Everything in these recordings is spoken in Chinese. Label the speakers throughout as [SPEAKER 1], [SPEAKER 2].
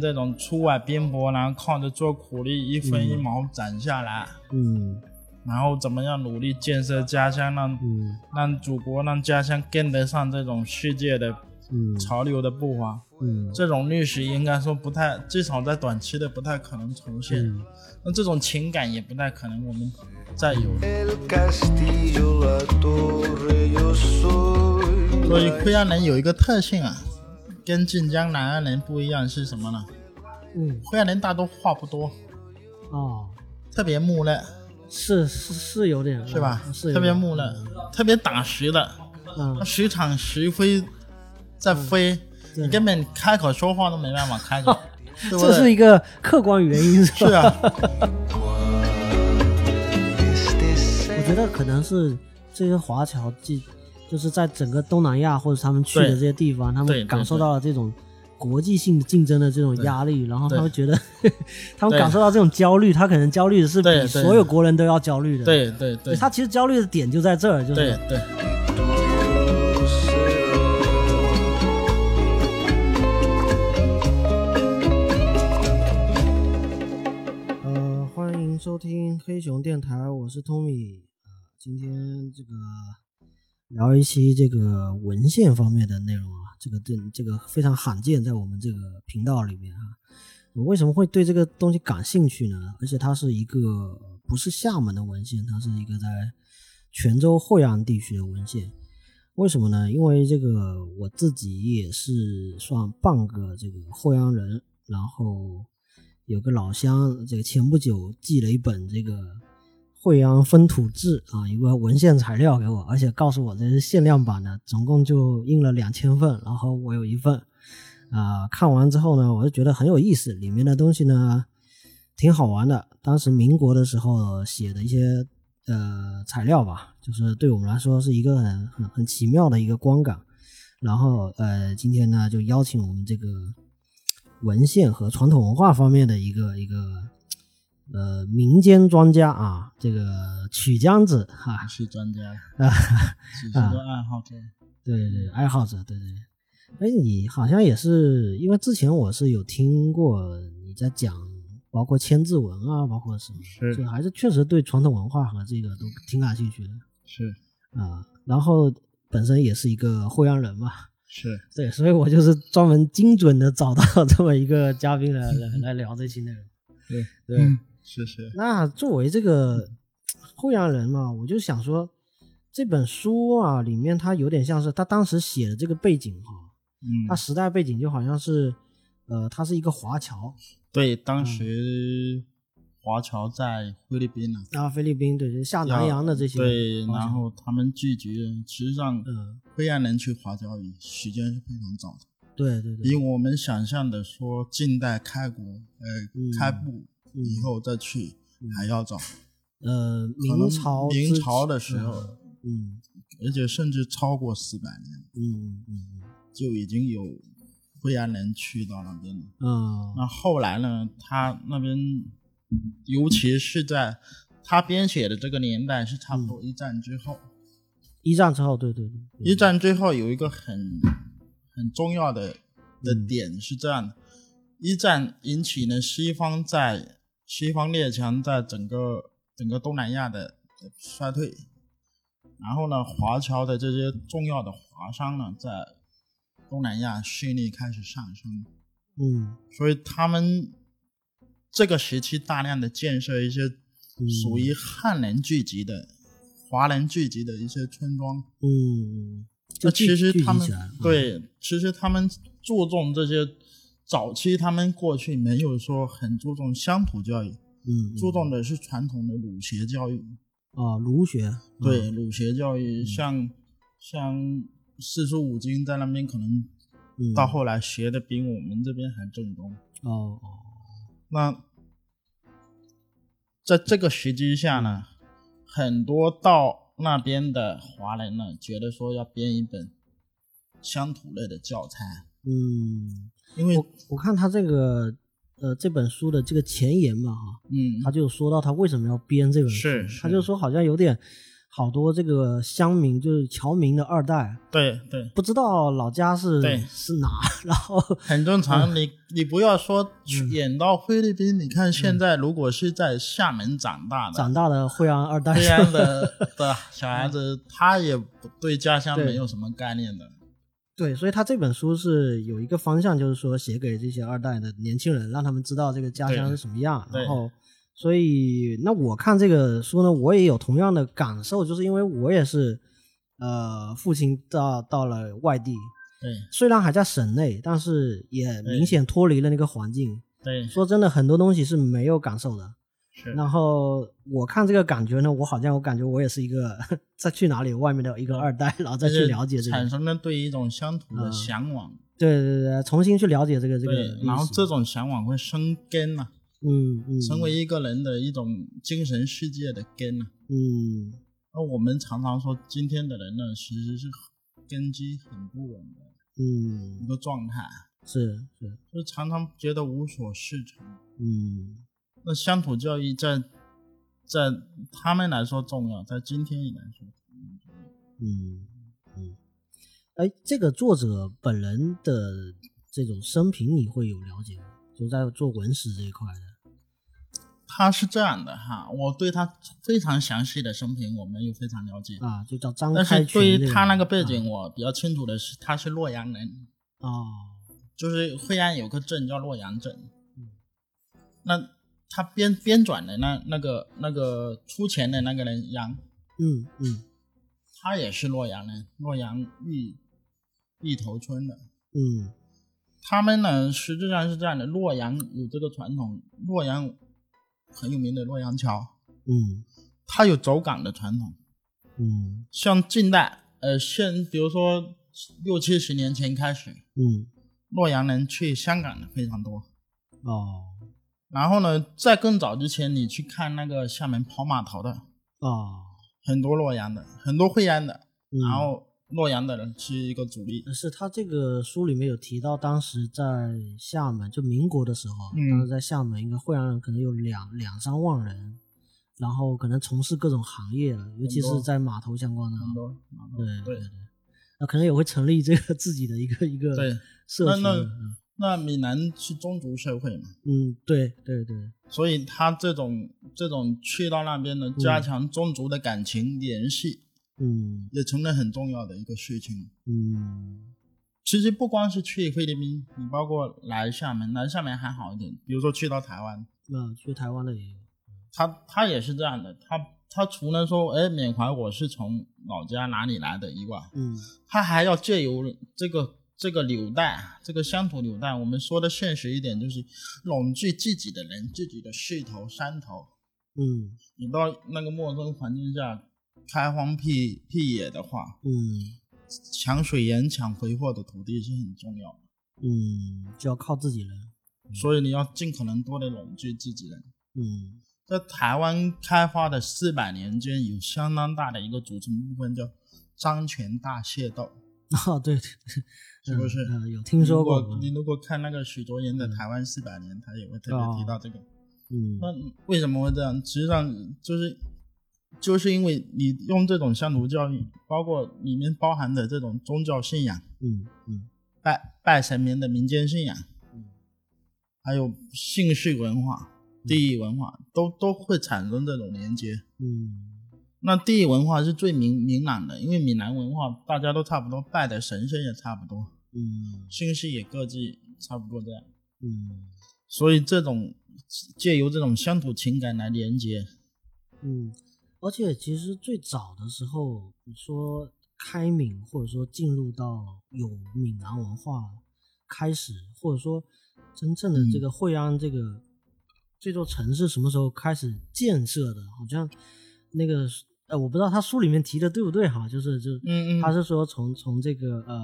[SPEAKER 1] 这种粗矮边伯，然后靠着做苦力一分一毛攒下来，
[SPEAKER 2] 嗯
[SPEAKER 1] 然后怎么样努力建设家乡，让
[SPEAKER 2] 嗯
[SPEAKER 1] 让祖国、让家乡跟得上这种世界的
[SPEAKER 2] 嗯
[SPEAKER 1] 潮流的步伐。
[SPEAKER 2] 嗯
[SPEAKER 1] 这种历史应该说不太，至少在短期的不太可能重现。
[SPEAKER 2] 嗯
[SPEAKER 1] 那这种情感也不太可能我们再有了。
[SPEAKER 3] El castillo, la torre, yo soy.
[SPEAKER 1] 所以贵阳人有一个特性啊，跟晋江南安人不一样是什么呢？
[SPEAKER 2] 嗯
[SPEAKER 1] 贵阳人大多话不多，
[SPEAKER 2] 哦，
[SPEAKER 1] 特别木讷，
[SPEAKER 2] 是是是有点
[SPEAKER 1] 是吧？
[SPEAKER 2] 嗯是有
[SPEAKER 1] 特别
[SPEAKER 2] 点
[SPEAKER 1] 木讷，特别打实的，
[SPEAKER 2] 嗯
[SPEAKER 1] 时常时飞在飞，
[SPEAKER 2] 对
[SPEAKER 1] 你根本开口说话都没办法 开口，对不
[SPEAKER 2] 这是
[SPEAKER 1] 对？
[SPEAKER 2] 一个客观原 因，
[SPEAKER 1] 是
[SPEAKER 2] 是吧？
[SPEAKER 1] 啊，
[SPEAKER 3] Este es
[SPEAKER 2] 我觉得可能是这些华侨记，就是在整个东南亚或者他们去的
[SPEAKER 1] 对
[SPEAKER 2] 这些地方，他
[SPEAKER 1] 对对
[SPEAKER 2] 们感受到了这种国际性竞争的这种压力，然后他们觉得 他们
[SPEAKER 1] 对
[SPEAKER 2] 感受到这种焦虑，他可能焦虑的是比
[SPEAKER 1] 对对
[SPEAKER 2] 所有国人都要焦虑的。
[SPEAKER 1] 对对对
[SPEAKER 2] 他其实焦虑的点就在这儿，就是
[SPEAKER 1] 对对，
[SPEAKER 3] tu ser.
[SPEAKER 2] 呃，欢迎收听黑熊电台，我是 Tommy。呃，今天这个聊一期这个文献方面的内容啊，这个这这个非常罕见，在我们这个频道里面啊。我为什么会对这个东西感兴趣呢？而且它是一个呃不是厦门的文献，它是一个在泉州惠安地区的文献。为什么呢？因为这个我自己也是算半个这个惠阳人，然后有个老乡，这个前不久寄了一本这个惠阳风土志啊，一个文献材料给我，而且告诉我这是限量版的，总共就印了两千份，然后我有一份。啊、看完之后呢，我就觉得很有意思，里面的东西呢挺好玩的。当时民国的时候写的一些呃材料吧，就是对我们来说是一个很很很奇妙的一个观感。然后呃，今天呢就邀请我们这个文献和传统文化方面的一个一个呃民间专家啊，这个曲江子哈
[SPEAKER 1] 是专家，
[SPEAKER 2] 啊，
[SPEAKER 1] 只是个爱好者。
[SPEAKER 2] 对对对，爱好者，对对对。哎，你好像也是，因为之前我是有听过你在讲，包括千字文啊，包括什么，
[SPEAKER 1] 是
[SPEAKER 2] 就还是确实对传统文化和这个都挺感兴趣的
[SPEAKER 1] 是
[SPEAKER 2] 啊。然后本身也是一个惠阳人嘛，
[SPEAKER 1] 是，
[SPEAKER 2] 对，所以我就是专门精准的找到 这么一个嘉宾来来来聊这期内容。嗯
[SPEAKER 1] 对
[SPEAKER 2] 对，
[SPEAKER 1] 是是，
[SPEAKER 2] 那作为这个惠阳人嘛，我就想说，这本书啊里面它有点像是他当时写的这个背景哈、它
[SPEAKER 1] 嗯，
[SPEAKER 2] 时代背景就好像是，呃，它是一个华侨
[SPEAKER 1] 对，当时华侨在菲律宾呢，
[SPEAKER 2] 啊，菲律宾对，就是下南洋的这些，
[SPEAKER 1] 对，
[SPEAKER 2] 华侨
[SPEAKER 1] 然后他们聚集，实际上
[SPEAKER 2] 嗯，
[SPEAKER 1] 惠安人去华侨也时间是非常早的，
[SPEAKER 2] 对对对
[SPEAKER 1] 比，我们想象的说近代开国，呃
[SPEAKER 2] 嗯，
[SPEAKER 1] 开埠以后再去还要早，
[SPEAKER 2] 呃，
[SPEAKER 1] 可能
[SPEAKER 2] 嗯明朝之
[SPEAKER 1] 明朝的时候，，
[SPEAKER 2] 嗯
[SPEAKER 1] 而且甚至超过四百年
[SPEAKER 2] 嗯嗯嗯
[SPEAKER 1] 就已经有惠安人去到那边了。
[SPEAKER 2] 嗯啊
[SPEAKER 1] 那后来呢，他那边，尤其是在他编写的这个年代，是差不
[SPEAKER 2] 嗯
[SPEAKER 1] 多一战之后。
[SPEAKER 2] 一战之后，对对对，
[SPEAKER 1] 一战之后有一个很很重要的的
[SPEAKER 2] 嗯
[SPEAKER 1] 点是这样的：一战引起呢西方在西方列强在整个整个东南亚的的衰退，然后呢华侨的这些重要的华商呢在东南亚势力开始上升。
[SPEAKER 2] 嗯
[SPEAKER 1] 所以他们这个时期大量的建设一些
[SPEAKER 2] 嗯
[SPEAKER 1] 属于汉人聚集的、华人聚集的一些村庄。
[SPEAKER 2] 嗯嗯，
[SPEAKER 1] 那
[SPEAKER 2] 就聚
[SPEAKER 1] 其实
[SPEAKER 2] 聚
[SPEAKER 1] 他
[SPEAKER 2] 集
[SPEAKER 1] 们
[SPEAKER 2] 起来，嗯，
[SPEAKER 1] 对，其实他们注重这些早期，他们过去没有说很注重乡土教育，
[SPEAKER 2] 嗯，
[SPEAKER 1] 注重
[SPEAKER 2] 的
[SPEAKER 1] 的是传统的儒学教育。
[SPEAKER 2] 啊，儒学，
[SPEAKER 1] 对，
[SPEAKER 2] 嗯
[SPEAKER 1] 儒学教育像像四书五经在那边可能
[SPEAKER 2] 嗯
[SPEAKER 1] 到后来学的比我们这边还正宗。
[SPEAKER 2] 哦哦，
[SPEAKER 1] 那在这个时机下呢，
[SPEAKER 2] 嗯
[SPEAKER 1] 很多到那边的华人呢，觉得说要编一本乡土类的教材，
[SPEAKER 2] 嗯，
[SPEAKER 1] 因为
[SPEAKER 2] 我我看他这个呃这本书的这个前言嘛哈，
[SPEAKER 1] 嗯，
[SPEAKER 2] 他就说到他为什么要编这本书，
[SPEAKER 1] 是是
[SPEAKER 2] 他就说好像有点，好多这个乡民，就是侨民的二代，
[SPEAKER 1] 对对，
[SPEAKER 2] 不知道老家是
[SPEAKER 1] 对
[SPEAKER 2] 是哪，然后
[SPEAKER 1] 很正常。
[SPEAKER 2] 嗯
[SPEAKER 1] 你你不要说演到菲律宾，你看现在如果是在厦门长大的，
[SPEAKER 2] 嗯长大的惠安二代
[SPEAKER 1] 这样 的的小孩子，他也不对家乡
[SPEAKER 2] 对
[SPEAKER 1] 没有什么概念的。
[SPEAKER 2] 对，所以他这本书是有一个方向，就是说写给这些二代的年轻人，让他们知道这个家乡是什么样。
[SPEAKER 1] 对
[SPEAKER 2] 然后，所以那我看这个书呢，我也有同样的感受，就是因为我也是，呃，父亲到到了外地，
[SPEAKER 1] 对
[SPEAKER 2] 虽然还在省内，但是也明显脱离了那个环境。
[SPEAKER 1] 对，
[SPEAKER 2] 说真的，很多东西是没有感受的。
[SPEAKER 1] 是
[SPEAKER 2] 然后我看这个感觉呢，我好像我感觉我也是一个 再去哪里外面的一个二代，然后再去了解这个
[SPEAKER 1] 产生了对一种乡土的
[SPEAKER 2] 嗯
[SPEAKER 1] 向往。
[SPEAKER 2] 对对对，重新去了解这个这个历
[SPEAKER 1] 对
[SPEAKER 2] 史，，
[SPEAKER 1] 然后这种向往会生根呐、
[SPEAKER 2] 嗯嗯，
[SPEAKER 1] 成为一个人的一种精神世界的根呐、
[SPEAKER 2] 嗯
[SPEAKER 1] 那我们常常说，今天的人呢，其实是根基很不稳的一
[SPEAKER 2] 嗯
[SPEAKER 1] 个状态，
[SPEAKER 2] 是是
[SPEAKER 1] 就常常觉得无所适从。
[SPEAKER 2] 嗯
[SPEAKER 1] 那乡土教育在在他们来说重要，在今天也来说重要。
[SPEAKER 2] 嗯嗯，哎，这个作者本人的这种生平你会有了解吗？就在做文史这一块的，
[SPEAKER 1] 他是这样的哈，我对他非常详细的生平，我们也非常了解。
[SPEAKER 2] 啊，就叫张
[SPEAKER 1] 但
[SPEAKER 2] 开
[SPEAKER 1] 是
[SPEAKER 2] 群
[SPEAKER 1] 对
[SPEAKER 2] 这
[SPEAKER 1] 于他那
[SPEAKER 2] 人
[SPEAKER 1] 个背景，我比较清楚的是，他是洛阳人，
[SPEAKER 2] 啊哦，
[SPEAKER 1] 就是惠安有个镇叫洛阳镇
[SPEAKER 2] 嗯。
[SPEAKER 1] 那他编编纂的那那个那个出钱的那个人杨，
[SPEAKER 2] 嗯嗯
[SPEAKER 1] 他也是洛阳人，洛阳玉玉头村的。
[SPEAKER 2] 嗯
[SPEAKER 1] 他们呢，实际上是这样的：洛阳有这个传统，洛阳很有名的洛阳桥，
[SPEAKER 2] 嗯
[SPEAKER 1] 它有走港的传统。
[SPEAKER 2] 嗯
[SPEAKER 1] 像近代，呃，现比如说六七十年前开始，
[SPEAKER 2] 嗯
[SPEAKER 1] 洛阳人去香港的非常多。
[SPEAKER 2] 哦
[SPEAKER 1] 然后呢，在更早之前，你去看那个厦门跑码头的，
[SPEAKER 2] 哦，
[SPEAKER 1] 很多洛阳的，很多惠安的，
[SPEAKER 2] 嗯
[SPEAKER 1] 然后洛阳的人是一个主力。
[SPEAKER 2] 是他这个书里面有提到，当时在厦门，就民国的时候，
[SPEAKER 1] 嗯
[SPEAKER 2] 当时在厦门，应该惠安人可能有两两三万人，然后可能从事各种行业，尤其
[SPEAKER 1] 很
[SPEAKER 2] 是
[SPEAKER 1] 多
[SPEAKER 2] 在码头相关的，
[SPEAKER 1] 很多，然后
[SPEAKER 2] 对
[SPEAKER 1] 对
[SPEAKER 2] 对，那可能也会成立这个 自己的一个一个
[SPEAKER 1] 对
[SPEAKER 2] 社
[SPEAKER 1] 那
[SPEAKER 2] 区，
[SPEAKER 1] 那
[SPEAKER 2] 嗯
[SPEAKER 1] 那闽南是宗族社会嘛，
[SPEAKER 2] 嗯，对对对，
[SPEAKER 1] 所以他这种这种去到那边呢，加强宗族的感情联系，
[SPEAKER 2] 嗯
[SPEAKER 1] 也成了很重要的一个事情。
[SPEAKER 2] 嗯
[SPEAKER 1] 其实不光是去菲律宾，你包括来厦门，来厦门还好一点，比如说去到台湾，
[SPEAKER 2] 那去台湾的也有，
[SPEAKER 1] 他他也是这样的，他他除了说哎缅怀我是从老家哪里来的以外，
[SPEAKER 2] 嗯
[SPEAKER 1] 他还要借由这个这个纽带，啊这个乡土纽带，我们说的现实一点，就是拢聚自己的人、自己的势头、山头。
[SPEAKER 2] 嗯
[SPEAKER 1] 你到那个陌生环境下开荒辟辟野的话，
[SPEAKER 2] 嗯
[SPEAKER 1] 抢水源、抢肥沃的土地是很重要的，
[SPEAKER 2] 嗯，就要靠自己人，
[SPEAKER 1] 所以你要尽可能多的拢聚自己人。
[SPEAKER 2] 嗯
[SPEAKER 1] 在台湾开发的四百年间，有相当大的一个组成部分叫漳泉大械斗，
[SPEAKER 2] 啊，对，对对
[SPEAKER 1] 是不是？
[SPEAKER 2] 嗯，嗯嗯有听说过
[SPEAKER 1] 如果
[SPEAKER 2] 吗，
[SPEAKER 1] 你如果看那个许卓言的《台湾四百年》，他也会特
[SPEAKER 2] 哦
[SPEAKER 1] 别提到这个。
[SPEAKER 2] 嗯
[SPEAKER 1] 那为什么会这样？实际上就是就是因为你用这种乡土教育，包括里面包含的这种宗教信仰、
[SPEAKER 2] 嗯嗯
[SPEAKER 1] 拜拜神明的民间信仰，
[SPEAKER 2] 嗯
[SPEAKER 1] 还有姓氏文化、地域文化，都都会产生这种连接。
[SPEAKER 2] 嗯。
[SPEAKER 1] 那地域文化是最明明朗的，因为闽南文化大家都差不多，拜的神仙也差不多，
[SPEAKER 2] 嗯
[SPEAKER 1] 姓氏也各自差不多这样。
[SPEAKER 2] 嗯
[SPEAKER 1] 所以这种借由这种乡土情感来连接，
[SPEAKER 2] 嗯，而且其实最早的时候，你说开闽或者说进入到有闽南文化开始，或者说真正的这
[SPEAKER 1] 嗯
[SPEAKER 2] 个惠安这个、这座城市什么时候开始建设的？好像那个呃，我不知道他书里面提的对不对哈，就是就
[SPEAKER 1] 嗯嗯
[SPEAKER 2] 他是说从从这个呃。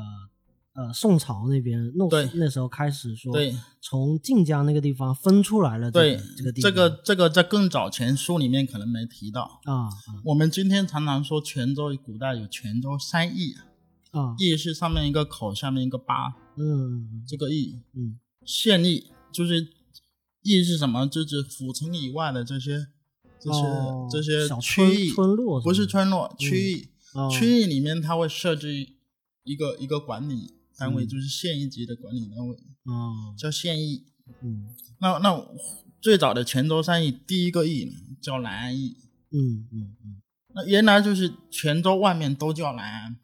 [SPEAKER 2] 呃，宋朝那边弄
[SPEAKER 1] 对
[SPEAKER 2] 那时候开始说，
[SPEAKER 1] 对
[SPEAKER 2] 从晋江那个地方分出来了、这
[SPEAKER 1] 对
[SPEAKER 2] 个，这个地
[SPEAKER 1] 这
[SPEAKER 2] 方
[SPEAKER 1] 个这个在更早前书里面可能没提到。
[SPEAKER 2] 啊
[SPEAKER 1] 我们今天常常说泉州古代有泉州三邑，
[SPEAKER 2] 啊啊，
[SPEAKER 1] 邑是上面一个口，下面一个八，
[SPEAKER 2] 嗯
[SPEAKER 1] 这个邑
[SPEAKER 2] 嗯
[SPEAKER 1] 县邑就是邑是什么？就是府城以外的这些这些、
[SPEAKER 2] 哦
[SPEAKER 1] 这些
[SPEAKER 2] 小
[SPEAKER 1] 区
[SPEAKER 2] 村
[SPEAKER 1] 域
[SPEAKER 2] 村落
[SPEAKER 1] 不是
[SPEAKER 2] 什么
[SPEAKER 1] 村落区域、
[SPEAKER 2] 哦
[SPEAKER 1] 区域里面，它会设置一个一个管理单
[SPEAKER 2] 嗯
[SPEAKER 1] 位，就是县一级的管理单位，
[SPEAKER 2] 哦，
[SPEAKER 1] 叫县邑。
[SPEAKER 2] 嗯
[SPEAKER 1] 那那最早的泉州三邑第一个邑呢叫南安邑，
[SPEAKER 2] 嗯嗯嗯
[SPEAKER 1] 那原来就是泉州外面都叫南安，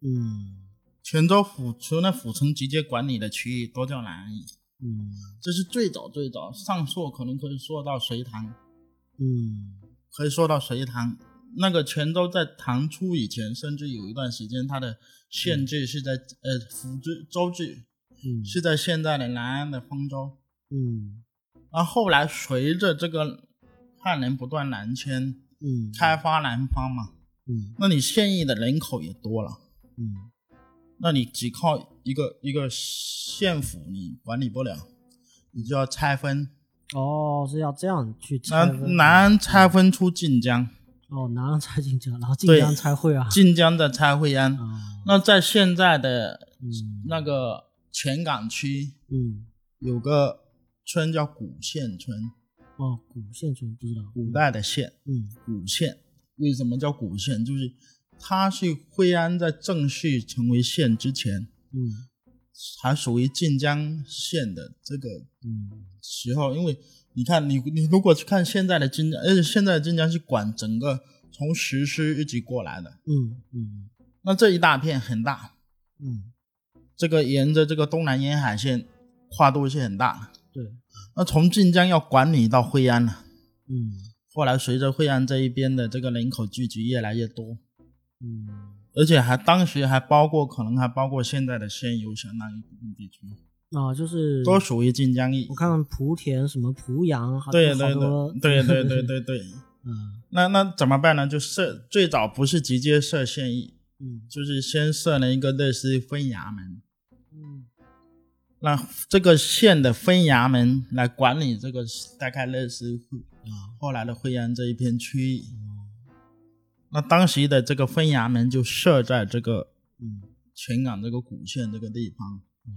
[SPEAKER 2] 嗯
[SPEAKER 1] 泉州府除了府城直接管理的区域都叫南安邑，
[SPEAKER 2] 嗯
[SPEAKER 1] 这是最早最早上溯可能可以溯到隋唐，
[SPEAKER 2] 嗯
[SPEAKER 1] 可以说到隋唐，那个泉州在唐初以前，甚至有一段时间，它的县治是在、呃府治州治
[SPEAKER 2] 嗯
[SPEAKER 1] 是在现在的南安的丰州。
[SPEAKER 2] 嗯
[SPEAKER 1] 然后后来随着这个汉人不断南迁，
[SPEAKER 2] 嗯
[SPEAKER 1] 开发南方嘛，
[SPEAKER 2] 嗯
[SPEAKER 1] 那你现役的人口也多了，
[SPEAKER 2] 嗯
[SPEAKER 1] 那你只靠一个一个县府你管理不了，你就要拆分。
[SPEAKER 2] 哦是要这样去拆分
[SPEAKER 1] 南南安拆分出晋江，
[SPEAKER 2] 哦南安拆晋江，然后晋
[SPEAKER 1] 对
[SPEAKER 2] 江拆会啊
[SPEAKER 1] 晋江再拆惠安。
[SPEAKER 2] 啊
[SPEAKER 1] 那在现在的
[SPEAKER 2] 嗯
[SPEAKER 1] 那个泉港区
[SPEAKER 2] 嗯
[SPEAKER 1] 有个村叫古县村，
[SPEAKER 2] 哦古县村不知道
[SPEAKER 1] 古代的县，
[SPEAKER 2] 嗯
[SPEAKER 1] 古县为什么叫古县？就是它是惠安在正式成为县之前，
[SPEAKER 2] 嗯
[SPEAKER 1] 还属于晋江县的这个
[SPEAKER 2] 嗯
[SPEAKER 1] 时候，因为你看你你如果去看现在的晋江，而且现在的晋江是管整个从石狮一直过来的，
[SPEAKER 2] 嗯嗯
[SPEAKER 1] 那这一大片很大，
[SPEAKER 2] 嗯
[SPEAKER 1] 这个沿着这个东南沿海线跨度是很大的。
[SPEAKER 2] 对
[SPEAKER 1] 那从晋江要管理到惠安了。
[SPEAKER 2] 嗯
[SPEAKER 1] 后来随着惠安这一边的这个人口聚集越来越多，
[SPEAKER 2] 嗯
[SPEAKER 1] 而且还当时还包括可能还包括现在的仙游相当一部分地区，
[SPEAKER 2] 啊就是
[SPEAKER 1] 都属于晋江邑
[SPEAKER 2] 我。看莆田什么濮阳，好
[SPEAKER 1] 对
[SPEAKER 2] 好
[SPEAKER 1] 对
[SPEAKER 2] 多
[SPEAKER 1] 对对对对对对。
[SPEAKER 2] 嗯
[SPEAKER 1] 那那怎么办呢？就设最早不是直接设县邑，
[SPEAKER 2] 嗯
[SPEAKER 1] 就是先设了一个类似于分衙门，
[SPEAKER 2] 嗯
[SPEAKER 1] 那这个县的分衙门来管理这个大概类似于
[SPEAKER 2] 啊
[SPEAKER 1] 后来的惠安这一片区域。
[SPEAKER 2] 哦
[SPEAKER 1] 那当时的这个分衙门就设在这个
[SPEAKER 2] 嗯
[SPEAKER 1] 全港这个古县这个地方
[SPEAKER 2] 哦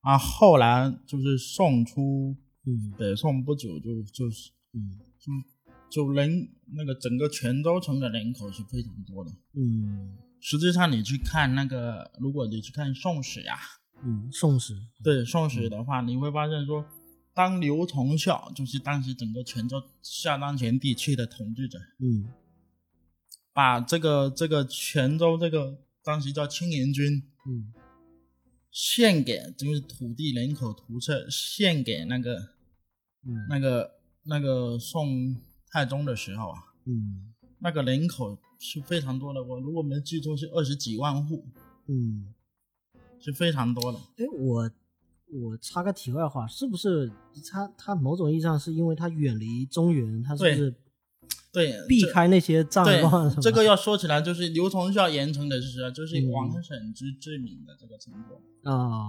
[SPEAKER 1] 啊。后来就是宋初
[SPEAKER 2] 嗯
[SPEAKER 1] 北宋不久就就是
[SPEAKER 2] 嗯
[SPEAKER 1] 就就人那个整个泉州城的人口是非常多的。
[SPEAKER 2] 嗯
[SPEAKER 1] 实际上，你去看那个，如果你去看《宋史》呀，
[SPEAKER 2] 嗯，宋史
[SPEAKER 1] 对《宋史》的话，你会发现说，当刘从孝就是当时整个泉州下当泉地区的统治者，
[SPEAKER 2] 嗯
[SPEAKER 1] 把这个这个泉州这个当时叫青莲军，
[SPEAKER 2] 嗯
[SPEAKER 1] 献给就是土地人口图册献给那个
[SPEAKER 2] 嗯
[SPEAKER 1] 那个那个宋太宗的时候啊，
[SPEAKER 2] 嗯
[SPEAKER 1] 那个人口是非常多的，我如果没记错是二十几万户，
[SPEAKER 2] 嗯，
[SPEAKER 1] 是非常多的。
[SPEAKER 2] 哎我。我插个题外话，是不是它它某种意义上是因为它远离中原，它是不
[SPEAKER 1] 对
[SPEAKER 2] 是
[SPEAKER 1] 对，
[SPEAKER 2] 避
[SPEAKER 1] 这
[SPEAKER 2] 开那些战乱
[SPEAKER 1] 对
[SPEAKER 2] 什么
[SPEAKER 1] 这个要说起来，就是刘从孝严惩的是谁啊？就是
[SPEAKER 2] 嗯
[SPEAKER 1] 王审知治敏的这个成果，
[SPEAKER 2] 啊？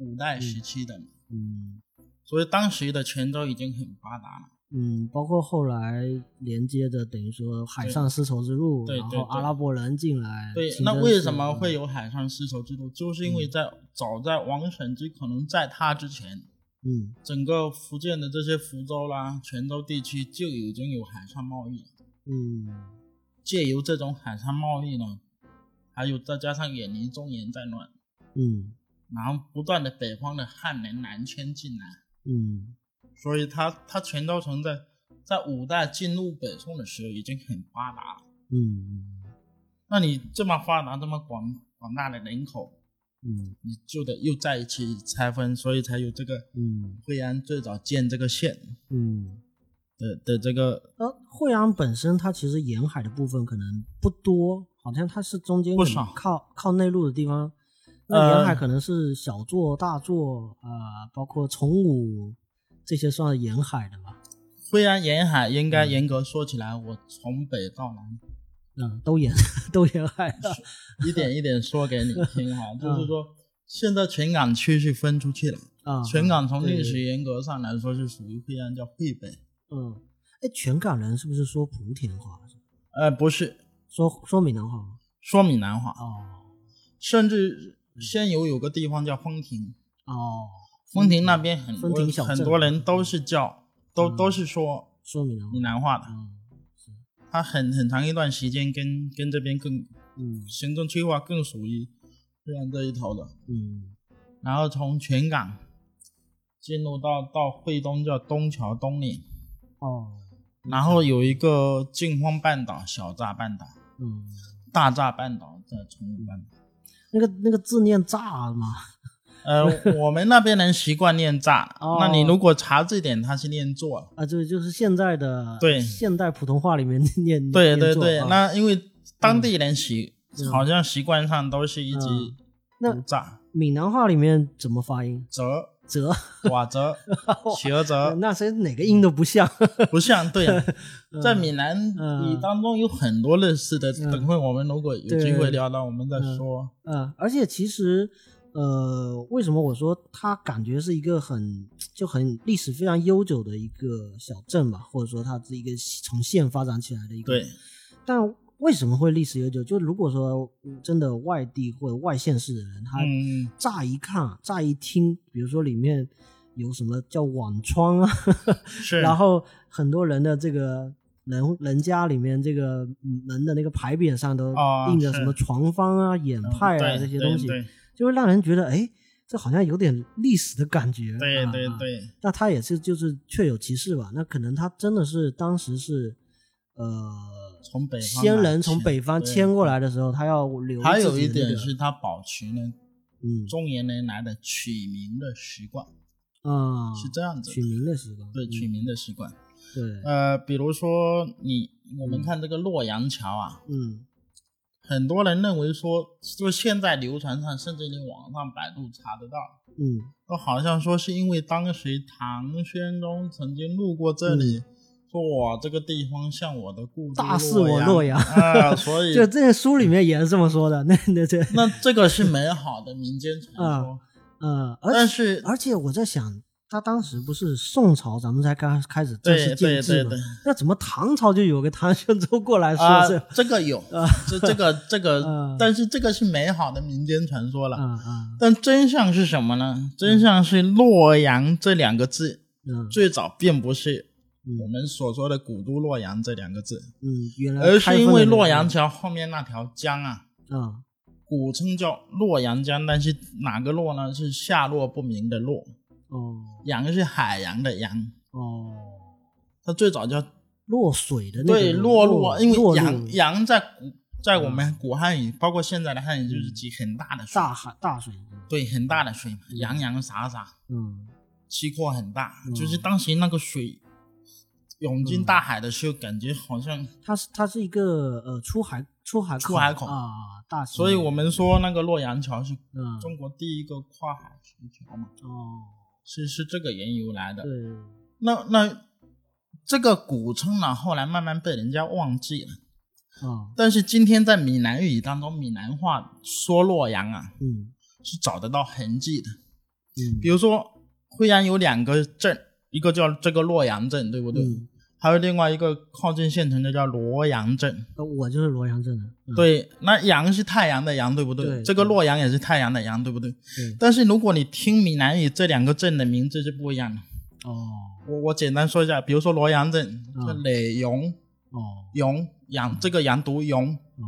[SPEAKER 1] 五代时期的嘛，
[SPEAKER 2] 嗯
[SPEAKER 1] 所以当时的泉州已经很发达了。
[SPEAKER 2] 嗯，包括后来连接着等于说海
[SPEAKER 1] 对
[SPEAKER 2] 上丝绸之路，
[SPEAKER 1] 对
[SPEAKER 2] 然
[SPEAKER 1] 对
[SPEAKER 2] 后阿
[SPEAKER 1] 对
[SPEAKER 2] 拉伯人进来，
[SPEAKER 1] 对，
[SPEAKER 2] 清
[SPEAKER 1] 那
[SPEAKER 2] 真
[SPEAKER 1] 为
[SPEAKER 2] 寺
[SPEAKER 1] 什么会
[SPEAKER 2] 嗯
[SPEAKER 1] 有海上丝绸之路？就是因为在早在王审知可能在他之前，
[SPEAKER 2] 嗯
[SPEAKER 1] 整个福建的这些福州啦、泉州地区就已经有海上贸易，
[SPEAKER 2] 嗯
[SPEAKER 1] 借由这种海上贸易呢，还有再加上远离中原战乱，
[SPEAKER 2] 嗯
[SPEAKER 1] 然后不断的北方的汉人南迁进来，
[SPEAKER 2] 嗯
[SPEAKER 1] 所以它它泉州城在在五代进入北宋的时候已经很发达了。
[SPEAKER 2] 嗯
[SPEAKER 1] 那你这么发达、这么广广大的人口，
[SPEAKER 2] 嗯
[SPEAKER 1] 你就得又在一起拆分，所以才有这个
[SPEAKER 2] 嗯
[SPEAKER 1] 惠安最早建这个县
[SPEAKER 2] 嗯。
[SPEAKER 1] 的的这个
[SPEAKER 2] 呃，惠阳本身它其实沿海的部分可能不多，好像它是中间
[SPEAKER 1] 不
[SPEAKER 2] 可能
[SPEAKER 1] 少
[SPEAKER 2] 靠靠内陆的地方。那沿海
[SPEAKER 1] 呃
[SPEAKER 2] 可能是小座、大座啊、呃包括崇武这些算是沿海的吧？
[SPEAKER 1] 惠安沿海。应该严格说起来，我从北到南
[SPEAKER 2] 嗯，都沿 都沿海的。
[SPEAKER 1] 一点一点说给你听哈，就是
[SPEAKER 2] 嗯
[SPEAKER 1] 说。现在全港区是分出去了，
[SPEAKER 2] 啊，
[SPEAKER 1] 全港从
[SPEAKER 2] 对
[SPEAKER 1] 历史严格上来说是属于惠安，叫惠北。
[SPEAKER 2] 嗯，哎，全港人是不是说莆田话？啊
[SPEAKER 1] 呃，不是，
[SPEAKER 2] 说说闽南话吗？
[SPEAKER 1] 说闽南话，
[SPEAKER 2] 哦
[SPEAKER 1] 甚至仙游有个地方叫风亭，
[SPEAKER 2] 哦，
[SPEAKER 1] 风亭那边很多
[SPEAKER 2] 风亭小镇嗯
[SPEAKER 1] 很多人都是叫，都、都是说
[SPEAKER 2] 说闽南话
[SPEAKER 1] 闽，南话的，
[SPEAKER 2] 嗯，是，
[SPEAKER 1] 他很很长一段时间跟跟这边更
[SPEAKER 2] 嗯
[SPEAKER 1] 行政区划更属于对岸这一头的，
[SPEAKER 2] 嗯
[SPEAKER 1] 然后从全港进入到到惠东叫东桥东岭，
[SPEAKER 2] 哦，
[SPEAKER 1] 然后有一个靖荒半岛、小乍半岛、
[SPEAKER 2] 嗯，
[SPEAKER 1] 大乍半岛再崇武半岛。
[SPEAKER 2] 那个那个字念炸嘛，
[SPEAKER 1] 呃，我们那边人习惯念乍，
[SPEAKER 2] 哦
[SPEAKER 1] 那你如果查字典，它是念作。
[SPEAKER 2] 啊，对，就是现在的
[SPEAKER 1] 对
[SPEAKER 2] 现代普通话里面念
[SPEAKER 1] 对对
[SPEAKER 2] 念作
[SPEAKER 1] 对，
[SPEAKER 2] 啊
[SPEAKER 1] 那因为当地人习、
[SPEAKER 2] 嗯
[SPEAKER 1] 好像习惯上都是一直
[SPEAKER 2] 嗯那
[SPEAKER 1] 读乍，
[SPEAKER 2] 闽南话里面怎么发音？
[SPEAKER 1] 折、
[SPEAKER 2] 折，
[SPEAKER 1] 瓦折、 斜折，
[SPEAKER 2] 那谁哪个音都不像。
[SPEAKER 1] 不像对。啊在闽南语
[SPEAKER 2] 嗯
[SPEAKER 1] 当中有很多类似的，
[SPEAKER 2] 嗯
[SPEAKER 1] 等会我们如果有
[SPEAKER 2] 对
[SPEAKER 1] 机会聊到，我们再说。
[SPEAKER 2] 嗯，而且其实，呃，为什么我说它感觉是一个很就很历史非常悠久的一个小镇吧，或者说它是一个从县发展起来的一个。
[SPEAKER 1] 对。，
[SPEAKER 2] 但为什么会历史悠久？就如果说嗯真的外地或者外县市的人，他
[SPEAKER 1] 嗯，
[SPEAKER 2] 乍一看、乍一听，比如说里面有什么叫网窗啊，
[SPEAKER 1] 是。
[SPEAKER 2] 然后很多人的这个人人家里面这个门的那个牌匾上都
[SPEAKER 1] 啊
[SPEAKER 2] 印着
[SPEAKER 1] 是
[SPEAKER 2] 什么床方啊、眼
[SPEAKER 1] 嗯
[SPEAKER 2] 派啊
[SPEAKER 1] 对
[SPEAKER 2] 这些
[SPEAKER 1] 对
[SPEAKER 2] 东西，
[SPEAKER 1] 对
[SPEAKER 2] 就会让人觉得哎，这好像有点历史的感觉。
[SPEAKER 1] 对
[SPEAKER 2] 啊
[SPEAKER 1] 对
[SPEAKER 2] 啊
[SPEAKER 1] 对，
[SPEAKER 2] 那他也是就是确有其事吧？那可能他真的是当时是呃，
[SPEAKER 1] 从北方
[SPEAKER 2] 先
[SPEAKER 1] 来
[SPEAKER 2] 人从
[SPEAKER 1] 迁
[SPEAKER 2] 北方
[SPEAKER 1] 对
[SPEAKER 2] 迁过来的时候，他要留
[SPEAKER 1] 还
[SPEAKER 2] 自
[SPEAKER 1] 有
[SPEAKER 2] 己
[SPEAKER 1] 一
[SPEAKER 2] 的那
[SPEAKER 1] 点
[SPEAKER 2] 个
[SPEAKER 1] 是它保持了
[SPEAKER 2] 嗯
[SPEAKER 1] 中原人来的取名的习惯，
[SPEAKER 2] 啊，
[SPEAKER 1] 是这样子的
[SPEAKER 2] 取名的习惯，
[SPEAKER 1] 对
[SPEAKER 2] 嗯
[SPEAKER 1] 取名的习惯。
[SPEAKER 2] 对，
[SPEAKER 1] 呃，比如说你我们
[SPEAKER 2] 嗯
[SPEAKER 1] 看这个洛阳桥啊，
[SPEAKER 2] 嗯
[SPEAKER 1] 很多人认为说，就现在流传上，甚至你网上百度查得到，
[SPEAKER 2] 嗯
[SPEAKER 1] 都好像说是因为当时唐宣宗曾经路过这里。说我这个地方像我的故都
[SPEAKER 2] 嗯大肆我洛阳
[SPEAKER 1] 啊，所以
[SPEAKER 2] 就这个书里面也是这么说的，那那这
[SPEAKER 1] 那这个是美好的民间传
[SPEAKER 2] 啊
[SPEAKER 1] 说，
[SPEAKER 2] 呃，而
[SPEAKER 1] 但
[SPEAKER 2] 且
[SPEAKER 1] 是
[SPEAKER 2] 而且我在想，他当时不是宋朝，咱们才刚开始正式
[SPEAKER 1] 对
[SPEAKER 2] 建
[SPEAKER 1] 对
[SPEAKER 2] 制
[SPEAKER 1] 对
[SPEAKER 2] 嘛
[SPEAKER 1] 对，
[SPEAKER 2] 那怎么唐朝就有个唐玄宗过来说
[SPEAKER 1] 啊
[SPEAKER 2] 是？，
[SPEAKER 1] 这个有，这这个这
[SPEAKER 2] 啊
[SPEAKER 1] 个，但是这个是美好的民间传说
[SPEAKER 2] 啊
[SPEAKER 1] 了。
[SPEAKER 2] 啊
[SPEAKER 1] 但真相是什么呢？真相是“洛阳”这两个字
[SPEAKER 2] 嗯
[SPEAKER 1] 最早并不是
[SPEAKER 2] 嗯
[SPEAKER 1] 我们所说的“古都洛阳”这两个字，
[SPEAKER 2] 嗯，原来
[SPEAKER 1] 而
[SPEAKER 2] 开
[SPEAKER 1] 是因
[SPEAKER 2] 封的
[SPEAKER 1] 为
[SPEAKER 2] 那
[SPEAKER 1] 洛
[SPEAKER 2] 个
[SPEAKER 1] 阳桥后面那条江啊，
[SPEAKER 2] 啊
[SPEAKER 1] 古称叫洛阳江，但是哪个洛呢？是下落不明的洛，
[SPEAKER 2] 哦
[SPEAKER 1] 洋是海洋的洋，
[SPEAKER 2] 哦
[SPEAKER 1] 它最早叫
[SPEAKER 2] 落水的那个
[SPEAKER 1] 对，落入，因
[SPEAKER 2] 落
[SPEAKER 1] 为
[SPEAKER 2] 入
[SPEAKER 1] 洋洋在古在我们古汉语，包括现在的汉语，就是指很大的水，
[SPEAKER 2] 嗯大海大水，
[SPEAKER 1] 对，很大的水嘛，洋洋洒洒，
[SPEAKER 2] 嗯
[SPEAKER 1] 西阔很大，
[SPEAKER 2] 嗯
[SPEAKER 1] 就是当时那个水涌进大海的时候，感觉好像，
[SPEAKER 2] 它是它是一个呃出海出海
[SPEAKER 1] 出海口
[SPEAKER 2] 啊大型
[SPEAKER 1] 所以我们说那个洛阳桥是
[SPEAKER 2] 嗯
[SPEAKER 1] 中国第一个跨海石桥嘛，
[SPEAKER 2] 哦
[SPEAKER 1] 是是这个缘由来的。
[SPEAKER 2] 对
[SPEAKER 1] 那那这个古称呢，后来慢慢被人家忘记了。
[SPEAKER 2] 啊
[SPEAKER 1] 但是今天在闽南语当中，闽南话说洛阳啊，
[SPEAKER 2] 嗯
[SPEAKER 1] 是找得到痕迹的。
[SPEAKER 2] 嗯
[SPEAKER 1] 比如说，惠安有两个镇，一个叫这个洛阳镇，对不对？
[SPEAKER 2] 嗯
[SPEAKER 1] 还有另外一个靠近县城的叫罗阳镇。
[SPEAKER 2] 呃我就是罗阳镇的嗯
[SPEAKER 1] 对，那阳是太阳的阳，对不对？
[SPEAKER 2] 对
[SPEAKER 1] 这个
[SPEAKER 2] 对
[SPEAKER 1] 洛阳也是太阳的阳，对不对？
[SPEAKER 2] 对
[SPEAKER 1] 但是如果你听闽南语，这两个镇的名字是不一样的。
[SPEAKER 2] 哦
[SPEAKER 1] 我我简单说一下，比如说罗阳镇，
[SPEAKER 2] 嗯
[SPEAKER 1] 这耒阳
[SPEAKER 2] 哦
[SPEAKER 1] 阳阳，这个阳读阳，
[SPEAKER 2] 哦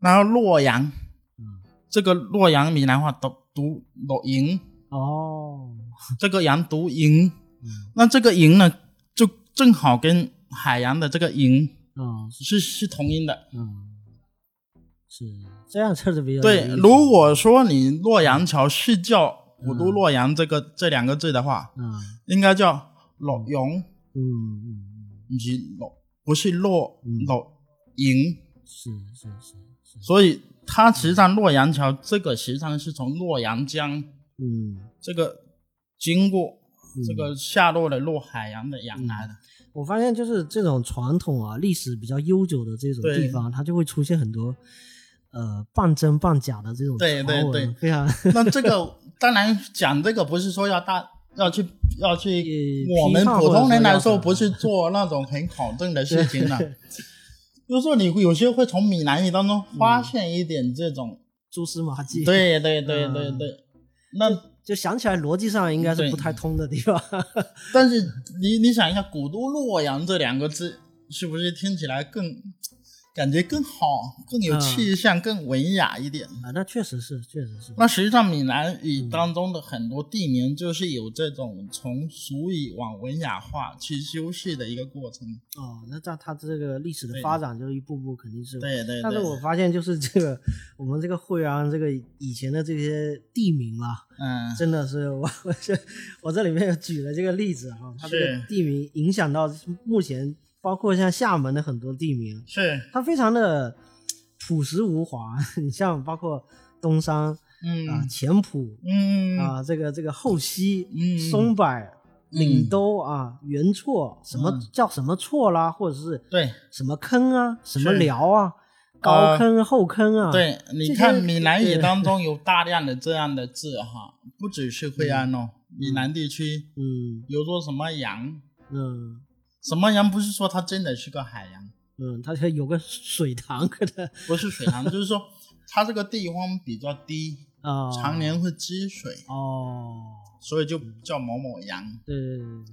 [SPEAKER 1] 然后洛阳，
[SPEAKER 2] 嗯
[SPEAKER 1] 这个洛阳闽南话读读洛阳，
[SPEAKER 2] 哦
[SPEAKER 1] 这个阳读阳。
[SPEAKER 2] 嗯
[SPEAKER 1] 那这个营呢，就正好跟海洋的这个营
[SPEAKER 2] 哦是
[SPEAKER 1] 是是同音的。
[SPEAKER 2] 嗯是这样确实比较
[SPEAKER 1] 对，
[SPEAKER 2] 有意思
[SPEAKER 1] 如果说你洛阳桥是叫古都洛阳这个、这两个字的话，
[SPEAKER 2] 嗯
[SPEAKER 1] 应该叫洛阳，
[SPEAKER 2] 嗯嗯
[SPEAKER 1] 以及洛不是洛
[SPEAKER 2] 嗯
[SPEAKER 1] 洛营。
[SPEAKER 2] 嗯是是是是
[SPEAKER 1] 所以它实际上洛阳桥这个实际上是从洛阳江
[SPEAKER 2] 嗯。
[SPEAKER 1] 这个经过
[SPEAKER 2] 嗯
[SPEAKER 1] 这个下落的洛海洋的洋来的。
[SPEAKER 2] 我发现就是这种传统啊，历史比较悠久的这种
[SPEAKER 1] 对
[SPEAKER 2] 地方，它就会出现很多呃半真半假的这种
[SPEAKER 1] 对对
[SPEAKER 2] 传闻
[SPEAKER 1] 对
[SPEAKER 2] 非常
[SPEAKER 1] 那这个当然讲这个不是说要大要去要去，
[SPEAKER 2] 呃
[SPEAKER 1] 我们
[SPEAKER 2] 批判
[SPEAKER 1] 普通人来说
[SPEAKER 2] 或者说要嗯
[SPEAKER 1] 不是做那种很考证的事情了。啊 就是说你会有些会从闽南语当
[SPEAKER 2] 嗯
[SPEAKER 1] 中发现一点这种，
[SPEAKER 2] 蛛丝马迹。嗯
[SPEAKER 1] 对对对对对。那
[SPEAKER 2] 就想起来逻辑上应该是
[SPEAKER 1] 对
[SPEAKER 2] 不太通的地方。
[SPEAKER 1] 但是你你想一下，古都洛阳这两个字是不是听起来更感觉更好、更有
[SPEAKER 2] 嗯
[SPEAKER 1] 气象、更文雅一点？
[SPEAKER 2] 啊，那确实是，确实是。
[SPEAKER 1] 那实际上，闽南语当中的很多地名就是有这种从俗语往文雅化去修饰的一个过程。
[SPEAKER 2] 哦，那这样它这个历史的
[SPEAKER 1] 对
[SPEAKER 2] 发展就一步步肯定是。
[SPEAKER 1] 对对对。
[SPEAKER 2] 但是我发现就是这个我们这个惠安这个以前的这些地名啊，
[SPEAKER 1] 嗯，
[SPEAKER 2] 真的是我我这我这里面举了这个例子啊，它这
[SPEAKER 1] 是
[SPEAKER 2] 个地名影响到目前包括像厦门的很多地名，
[SPEAKER 1] 是，
[SPEAKER 2] 它非常的朴实无华。 你像包括东山啊、
[SPEAKER 1] 嗯
[SPEAKER 2] 前埔
[SPEAKER 1] 嗯
[SPEAKER 2] 啊、这个这个后溪、
[SPEAKER 1] 嗯
[SPEAKER 2] 松柏、
[SPEAKER 1] 嗯
[SPEAKER 2] 岭都啊、原厝，什么、
[SPEAKER 1] 嗯
[SPEAKER 2] 叫什么厝啦，或者是
[SPEAKER 1] 对
[SPEAKER 2] 什么坑啊、什么
[SPEAKER 1] 是呃
[SPEAKER 2] 寮啊、高坑、后坑啊，
[SPEAKER 1] 对，
[SPEAKER 2] 这
[SPEAKER 1] 你
[SPEAKER 2] 些
[SPEAKER 1] 看闽南语
[SPEAKER 2] 对
[SPEAKER 1] 当中有大量的这样的字哈，不只是惠安哦，闽南地区
[SPEAKER 2] 嗯
[SPEAKER 1] 比如说什么洋，
[SPEAKER 2] 嗯
[SPEAKER 1] 什么洋不是说它真的是个海洋，
[SPEAKER 2] 嗯，它这有个水塘，可能
[SPEAKER 1] 不是水塘，就是说它这个地方比较低，
[SPEAKER 2] 啊，
[SPEAKER 1] 常年会积水，
[SPEAKER 2] 哦，
[SPEAKER 1] 所以就叫某某洋。
[SPEAKER 2] 对对对对，对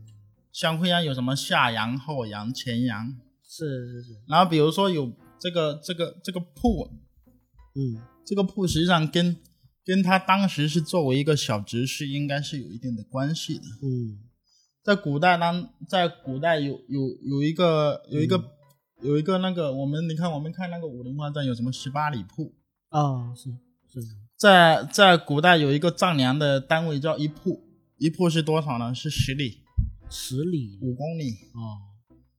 [SPEAKER 1] 像惠安有什么下洋、后洋、前洋，
[SPEAKER 2] 是是是，
[SPEAKER 1] 然后比如说有这个这个这个铺，
[SPEAKER 2] 嗯
[SPEAKER 1] 这个铺实际上跟跟它当时是作为一个小职是应该是有一定的关系的。
[SPEAKER 2] 嗯
[SPEAKER 1] 在古代当在古代有有有一个有一个、有一个那个我们你看我们看那个武林外传有什么十八里铺，
[SPEAKER 2] 哦，是是是
[SPEAKER 1] 在在古代有一个丈量的单位叫一铺，一铺是多少呢？是十里，
[SPEAKER 2] 十里
[SPEAKER 1] 五公里。
[SPEAKER 2] 哦，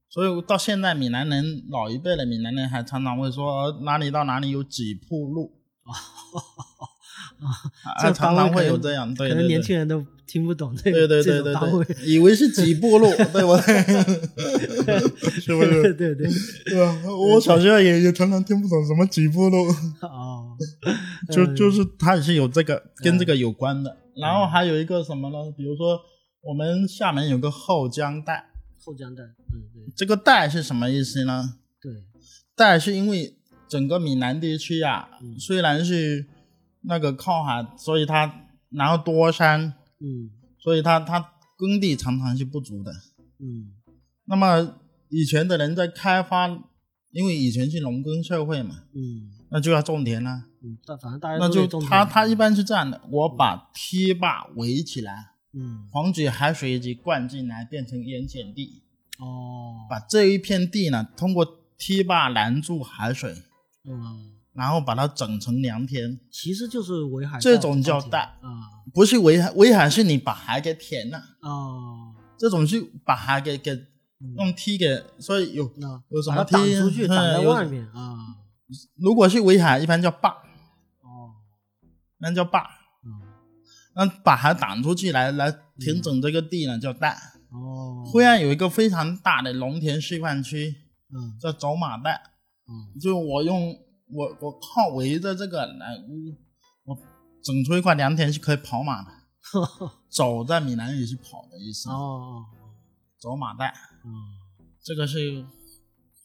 [SPEAKER 1] 所以到现在，闽南人老一辈的闽南人还常常会说，呃哪里到哪里有几铺路，
[SPEAKER 2] 啊。
[SPEAKER 1] 啊，
[SPEAKER 2] 哦这
[SPEAKER 1] 常
[SPEAKER 2] 单位
[SPEAKER 1] 常
[SPEAKER 2] 可
[SPEAKER 1] 会有
[SPEAKER 2] 能
[SPEAKER 1] 这样，对
[SPEAKER 2] 可
[SPEAKER 1] 对对，
[SPEAKER 2] 能年轻人都听不懂这
[SPEAKER 1] 对
[SPEAKER 2] 个
[SPEAKER 1] 对对
[SPEAKER 2] 这
[SPEAKER 1] 对
[SPEAKER 2] 种单位，
[SPEAKER 1] 对，以为是几步路，对 不 对？ 是不是？
[SPEAKER 2] 对对
[SPEAKER 1] 对啊，我小时候也也常常听不懂什么几步路，
[SPEAKER 2] 哦，
[SPEAKER 1] 就
[SPEAKER 2] 嗯
[SPEAKER 1] 就是它也是有这个跟这个有关的。然后还有一个什么呢？比如说我们厦门有个后江带，
[SPEAKER 2] 后江带，嗯对
[SPEAKER 1] 这个带是什么意思呢？
[SPEAKER 2] 对，
[SPEAKER 1] 带是因为整个闽南地区啊，
[SPEAKER 2] 嗯
[SPEAKER 1] 虽然是那个靠海，所以它然后多山，
[SPEAKER 2] 嗯
[SPEAKER 1] 所以它它耕地常常是不足的。
[SPEAKER 2] 嗯
[SPEAKER 1] 那么以前的人在开发，因为以前是农耕社会嘛，
[SPEAKER 2] 嗯
[SPEAKER 1] 那就要种田啦、
[SPEAKER 2] 嗯，但反正大家
[SPEAKER 1] 那
[SPEAKER 2] 都得
[SPEAKER 1] 就
[SPEAKER 2] 种田啊
[SPEAKER 1] 他他一般是这样的，我把堤坝围起来，
[SPEAKER 2] 嗯
[SPEAKER 1] 防止海水一直灌进来，变成盐碱地，
[SPEAKER 2] 哦
[SPEAKER 1] 把这一片地呢，通过堤坝拦住海水，
[SPEAKER 2] 嗯，
[SPEAKER 1] 然后把它整成良田。
[SPEAKER 2] 其实就是围海
[SPEAKER 1] 这种叫带
[SPEAKER 2] 带啊
[SPEAKER 1] 不是围海，围海是你把海给填了，
[SPEAKER 2] 哦，
[SPEAKER 1] 这种是把海给给
[SPEAKER 2] 嗯
[SPEAKER 1] 用堤给，所以有
[SPEAKER 2] 那
[SPEAKER 1] 有什
[SPEAKER 2] 把
[SPEAKER 1] 么
[SPEAKER 2] 它挡
[SPEAKER 1] 踢
[SPEAKER 2] 出去，
[SPEAKER 1] 嗯
[SPEAKER 2] 挡在
[SPEAKER 1] 有
[SPEAKER 2] 外面啊
[SPEAKER 1] 如果是围海，一般叫坝，
[SPEAKER 2] 哦
[SPEAKER 1] 那叫坝。
[SPEAKER 2] 嗯
[SPEAKER 1] 那把海挡出去来来平整这个地呢，叫带。
[SPEAKER 2] 哦，
[SPEAKER 1] 惠安有一个非常大的农田示范区，
[SPEAKER 2] 嗯
[SPEAKER 1] 叫走马带，
[SPEAKER 2] 嗯
[SPEAKER 1] 就我用我我靠围着这个来，嗯我整出一块良田是可以跑马的。走在闽南语是跑的意思，
[SPEAKER 2] 哦
[SPEAKER 1] 走马带，
[SPEAKER 2] 嗯。
[SPEAKER 1] 这个是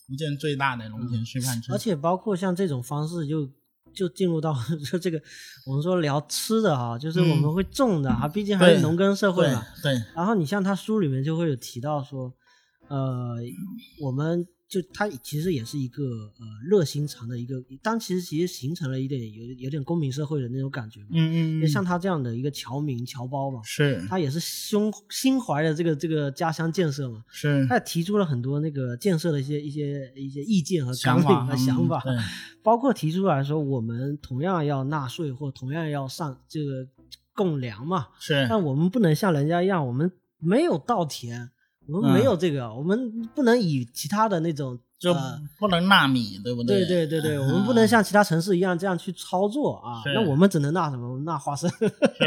[SPEAKER 1] 福建最大的农田示范区。
[SPEAKER 2] 嗯而且包括像这种方式就，就进入到 就这个我们说聊吃的哈，就是我们
[SPEAKER 1] 嗯
[SPEAKER 2] 会种的啊，毕竟还
[SPEAKER 1] 对
[SPEAKER 2] 是农耕社会
[SPEAKER 1] 对
[SPEAKER 2] 嘛。
[SPEAKER 1] 对，
[SPEAKER 2] 然后你像他书里面就会有提到说，呃，我们就他其实也是一个呃热心肠的一个，当其实其实形成了一点有有点公民社会的那种感觉嘛。
[SPEAKER 1] 嗯嗯
[SPEAKER 2] 就像
[SPEAKER 1] 嗯，
[SPEAKER 2] 他这样的一个侨民侨胞嘛，
[SPEAKER 1] 是
[SPEAKER 2] 他也是胸心怀着这个这个家乡建设嘛，
[SPEAKER 1] 是
[SPEAKER 2] 他也提出了很多那个建设的一些一些一些意见和
[SPEAKER 1] 想
[SPEAKER 2] 纲
[SPEAKER 1] 法
[SPEAKER 2] 领和想法，
[SPEAKER 1] 嗯
[SPEAKER 2] 包括提出来说我们同样要纳税或同样要上这个供粮嘛，
[SPEAKER 1] 对是
[SPEAKER 2] 但我们不能像人家一样，我们没有稻田，我们没有这个，我们不能以其他的那种
[SPEAKER 1] 嗯就
[SPEAKER 2] 呃
[SPEAKER 1] 不能纳米，对不
[SPEAKER 2] 对
[SPEAKER 1] 对
[SPEAKER 2] 对对对，我们不能像其他城市一样这样去操作啊
[SPEAKER 1] 是。
[SPEAKER 2] 那我们只能纳什么？纳花生、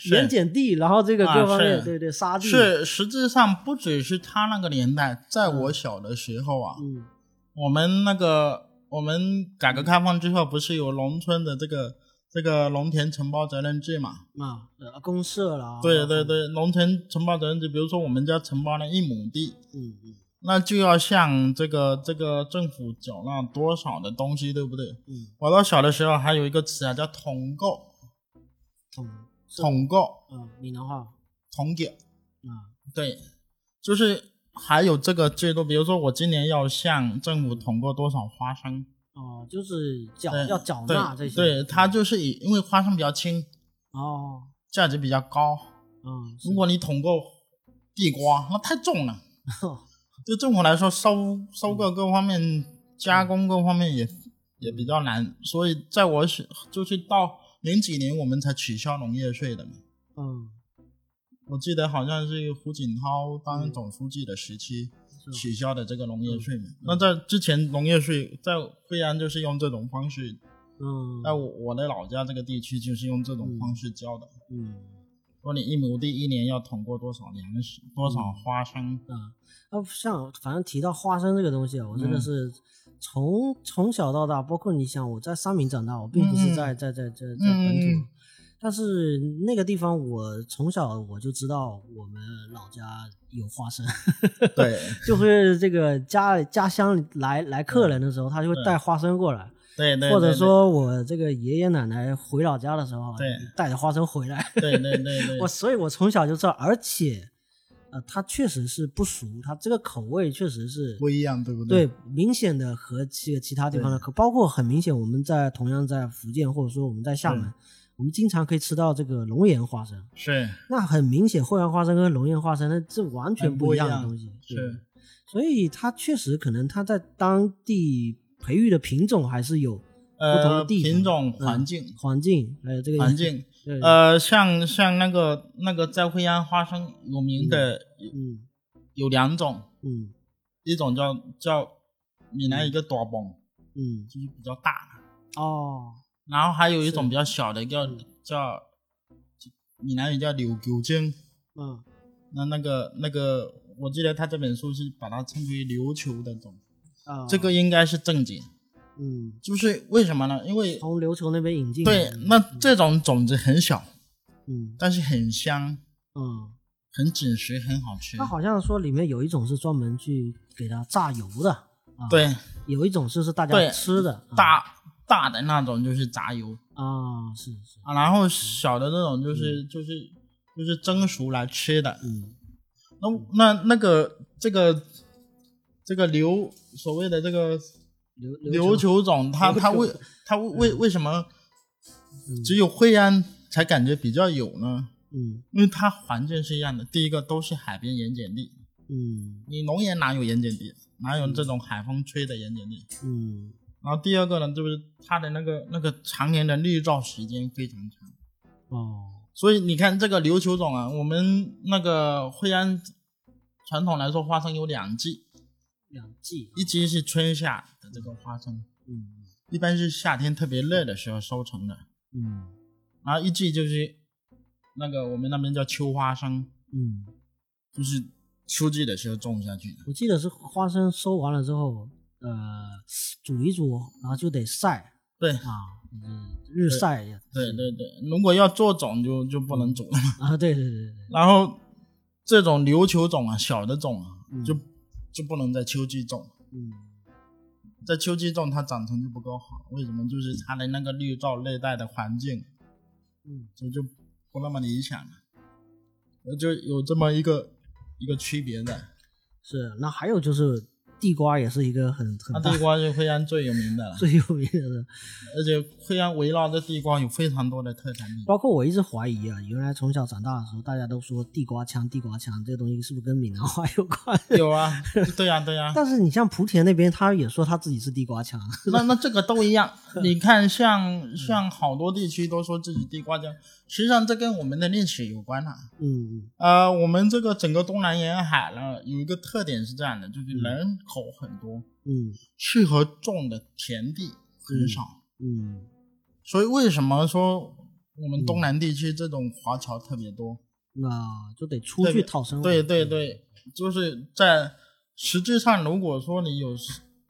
[SPEAKER 1] 是
[SPEAKER 2] 盐碱地，然后这个
[SPEAKER 1] 啊
[SPEAKER 2] 各方面，
[SPEAKER 1] 是
[SPEAKER 2] 对对，沙地，
[SPEAKER 1] 是，实质上不只是他那个年代，在我小的时候啊，
[SPEAKER 2] 嗯
[SPEAKER 1] 我们那个我们改革开放之后，不是有农村的这个这个农田承包责任制嘛？
[SPEAKER 2] 啊，呃公社啦，
[SPEAKER 1] 对对，对，农田承包责任制，比如说我们家承包了一亩地，
[SPEAKER 2] 嗯嗯
[SPEAKER 1] 那就要向这个这个政府缴纳多少的东西，对不对？
[SPEAKER 2] 嗯，
[SPEAKER 1] 我到小的时候还有一个词啊，叫统购，
[SPEAKER 2] 统
[SPEAKER 1] 统购、
[SPEAKER 2] 嗯，闽南话，
[SPEAKER 1] 统给，
[SPEAKER 2] 啊，
[SPEAKER 1] 对，就是还有这个制度，比如说我今年要向政府统购多少花生，
[SPEAKER 2] 哦，就是缴
[SPEAKER 1] 对
[SPEAKER 2] 要缴
[SPEAKER 1] 对
[SPEAKER 2] 纳这些，
[SPEAKER 1] 对，它就是以因为花生比较轻，
[SPEAKER 2] 哦，
[SPEAKER 1] 价值比较高，
[SPEAKER 2] 嗯，
[SPEAKER 1] 如果你统购地瓜，那太重了。
[SPEAKER 2] 是
[SPEAKER 1] 对政府来说，收收购各方面、加工各方面也也比较难，所以在我选就是到零几年我们才取消农业税的嘛。
[SPEAKER 2] 嗯，
[SPEAKER 1] 我记得好像是胡锦涛当总书记的时期
[SPEAKER 2] 嗯是
[SPEAKER 1] 取消的这个农业税嘛。那在之前，农业税在惠安就是用这种方式，
[SPEAKER 2] 嗯，
[SPEAKER 1] 在我我的老家这个地区就是用这种方式交的。
[SPEAKER 2] 嗯。
[SPEAKER 1] 说你一亩地一年要统过多少粮食、多少花生，
[SPEAKER 2] 啊，那像反正提到花生这个东西啊，我真的
[SPEAKER 1] 嗯
[SPEAKER 2] 是从、从小到大，包括你想我在三明长大，我并不是
[SPEAKER 1] 嗯
[SPEAKER 2] 在、在在在在本土，
[SPEAKER 1] 嗯嗯嗯
[SPEAKER 2] 但是那个地方我从小我就知道我们老家有花生，
[SPEAKER 1] 对
[SPEAKER 2] 就是这个家家乡来来客人的时候，他就会
[SPEAKER 1] 对
[SPEAKER 2] 带花生过来，
[SPEAKER 1] 对对，
[SPEAKER 2] 或者
[SPEAKER 1] 对
[SPEAKER 2] 说我这个爷爷奶奶回老家的时候，啊
[SPEAKER 1] 对
[SPEAKER 2] 带着花生回来，
[SPEAKER 1] 对对对对，
[SPEAKER 2] 我所以，我从小就知道，而且，呃，它确实是不熟，它这个口味确实是
[SPEAKER 1] 不一样，对不
[SPEAKER 2] 对
[SPEAKER 1] 对？
[SPEAKER 2] 明显的和这个其他地方的
[SPEAKER 1] 对
[SPEAKER 2] 口，包括很明显，我们在同样在福建或者说我们在厦门
[SPEAKER 1] 对，
[SPEAKER 2] 我们经常可以吃到这个龙岩花生，
[SPEAKER 1] 是
[SPEAKER 2] 那很明显，惠阳花生跟龙岩花生那这完全
[SPEAKER 1] 很
[SPEAKER 2] 不
[SPEAKER 1] 不
[SPEAKER 2] 一样
[SPEAKER 1] 一
[SPEAKER 2] 的
[SPEAKER 1] 样
[SPEAKER 2] 东西，对
[SPEAKER 1] 是，
[SPEAKER 2] 所以它确实可能它在当地培育的品种还是有。不同的
[SPEAKER 1] 呃
[SPEAKER 2] 地方
[SPEAKER 1] 品种、
[SPEAKER 2] 嗯
[SPEAKER 1] 环境、
[SPEAKER 2] 环境，还有这个
[SPEAKER 1] 环，境，
[SPEAKER 2] 对，
[SPEAKER 1] 呃，像像那个那个在惠安花生有名的
[SPEAKER 2] 嗯
[SPEAKER 1] 有两种，
[SPEAKER 2] 嗯
[SPEAKER 1] 一种叫叫闽南一个短崩，
[SPEAKER 2] 嗯，
[SPEAKER 1] 就是比较大，
[SPEAKER 2] 哦，
[SPEAKER 1] 然后还有一
[SPEAKER 2] 是嗯
[SPEAKER 1] 种比较小的叫叫闽南语叫柳九精，
[SPEAKER 2] 嗯，
[SPEAKER 1] 那那个那个。我记得他这本书是把它称为琉球的种，
[SPEAKER 2] 啊，
[SPEAKER 1] 这个应该是正解。
[SPEAKER 2] 嗯，
[SPEAKER 1] 就是为什么呢？因为
[SPEAKER 2] 从琉球那边引进的，
[SPEAKER 1] 对，那这种种子很小，
[SPEAKER 2] 嗯
[SPEAKER 1] 但是很香，
[SPEAKER 2] 嗯，
[SPEAKER 1] 很紧实，很好吃
[SPEAKER 2] 它。好像说里面有一种是专门去给它榨油的，啊，，
[SPEAKER 1] 对，
[SPEAKER 2] 有一种是是大家
[SPEAKER 1] 对
[SPEAKER 2] 吃的，啊
[SPEAKER 1] 大大的那种就是炸油
[SPEAKER 2] 啊，是是，
[SPEAKER 1] 啊，然后小的这种就是就是就是蒸熟来吃的。
[SPEAKER 2] 嗯
[SPEAKER 1] 那那那个这个这个琉所谓的这个
[SPEAKER 2] 琉
[SPEAKER 1] 琉
[SPEAKER 2] 球，
[SPEAKER 1] 球种，它
[SPEAKER 2] 琉球
[SPEAKER 1] 它为它为为为什么只有惠安才感觉比较有呢？
[SPEAKER 2] 嗯
[SPEAKER 1] 因为它环境是一样的，第一个都是海边盐碱地，
[SPEAKER 2] 嗯
[SPEAKER 1] 你龙岩哪有盐碱地，哪有这种海风吹的盐碱地？
[SPEAKER 2] 嗯
[SPEAKER 1] 然后第二个呢，就是它的那个那个常年的日照时间非常长，
[SPEAKER 2] 哦，
[SPEAKER 1] 所以你看这个琉球种啊，我们那个惠安传统来说，花生有两季，
[SPEAKER 2] 两季，
[SPEAKER 1] 一季是春夏的这个花生，
[SPEAKER 2] 嗯
[SPEAKER 1] 一般是夏天特别热的时候收成的，
[SPEAKER 2] 嗯
[SPEAKER 1] 然后一季就是那个我们那边叫秋花生，
[SPEAKER 2] 嗯，
[SPEAKER 1] 就是秋季的时候种下去的。
[SPEAKER 2] 我记得是花生收完了之后，呃，煮一煮，然后就得晒
[SPEAKER 1] 对
[SPEAKER 2] 啊，嗯日晒呀，
[SPEAKER 1] 对对对，如果要做种就就不能煮了。
[SPEAKER 2] 啊，对对对对，
[SPEAKER 1] 然后这种琉球种啊，小的种啊，
[SPEAKER 2] 嗯
[SPEAKER 1] 就就不能在秋季种，
[SPEAKER 2] 嗯。
[SPEAKER 1] 在秋季种它长成就不够好。为什么？就是它的那个绿照热带的环境，
[SPEAKER 2] 嗯，
[SPEAKER 1] 就就不那么理想了，呃就有这么一个一个区别在。
[SPEAKER 2] 是，那还有就是地瓜也是一个很
[SPEAKER 1] 那
[SPEAKER 2] 很大
[SPEAKER 1] 地瓜是惠安最有名的了，
[SPEAKER 2] 最有名的，
[SPEAKER 1] 而且惠安围绕着地瓜有非常多的特 产品。
[SPEAKER 2] 包括我一直怀疑啊，原来从小长大的时候，大家都说地瓜腔、地瓜腔这个东西是不是跟闽南话有关？
[SPEAKER 1] 有啊，对呀、对呀、
[SPEAKER 2] 但是你像莆田那边，他也说他自己是地瓜腔，啊
[SPEAKER 1] 那那这个都一样，你看像像好多地区都说自己地瓜酱，实际上这跟我们的历史有关啊。
[SPEAKER 2] 嗯
[SPEAKER 1] 呃，我们这个整个东南沿海呢，有一个特点是这样的，就是人口很多，
[SPEAKER 2] 嗯
[SPEAKER 1] 适合种的田地很少，
[SPEAKER 2] 嗯
[SPEAKER 1] 所以为什么说我们东南地区这种华侨特别多？
[SPEAKER 2] 那就得出
[SPEAKER 1] 特
[SPEAKER 2] 去
[SPEAKER 1] 别
[SPEAKER 2] 讨生活。
[SPEAKER 1] 对对对，就是在实质上，如果说你有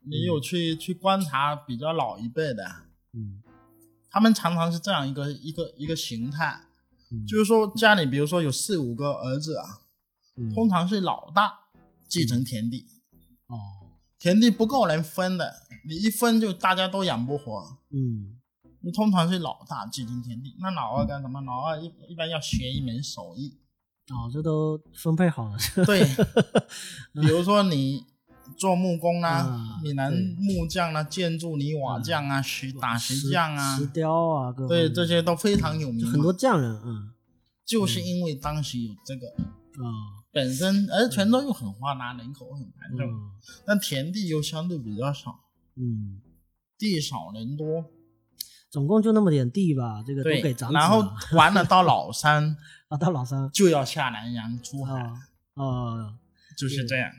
[SPEAKER 1] 你有去去观察比较老一辈的，
[SPEAKER 2] 嗯，
[SPEAKER 1] 他们常常是这样一个一个一个形态，
[SPEAKER 2] 嗯，
[SPEAKER 1] 就是说家里比如说有四五个儿子啊，
[SPEAKER 2] 嗯
[SPEAKER 1] 通常是老大继承田地，
[SPEAKER 2] 哦，
[SPEAKER 1] 田地不够人分的，你一分就大家都养不活。
[SPEAKER 2] 嗯
[SPEAKER 1] 就通常是老大继承田地，那老二干什么？老二一一般要学一门手艺，
[SPEAKER 2] 哦，这都分配好了，
[SPEAKER 1] 对，比如说你做木工啦、
[SPEAKER 2] 啊
[SPEAKER 1] 你男
[SPEAKER 2] 对
[SPEAKER 1] 木匠啊、建筑泥瓦匠啊、石打石
[SPEAKER 2] 石
[SPEAKER 1] 匠啊
[SPEAKER 2] 石，雕啊，各
[SPEAKER 1] 对，
[SPEAKER 2] 方
[SPEAKER 1] 这
[SPEAKER 2] 面
[SPEAKER 1] 些都非常有名
[SPEAKER 2] 就
[SPEAKER 1] 嘛。
[SPEAKER 2] 很多匠人，嗯
[SPEAKER 1] 就是因为当时有这个，
[SPEAKER 2] 啊
[SPEAKER 1] 本身而泉州又很花拉，人口很繁盛，
[SPEAKER 2] 嗯
[SPEAKER 1] 但田地又相对比较少，
[SPEAKER 2] 嗯，
[SPEAKER 1] 地少人多。
[SPEAKER 2] 总共就那么点地吧，这个都
[SPEAKER 1] 对
[SPEAKER 2] 给长，子
[SPEAKER 1] 然后
[SPEAKER 2] 了
[SPEAKER 1] 完了到老三
[SPEAKER 2] 啊，到老三
[SPEAKER 1] 就要下南洋出海，
[SPEAKER 2] 啊啊，
[SPEAKER 1] 就是这样。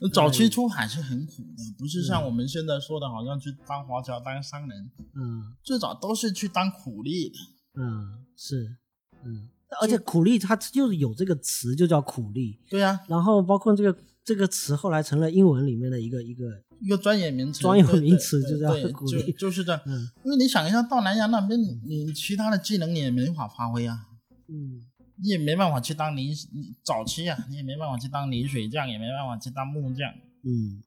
[SPEAKER 1] 那早期出海是很苦
[SPEAKER 2] 嗯
[SPEAKER 1] 的，不是像我们现在说的，好像去当华侨、当商人，
[SPEAKER 2] 嗯
[SPEAKER 1] 最早都是去当苦力的。
[SPEAKER 2] 嗯是嗯，而且苦力它就是有这个词就叫苦力，
[SPEAKER 1] 对啊呀、
[SPEAKER 2] 然后包括这个这个词后来成了英文里面的一个一个
[SPEAKER 1] 一个专业名词，
[SPEAKER 2] 专有
[SPEAKER 1] 对
[SPEAKER 2] 名词
[SPEAKER 1] 对
[SPEAKER 2] 就叫
[SPEAKER 1] 对
[SPEAKER 2] 苦
[SPEAKER 1] 就
[SPEAKER 2] 力
[SPEAKER 1] 就是这样。
[SPEAKER 2] 嗯
[SPEAKER 1] 因为你想一下，到南洋那边，你你其他的技能你也没法发挥啊，
[SPEAKER 2] 嗯
[SPEAKER 1] 你也没办法去当泥你早期啊，你也没办法去当泥水匠，也没办法去当木匠，
[SPEAKER 2] 嗯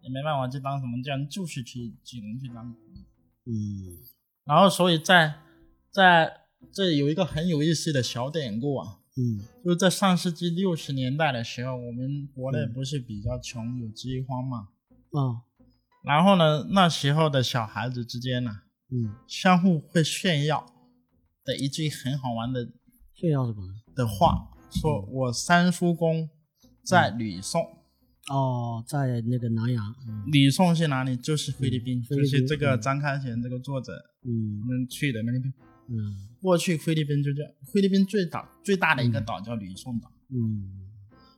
[SPEAKER 1] 也没办法去当什么匠，就是去只能去当。
[SPEAKER 2] 嗯
[SPEAKER 1] 然后，所以在在这有一个很有意思的小典故啊，
[SPEAKER 2] 嗯
[SPEAKER 1] 就是在上世纪六十年代的时候，我们国内
[SPEAKER 2] 嗯
[SPEAKER 1] 不是比较穷，有饥荒嘛。
[SPEAKER 2] 哦
[SPEAKER 1] 然后呢，那时候的小孩子之间呢、
[SPEAKER 2] 嗯，
[SPEAKER 1] 相互会炫耀的一句很好玩的
[SPEAKER 2] 炫耀什么呢？
[SPEAKER 1] 的话，说我三叔公在吕宋，
[SPEAKER 2] 哦，在那个南洋，嗯
[SPEAKER 1] 吕宋是哪里？就是嗯菲律宾，
[SPEAKER 2] 菲律
[SPEAKER 1] 就
[SPEAKER 2] 宾
[SPEAKER 1] 是这个
[SPEAKER 2] 嗯
[SPEAKER 1] 张开贤这个作者他
[SPEAKER 2] 嗯
[SPEAKER 1] 们去的那个地方。
[SPEAKER 2] 嗯
[SPEAKER 1] 过去菲律宾就叫菲律宾最岛最大的一个岛叫吕宋岛。
[SPEAKER 2] 嗯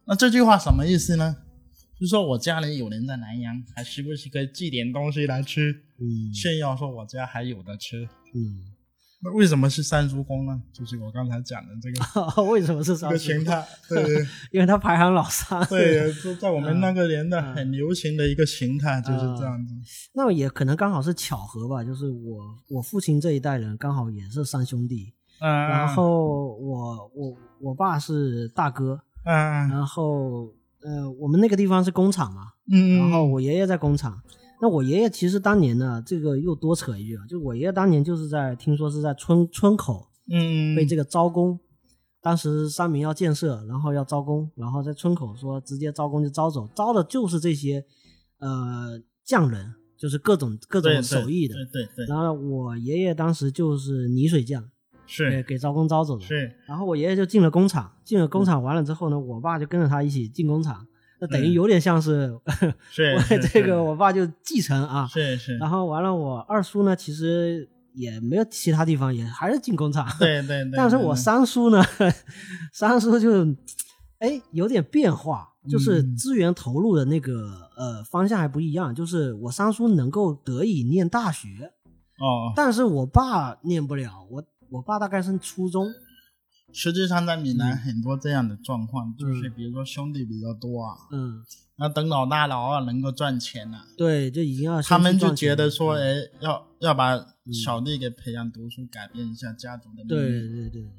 [SPEAKER 1] 那这句话什么意思呢？就说我家里有人在南洋，还时不时可以寄点东西来吃，
[SPEAKER 2] 嗯
[SPEAKER 1] 炫耀说我家还有的吃。
[SPEAKER 2] 嗯，
[SPEAKER 1] 那为什么是三叔公呢？就是我刚才讲的这 个
[SPEAKER 2] 为什么是
[SPEAKER 1] 这
[SPEAKER 2] 三
[SPEAKER 1] 个
[SPEAKER 2] 叔
[SPEAKER 1] 形？态，对对对。
[SPEAKER 2] 因为他排行老三。
[SPEAKER 1] 对，就在 我们那个年代很流行的一个形态就是这样子。
[SPEAKER 2] 那也可能刚好是巧合吧，就是我我父亲这一代人刚好也是三兄弟，
[SPEAKER 1] 嗯，
[SPEAKER 2] 然后我我我爸是大哥，
[SPEAKER 1] 嗯
[SPEAKER 2] 然后呃我们那个地方是工厂嘛，
[SPEAKER 1] 嗯，
[SPEAKER 2] 然后我爷爷在工厂。那我爷爷其实当年呢，这个又多扯一句啊，就我爷爷当年就是在听说是在村村口
[SPEAKER 1] 嗯
[SPEAKER 2] 被这个招工，当时三明要建设，然后要招工，然后在村口说直接招工就招走，招的就是这些呃匠人，就是各种各
[SPEAKER 1] 对
[SPEAKER 2] 种手艺的。
[SPEAKER 1] 对对对，
[SPEAKER 2] 然后我爷爷当时就是泥水匠，对，
[SPEAKER 1] 是
[SPEAKER 2] 给招工招走的。
[SPEAKER 1] 是，嗯
[SPEAKER 2] 然后我爷爷就进了工厂，进了工厂完了之后呢，我爸就跟着他一起进工厂，那等于
[SPEAKER 1] 嗯
[SPEAKER 2] 有点像是
[SPEAKER 1] 是
[SPEAKER 2] 我
[SPEAKER 1] 是
[SPEAKER 2] 这个我爸就继承啊。
[SPEAKER 1] 是是，
[SPEAKER 2] 然后完了，我二叔呢，其实也没有其他地方，也还是进工厂。
[SPEAKER 1] 对对 对。
[SPEAKER 2] 但是我
[SPEAKER 1] 对，
[SPEAKER 2] 三叔呢， 三叔就哎有点变化，就是
[SPEAKER 1] 嗯
[SPEAKER 2] 资源投入的那个呃方向还不一样。就是我三叔能够得以念大学，
[SPEAKER 1] 对哦，
[SPEAKER 2] 但是我爸念不了，我我爸大概是初中，
[SPEAKER 1] 实际上在闽南
[SPEAKER 2] 嗯
[SPEAKER 1] 很多这样的状况，就是
[SPEAKER 2] 嗯
[SPEAKER 1] 比如说兄弟比较多啊，
[SPEAKER 2] 嗯，
[SPEAKER 1] 那等老大老二能够赚钱了。
[SPEAKER 2] 对，就已经要
[SPEAKER 1] 他们
[SPEAKER 2] 先去
[SPEAKER 1] 就
[SPEAKER 2] 赚
[SPEAKER 1] 觉得
[SPEAKER 2] 钱嗯
[SPEAKER 1] 说，
[SPEAKER 2] 了
[SPEAKER 1] 哎，要要把小弟给培养读书，改变一下家族的命
[SPEAKER 2] 对
[SPEAKER 1] 运。
[SPEAKER 2] 对对对对。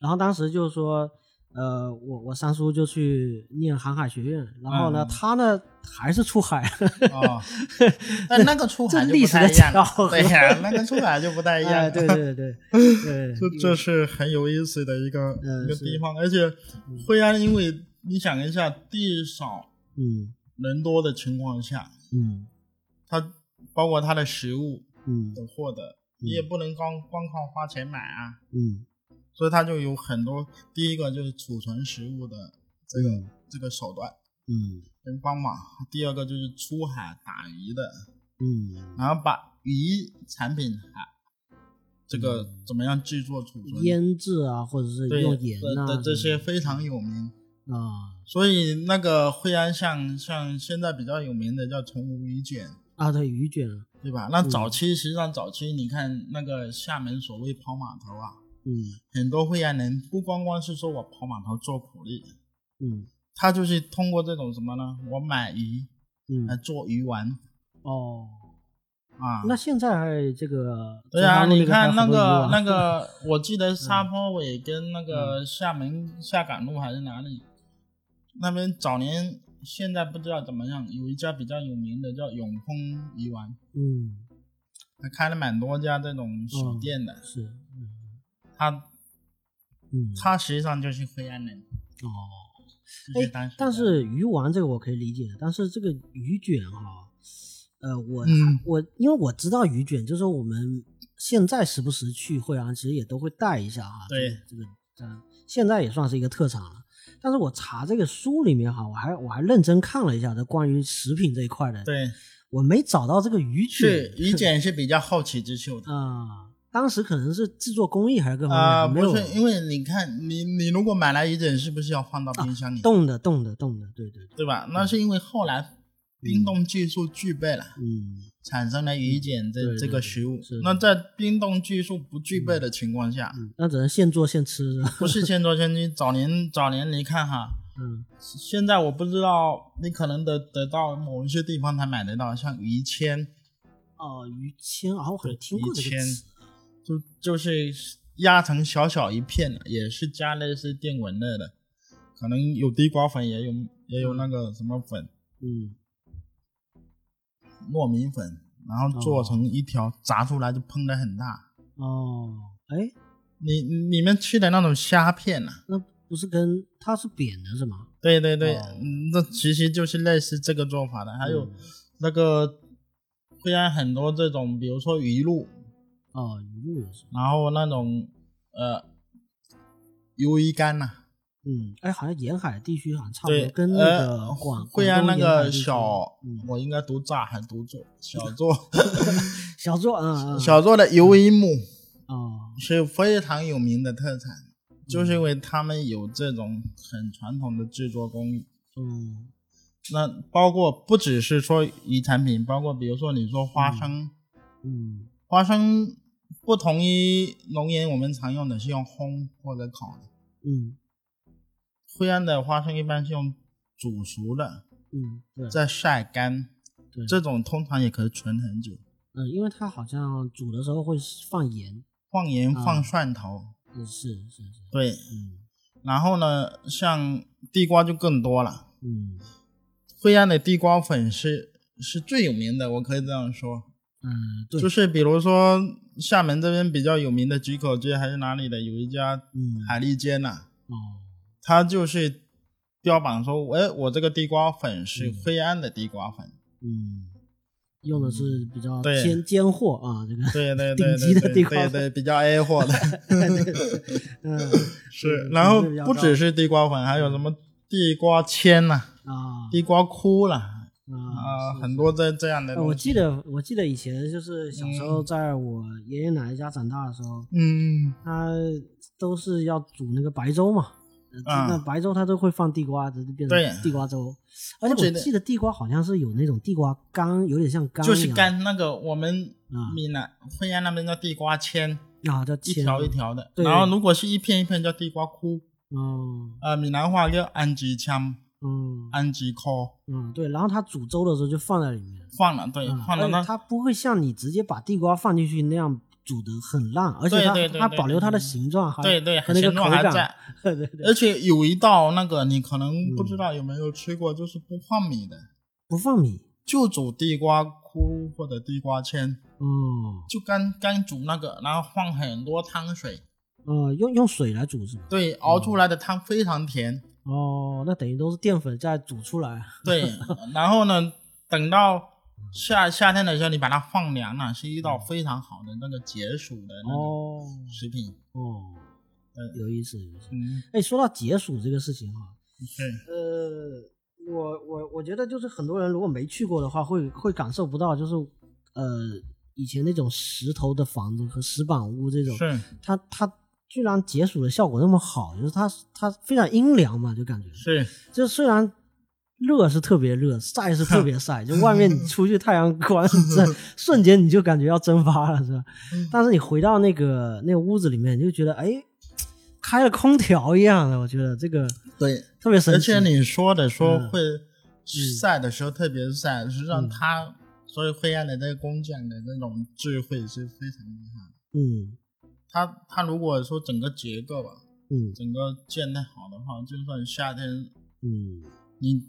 [SPEAKER 2] 然后当时就是说，呃，我我三叔就去念航海学院，然后呢，
[SPEAKER 1] 嗯
[SPEAKER 2] 他呢还是出海，
[SPEAKER 1] 哦，但那个出
[SPEAKER 2] 这
[SPEAKER 1] 海就
[SPEAKER 2] 历
[SPEAKER 1] 不
[SPEAKER 2] 史
[SPEAKER 1] 太
[SPEAKER 2] 的
[SPEAKER 1] 一样
[SPEAKER 2] 巧
[SPEAKER 1] 了，
[SPEAKER 2] 合
[SPEAKER 1] 对呀、那个出海就不太一样了。
[SPEAKER 2] 哎，对对对 对对，
[SPEAKER 1] 这这是很有意思的一个、
[SPEAKER 2] 嗯
[SPEAKER 1] 一个
[SPEAKER 2] 是
[SPEAKER 1] 地方，而且惠安，因为你想一下，地少
[SPEAKER 2] 嗯
[SPEAKER 1] 人多的情况下，
[SPEAKER 2] 嗯
[SPEAKER 1] 它包括它的食物
[SPEAKER 2] 嗯
[SPEAKER 1] 的获得，你也不能光光靠花钱买啊，
[SPEAKER 2] 嗯
[SPEAKER 1] 所以它就有很多。第一个就是储存食物的这个、这个手段
[SPEAKER 2] 嗯
[SPEAKER 1] 跟方法，第二个就是出海打鱼的，
[SPEAKER 2] 嗯，
[SPEAKER 1] 然后把鱼产品海这个怎么样制作储存，
[SPEAKER 2] 嗯腌制啊，或者是
[SPEAKER 1] 对
[SPEAKER 2] 用盐
[SPEAKER 1] 的
[SPEAKER 2] 呐
[SPEAKER 1] 的这
[SPEAKER 2] 什
[SPEAKER 1] 些
[SPEAKER 2] 么
[SPEAKER 1] 非常有名。
[SPEAKER 2] 的啊
[SPEAKER 1] 所以那个惠安像像现在比较有名的叫崇武鱼卷，
[SPEAKER 2] 啊，对鱼卷，
[SPEAKER 1] 对吧？那
[SPEAKER 2] 嗯
[SPEAKER 1] 早期实际上早期你看那个厦门所谓跑码头啊，
[SPEAKER 2] 嗯
[SPEAKER 1] 很多惠安人不光光是说我跑码头做苦力，
[SPEAKER 2] 嗯
[SPEAKER 1] 他就是通过这种什么呢？我买鱼来
[SPEAKER 2] 嗯
[SPEAKER 1] 做鱼丸
[SPEAKER 2] 哦。
[SPEAKER 1] 啊。
[SPEAKER 2] 那现在还这个
[SPEAKER 1] 对啊，
[SPEAKER 2] 中山路
[SPEAKER 1] 你
[SPEAKER 2] 边还
[SPEAKER 1] 看
[SPEAKER 2] 有
[SPEAKER 1] 那
[SPEAKER 2] 好多鱼
[SPEAKER 1] 个
[SPEAKER 2] 啊
[SPEAKER 1] 那个，我记得沙坡尾跟那个厦
[SPEAKER 2] 嗯
[SPEAKER 1] 门下港路还是哪里，那边早年现在不知道怎么样，有一家比较有名的叫永丰鱼丸，
[SPEAKER 2] 嗯，
[SPEAKER 1] 还开了蛮多家这种小店的。
[SPEAKER 2] 是，嗯
[SPEAKER 1] 他
[SPEAKER 2] 嗯，
[SPEAKER 1] 他实际上就是黑暗人，
[SPEAKER 2] 哦，
[SPEAKER 1] 就是当时的
[SPEAKER 2] 但是鱼丸这个我可以理解的，但是这个鱼卷哈、呃，我、
[SPEAKER 1] 嗯
[SPEAKER 2] 我因为我知道鱼卷，就是说我们现在时不时去惠安，其实也都会带一下哈、
[SPEAKER 1] 对
[SPEAKER 2] 这个这个，嗯，现在也算是一个特产了。但是我查这个书里面哈，我还我还认真看了一下这关于食品这一块的，
[SPEAKER 1] 对，
[SPEAKER 2] 我没找到这个鱼
[SPEAKER 1] 是
[SPEAKER 2] 卷
[SPEAKER 1] 于简是比较好奇之秀的。
[SPEAKER 2] 啊、当时可能是制作工艺还是各方面、
[SPEAKER 1] 啊、
[SPEAKER 2] 嗯没有
[SPEAKER 1] 不是，因为你看，你你如果买来鱼卷，是不是要放到冰箱里，
[SPEAKER 2] 冻的冻的冻的，对对对，
[SPEAKER 1] 对吧？那是因为后来冰冻技术具备了，
[SPEAKER 2] 嗯
[SPEAKER 1] 产生了鱼卷这
[SPEAKER 2] 对对
[SPEAKER 1] 这个
[SPEAKER 2] 对
[SPEAKER 1] 食物
[SPEAKER 2] 是。
[SPEAKER 1] 那在冰冻技术不具备的情况下，
[SPEAKER 2] 嗯， 那只能现做现吃是吧？
[SPEAKER 1] 不是现做现吃。早年早年你看哈，
[SPEAKER 2] 嗯。
[SPEAKER 1] 现在我不知道，你可能得得到某一些地方才买得到，像鱼签，
[SPEAKER 2] 哦，于谦啊，我好像听
[SPEAKER 1] 鱼
[SPEAKER 2] 过这个
[SPEAKER 1] 签
[SPEAKER 2] 词。
[SPEAKER 1] 就就是压成小小一片的，也是加类似淀粉类的，可能有地瓜粉，也有也有那个什么粉，
[SPEAKER 2] 嗯，
[SPEAKER 1] 糯米粉，然后做成一条，炸出来就膨的很大。
[SPEAKER 2] 哦，哎，
[SPEAKER 1] 你你们吃的那种虾片呐、
[SPEAKER 2] 那不是跟它是扁的是吗？
[SPEAKER 1] 对对对，
[SPEAKER 2] 哦嗯
[SPEAKER 1] 嗯，那其实就是类似这个做法的。还有那个会安很多这种，比如说鱼露，
[SPEAKER 2] 哦，鱼露也是。
[SPEAKER 1] 然后那种呃鱿鱼干呐、
[SPEAKER 2] 嗯，哎，好像沿海地区好像差不
[SPEAKER 1] 对
[SPEAKER 2] 多，，跟那个广
[SPEAKER 1] 呃、会安那个小，
[SPEAKER 2] 嗯，
[SPEAKER 1] 我应该读炸还读作 小作
[SPEAKER 2] 小作啊，嗯
[SPEAKER 1] 小作的鱿鱼木
[SPEAKER 2] 哦，
[SPEAKER 1] 是非常有名的特产，
[SPEAKER 2] 嗯
[SPEAKER 1] 就是因为他们有这种很传统的制作工艺。
[SPEAKER 2] 嗯
[SPEAKER 1] 那包括不只是说鱼产品，包括比如说你说花生，
[SPEAKER 2] 嗯
[SPEAKER 1] 花生不同于龙眼，我们常用的是用烘或者烤的。
[SPEAKER 2] 嗯
[SPEAKER 1] 惠安的花生一般是用煮熟的，
[SPEAKER 2] 嗯，对，
[SPEAKER 1] 再晒干，
[SPEAKER 2] 对
[SPEAKER 1] 这种通常也可以存很久。
[SPEAKER 2] 嗯，因为它好像煮的时候会放盐，
[SPEAKER 1] 放盐、
[SPEAKER 2] 啊
[SPEAKER 1] 放蒜头，
[SPEAKER 2] 嗯，是是是，
[SPEAKER 1] 对。
[SPEAKER 2] 嗯
[SPEAKER 1] 然后呢，像地瓜就更多了。
[SPEAKER 2] 嗯
[SPEAKER 1] 惠安的地瓜粉是是最有名的，我可以这样说，
[SPEAKER 2] 嗯，对，
[SPEAKER 1] 就是比如说厦门这边比较有名的几口街还是哪里的，有一家
[SPEAKER 2] 嗯
[SPEAKER 1] 海蛎煎呐、
[SPEAKER 2] 哦，
[SPEAKER 1] 它就是标榜说，哎，我这个地瓜粉是
[SPEAKER 2] 嗯
[SPEAKER 1] 惠安的地瓜 粉，
[SPEAKER 2] 嗯，用的是比较
[SPEAKER 1] 嗯对
[SPEAKER 2] 尖尖货啊，这个
[SPEAKER 1] 对对对
[SPEAKER 2] 顶级
[SPEAKER 1] 对
[SPEAKER 2] 的
[SPEAKER 1] 对
[SPEAKER 2] 地瓜
[SPEAKER 1] 对
[SPEAKER 2] 粉
[SPEAKER 1] 对，比较 A 货 的
[SPEAKER 2] 嗯
[SPEAKER 1] 是
[SPEAKER 2] 嗯。
[SPEAKER 1] 然后
[SPEAKER 2] 品质比较
[SPEAKER 1] 不
[SPEAKER 2] 高
[SPEAKER 1] 只是地瓜粉，还有什么地瓜签呐、
[SPEAKER 2] 啊
[SPEAKER 1] 地瓜菇啦，
[SPEAKER 2] 啊
[SPEAKER 1] 啊、
[SPEAKER 2] 是
[SPEAKER 1] 很多这这样的
[SPEAKER 2] 呃
[SPEAKER 1] 东西。
[SPEAKER 2] 我记得我记得以前就是小时候在我爷爷奶奶家长大的时候，
[SPEAKER 1] 嗯，
[SPEAKER 2] 他都是要煮那个白粥嘛。呃
[SPEAKER 1] 啊
[SPEAKER 2] 那白粥它都会放地瓜，这就变成
[SPEAKER 1] 对
[SPEAKER 2] 地瓜粥。而
[SPEAKER 1] 我
[SPEAKER 2] 且
[SPEAKER 1] 觉
[SPEAKER 2] 我
[SPEAKER 1] 得
[SPEAKER 2] 记得地瓜好像是有那种地瓜干，有点像干一
[SPEAKER 1] 就
[SPEAKER 2] 样，
[SPEAKER 1] 是干那个我们
[SPEAKER 2] 啊
[SPEAKER 1] 闽南惠安那边叫地瓜签，
[SPEAKER 2] 啊，叫
[SPEAKER 1] 一
[SPEAKER 2] 切
[SPEAKER 1] 条一。条的。
[SPEAKER 2] 对
[SPEAKER 1] 然后如果是一片一片叫地瓜菇，
[SPEAKER 2] 嗯
[SPEAKER 1] 呃，闽南话叫安吉枪、
[SPEAKER 2] 嗯
[SPEAKER 1] 安吉扣，
[SPEAKER 2] 嗯，对。然后它煮粥的时候就放在里面，
[SPEAKER 1] 放了对，
[SPEAKER 2] 嗯
[SPEAKER 1] 放了
[SPEAKER 2] 而且
[SPEAKER 1] 那
[SPEAKER 2] 它不会像你直接把地瓜放进去那样煮的很烂，而且
[SPEAKER 1] 对
[SPEAKER 2] 它
[SPEAKER 1] 对对
[SPEAKER 2] 它
[SPEAKER 1] 对
[SPEAKER 2] 保留它的
[SPEAKER 1] 嗯
[SPEAKER 2] 形状还，
[SPEAKER 1] 对对，
[SPEAKER 2] 和那个
[SPEAKER 1] 形
[SPEAKER 2] 口
[SPEAKER 1] 状还
[SPEAKER 2] 感，
[SPEAKER 1] 在。
[SPEAKER 2] 对对对，嗯
[SPEAKER 1] 而且有一道那个你可能不知道有没有吃过，就是不放米的，
[SPEAKER 2] 不放米，
[SPEAKER 1] 就煮地瓜菇或者地瓜签，
[SPEAKER 2] 哦，
[SPEAKER 1] 就干干煮那个，然后放很多汤水，
[SPEAKER 2] 呃，用用水来煮是吧？
[SPEAKER 1] 对，熬出来的汤非常甜。
[SPEAKER 2] 哦，那等于都是淀粉再煮出来。
[SPEAKER 1] 对，然后呢，等到夏夏天的时候，你把它放凉了，是一道非常好的那个解暑的那个
[SPEAKER 2] 嗯哦
[SPEAKER 1] 食品。
[SPEAKER 2] 哦，
[SPEAKER 1] 嗯
[SPEAKER 2] 有意思有意思。
[SPEAKER 1] 嗯，
[SPEAKER 2] 哎，说到解暑这个事情哈，
[SPEAKER 1] 对，
[SPEAKER 2] 呃，我我我觉得就是很多人如果没去过的话，会会感受不到，就是呃以前那种石头的房子和石板屋这种，
[SPEAKER 1] 是
[SPEAKER 2] 它它居然解暑的效果那么好，就是它它非常阴凉嘛，就感觉
[SPEAKER 1] 是，
[SPEAKER 2] 就虽然热是特别热，晒是特别晒，就外面你出去太阳 光这瞬间你就感觉要蒸发了，是吧？
[SPEAKER 1] 嗯
[SPEAKER 2] 但是你回到那个那个屋子里面，你就觉得哎，开了空调一样的，我觉得这个
[SPEAKER 1] 对。
[SPEAKER 2] 特别神奇。
[SPEAKER 1] 而且你说的说
[SPEAKER 2] 嗯
[SPEAKER 1] 会晒的时候特别晒，实际上
[SPEAKER 2] 嗯
[SPEAKER 1] 它所以灰暗的这个工匠的那种智慧是非常厉害的。
[SPEAKER 2] 嗯
[SPEAKER 1] 它它如果说整个结构吧，
[SPEAKER 2] 嗯
[SPEAKER 1] 整个建得好的话，就算夏天
[SPEAKER 2] 嗯
[SPEAKER 1] 你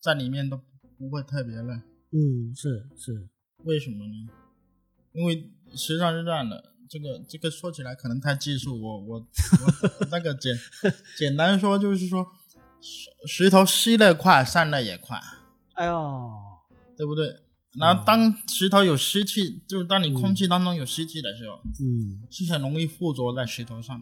[SPEAKER 1] 在里面都不会特别热。
[SPEAKER 2] 嗯，是是，
[SPEAKER 1] 为什么呢？因为实际上是这样的，这个这个说起来可能太技术，我我我那个 简简单说就是说，石石头吸的快，散的也快，
[SPEAKER 2] 哎呦，
[SPEAKER 1] 对不
[SPEAKER 2] 嗯
[SPEAKER 1] 对？然后当石头有湿气，就是当你空气当中有湿气的时候，
[SPEAKER 2] 嗯，
[SPEAKER 1] 是很容易附着在石头上。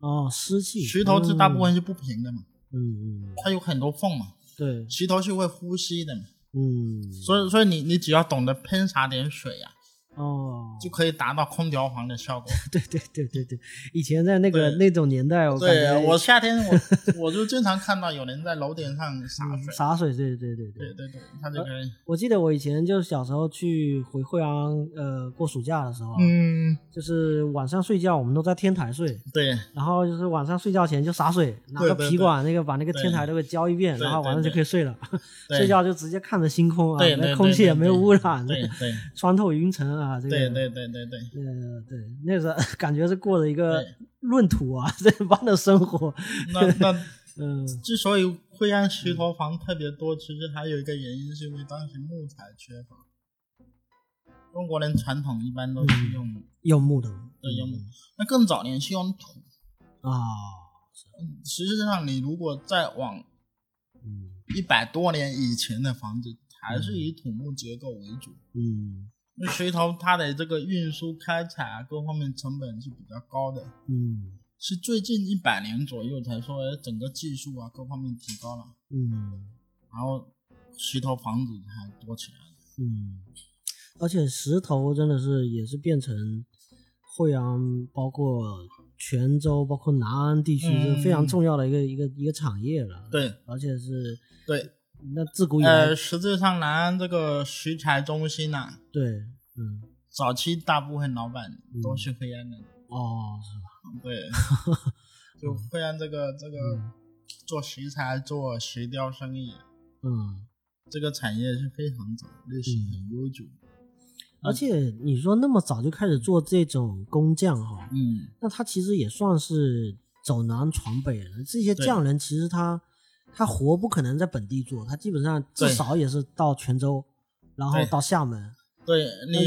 [SPEAKER 2] 哦，湿气，
[SPEAKER 1] 石头是大部分
[SPEAKER 2] 嗯，
[SPEAKER 1] 是不平的嘛，
[SPEAKER 2] 嗯嗯，
[SPEAKER 1] 它有很多缝嘛，
[SPEAKER 2] 对，
[SPEAKER 1] 石头是会呼吸的嘛，
[SPEAKER 2] 嗯，
[SPEAKER 1] 所以所以你你只要懂得喷洒点水啊，
[SPEAKER 2] 哦，
[SPEAKER 1] 就可以达到空调房的效果。
[SPEAKER 2] 对对对对对，以前在那个
[SPEAKER 1] 对
[SPEAKER 2] 那种年代，我感
[SPEAKER 1] 对啊
[SPEAKER 2] 觉
[SPEAKER 1] 我夏天我 我就经常看到有人在楼顶上洒
[SPEAKER 2] 嗯
[SPEAKER 1] 水，
[SPEAKER 2] 洒水，对对对对
[SPEAKER 1] 对对对，他就可以，
[SPEAKER 2] 我记得我以前就小时候去回惠安，呃，过暑假的时候啊，
[SPEAKER 1] 嗯，
[SPEAKER 2] 就是晚上睡觉我们都在天台睡，
[SPEAKER 1] 对
[SPEAKER 2] 然后就是晚上睡觉前就洒水，拿
[SPEAKER 1] 对
[SPEAKER 2] 个
[SPEAKER 1] 对
[SPEAKER 2] 皮
[SPEAKER 1] 对
[SPEAKER 2] 管那个把那个天台
[SPEAKER 1] 对
[SPEAKER 2] 都给浇一遍，
[SPEAKER 1] 对
[SPEAKER 2] 然后晚
[SPEAKER 1] 对
[SPEAKER 2] 上就
[SPEAKER 1] 对
[SPEAKER 2] 可以睡了，
[SPEAKER 1] 对
[SPEAKER 2] 睡觉就直接看着星空啊，
[SPEAKER 1] 对
[SPEAKER 2] 那
[SPEAKER 1] 对，
[SPEAKER 2] 空气
[SPEAKER 1] 对
[SPEAKER 2] 也没有
[SPEAKER 1] 对
[SPEAKER 2] 污染，
[SPEAKER 1] 对 对
[SPEAKER 2] 穿透云层啊，这个
[SPEAKER 1] 对对对对对，
[SPEAKER 2] 呃，对，那时候 感觉是过了一个
[SPEAKER 1] 对
[SPEAKER 2] 闰土啊 这般的生活。
[SPEAKER 1] 那那
[SPEAKER 2] 嗯，
[SPEAKER 1] 之所以会让石头房特别多，其实还有一个原因是因为当时木材缺乏。中国人传统一般都是用
[SPEAKER 2] 柚木头。
[SPEAKER 1] 对用木，那更早年是用土。
[SPEAKER 2] 啊，
[SPEAKER 1] 实际上，你如果再往
[SPEAKER 2] 嗯
[SPEAKER 1] 一百多年以前的房子，还是以土木结构为主。
[SPEAKER 2] 嗯
[SPEAKER 1] 那石头它的这个运输、开采啊各方面成本是比较高的，
[SPEAKER 2] 嗯
[SPEAKER 1] 是最近一百年左右才说哎整个技术啊各方面提高了，
[SPEAKER 2] 嗯
[SPEAKER 1] 然后石头房子才多起来了。
[SPEAKER 2] 嗯，而且石头真的是也是变成惠阳，包括泉州，包括南安地区，这个非常
[SPEAKER 1] 嗯
[SPEAKER 2] 重要的一个一个一个产业了。，
[SPEAKER 1] 对
[SPEAKER 2] 而且是
[SPEAKER 1] 对，
[SPEAKER 2] 那自古以来，
[SPEAKER 1] 呃，实际上南安这个石材中心呐、
[SPEAKER 2] 对，嗯，
[SPEAKER 1] 早期大部分老板都是惠安人，
[SPEAKER 2] 哦，是吧？
[SPEAKER 1] 对，就惠安这个这个
[SPEAKER 2] 嗯
[SPEAKER 1] 做石材、做石雕生意，
[SPEAKER 2] 嗯，
[SPEAKER 1] 这个产业是非常早，历史很悠久。嗯
[SPEAKER 2] 而且你说那么早就开始做这种工匠哈，
[SPEAKER 1] 嗯，
[SPEAKER 2] 那他其实也算是走南闯北了。这些
[SPEAKER 1] 对
[SPEAKER 2] 匠人其实他他活不可能在本地做，他基本上至
[SPEAKER 1] 对
[SPEAKER 2] 少也是到泉州，然后
[SPEAKER 1] 对
[SPEAKER 2] 到厦门。
[SPEAKER 1] 对你、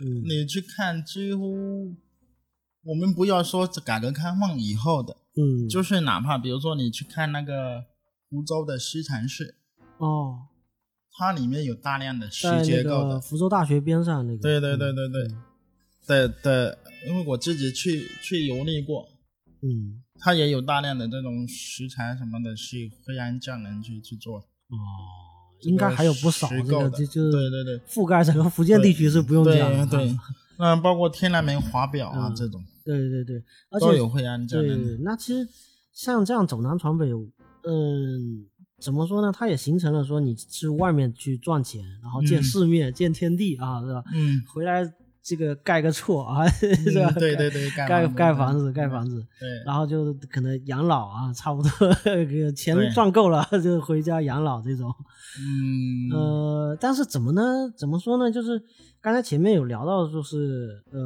[SPEAKER 2] 嗯
[SPEAKER 1] 你去看，几乎我们不要说改革开放以后的，
[SPEAKER 2] 嗯，
[SPEAKER 1] 就是哪怕比如说你去看那个湖州的西禅寺，
[SPEAKER 2] 哦，
[SPEAKER 1] 它里面有大量的石
[SPEAKER 2] 在那
[SPEAKER 1] 结构
[SPEAKER 2] 个
[SPEAKER 1] 的，
[SPEAKER 2] 福州大学边上那个。嗯
[SPEAKER 1] 对对对对对对对，因为我自己去去游历过。
[SPEAKER 2] 嗯，
[SPEAKER 1] 它也有大量的这种食材什么的，是惠安匠人去去做，
[SPEAKER 2] 嗯，哦，应该还有不少
[SPEAKER 1] 石
[SPEAKER 2] 这
[SPEAKER 1] 构
[SPEAKER 2] 个，
[SPEAKER 1] 的
[SPEAKER 2] 就就是
[SPEAKER 1] 对对对
[SPEAKER 2] 覆盖整个福建地区是不用
[SPEAKER 1] 对
[SPEAKER 2] 讲的。
[SPEAKER 1] 对，嗯，包括天然梅华表啊、这种，
[SPEAKER 2] 对对对，而且
[SPEAKER 1] 都有惠安匠人
[SPEAKER 2] 对，
[SPEAKER 1] 的。
[SPEAKER 2] 那其实像这样走南闯北，嗯，怎么说呢？它也形成了说你去外面去赚钱，然后见
[SPEAKER 1] 嗯
[SPEAKER 2] 世面、见天地啊，是吧？
[SPEAKER 1] 嗯，
[SPEAKER 2] 回来这个盖个厝啊， 是吧？
[SPEAKER 1] 嗯对对对
[SPEAKER 2] 盖
[SPEAKER 1] 盖
[SPEAKER 2] 盖
[SPEAKER 1] 房子
[SPEAKER 2] 房子，
[SPEAKER 1] 嗯
[SPEAKER 2] 啊盖房子，
[SPEAKER 1] 对
[SPEAKER 2] 然后就可能养老啊，差不多 钱
[SPEAKER 1] 对
[SPEAKER 2] 赚够了 就回家养老这种。
[SPEAKER 1] 嗯，
[SPEAKER 2] 呃，但是怎么呢？怎么说呢？就是刚才前面有聊到，就是呃，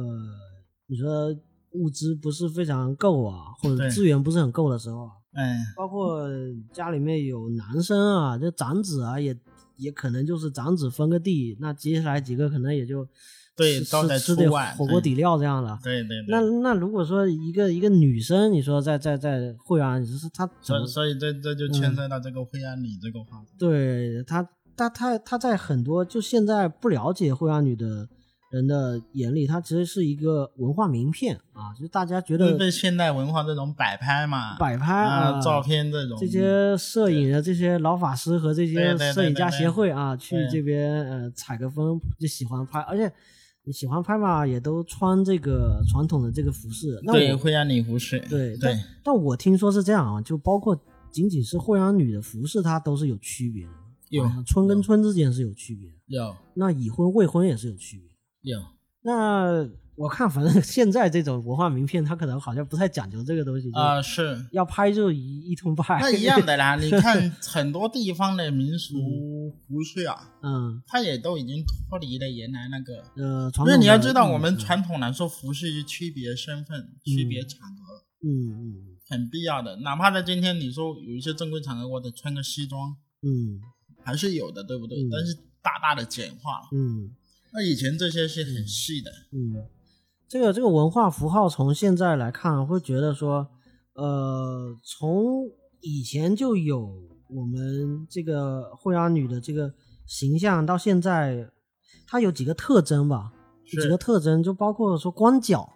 [SPEAKER 2] 你说物资不是非常够啊，或者
[SPEAKER 1] 对
[SPEAKER 2] 资源不是很够的时候啊，
[SPEAKER 1] 哎，
[SPEAKER 2] 包括家里面有男生啊，这长子啊，也也可能就是长子分个地，那接下来几个可能也就
[SPEAKER 1] 对
[SPEAKER 2] 吃
[SPEAKER 1] 都得
[SPEAKER 2] 吃吃
[SPEAKER 1] 出
[SPEAKER 2] 点
[SPEAKER 1] 外
[SPEAKER 2] 火锅
[SPEAKER 1] 对
[SPEAKER 2] 底料这样了。
[SPEAKER 1] 对对
[SPEAKER 2] 那
[SPEAKER 1] 对，
[SPEAKER 2] 那如果说一个一个女生，你说在在在惠安，你说她怎
[SPEAKER 1] 所
[SPEAKER 2] 么
[SPEAKER 1] 以所以这这就牵涉到这个惠安里这个话题。
[SPEAKER 2] 对他，他他他在很多就现在不了解惠安女的人的眼里，她其实是一个文化名片啊，就是大家觉
[SPEAKER 1] 因为
[SPEAKER 2] 得
[SPEAKER 1] 对现代文化这种摆拍嘛，
[SPEAKER 2] 摆拍
[SPEAKER 1] 啊、
[SPEAKER 2] 啊
[SPEAKER 1] 照片这种
[SPEAKER 2] 这些摄影的这些老法师和这些
[SPEAKER 1] 对对对
[SPEAKER 2] 摄影家
[SPEAKER 1] 对对
[SPEAKER 2] 协会啊，去
[SPEAKER 1] 对
[SPEAKER 2] 这边呃采个风就喜欢拍，而且你喜欢拍嘛，也都穿这个传统的这个服饰。那
[SPEAKER 1] 对
[SPEAKER 2] 我
[SPEAKER 1] 惠安里服饰，
[SPEAKER 2] 对
[SPEAKER 1] 对
[SPEAKER 2] 但，但我听说是这样啊，就包括仅仅是惠安女的服饰，它都是有区别的。
[SPEAKER 1] 有
[SPEAKER 2] 啊村跟村之间是有区别的，
[SPEAKER 1] 有
[SPEAKER 2] 那已婚未婚也是有区别。
[SPEAKER 1] 有，
[SPEAKER 2] 那我看，反正现在这种文化名片，它可能好像不太讲究这个东西，就
[SPEAKER 1] 啊、是
[SPEAKER 2] 要拍就一一通 拍。
[SPEAKER 1] 那一样的啦。你看很多地方的民俗服饰啊，
[SPEAKER 2] 嗯，
[SPEAKER 1] 它也都已经脱离了原来那个。
[SPEAKER 2] 呃，
[SPEAKER 1] 因
[SPEAKER 2] 传统
[SPEAKER 1] 为你要
[SPEAKER 2] 的
[SPEAKER 1] 知道，
[SPEAKER 2] 嗯
[SPEAKER 1] 我们传统来说，服饰是区别身份、区别场合，
[SPEAKER 2] 嗯嗯
[SPEAKER 1] 很必要的。哪怕在今天，你说有一些正规场合，我得穿个西装，
[SPEAKER 2] 嗯
[SPEAKER 1] 还是有的，对不对？
[SPEAKER 2] 嗯
[SPEAKER 1] 但是大大的简化了。
[SPEAKER 2] 嗯
[SPEAKER 1] 那以前这些是很细的，
[SPEAKER 2] 嗯，这个这个文化符号从现在来看，会觉得说，呃，从以前就有我们这个惠阿女的这个形象，到现在，它有几个特征吧？
[SPEAKER 1] 是
[SPEAKER 2] 几个特征就包括说光脚，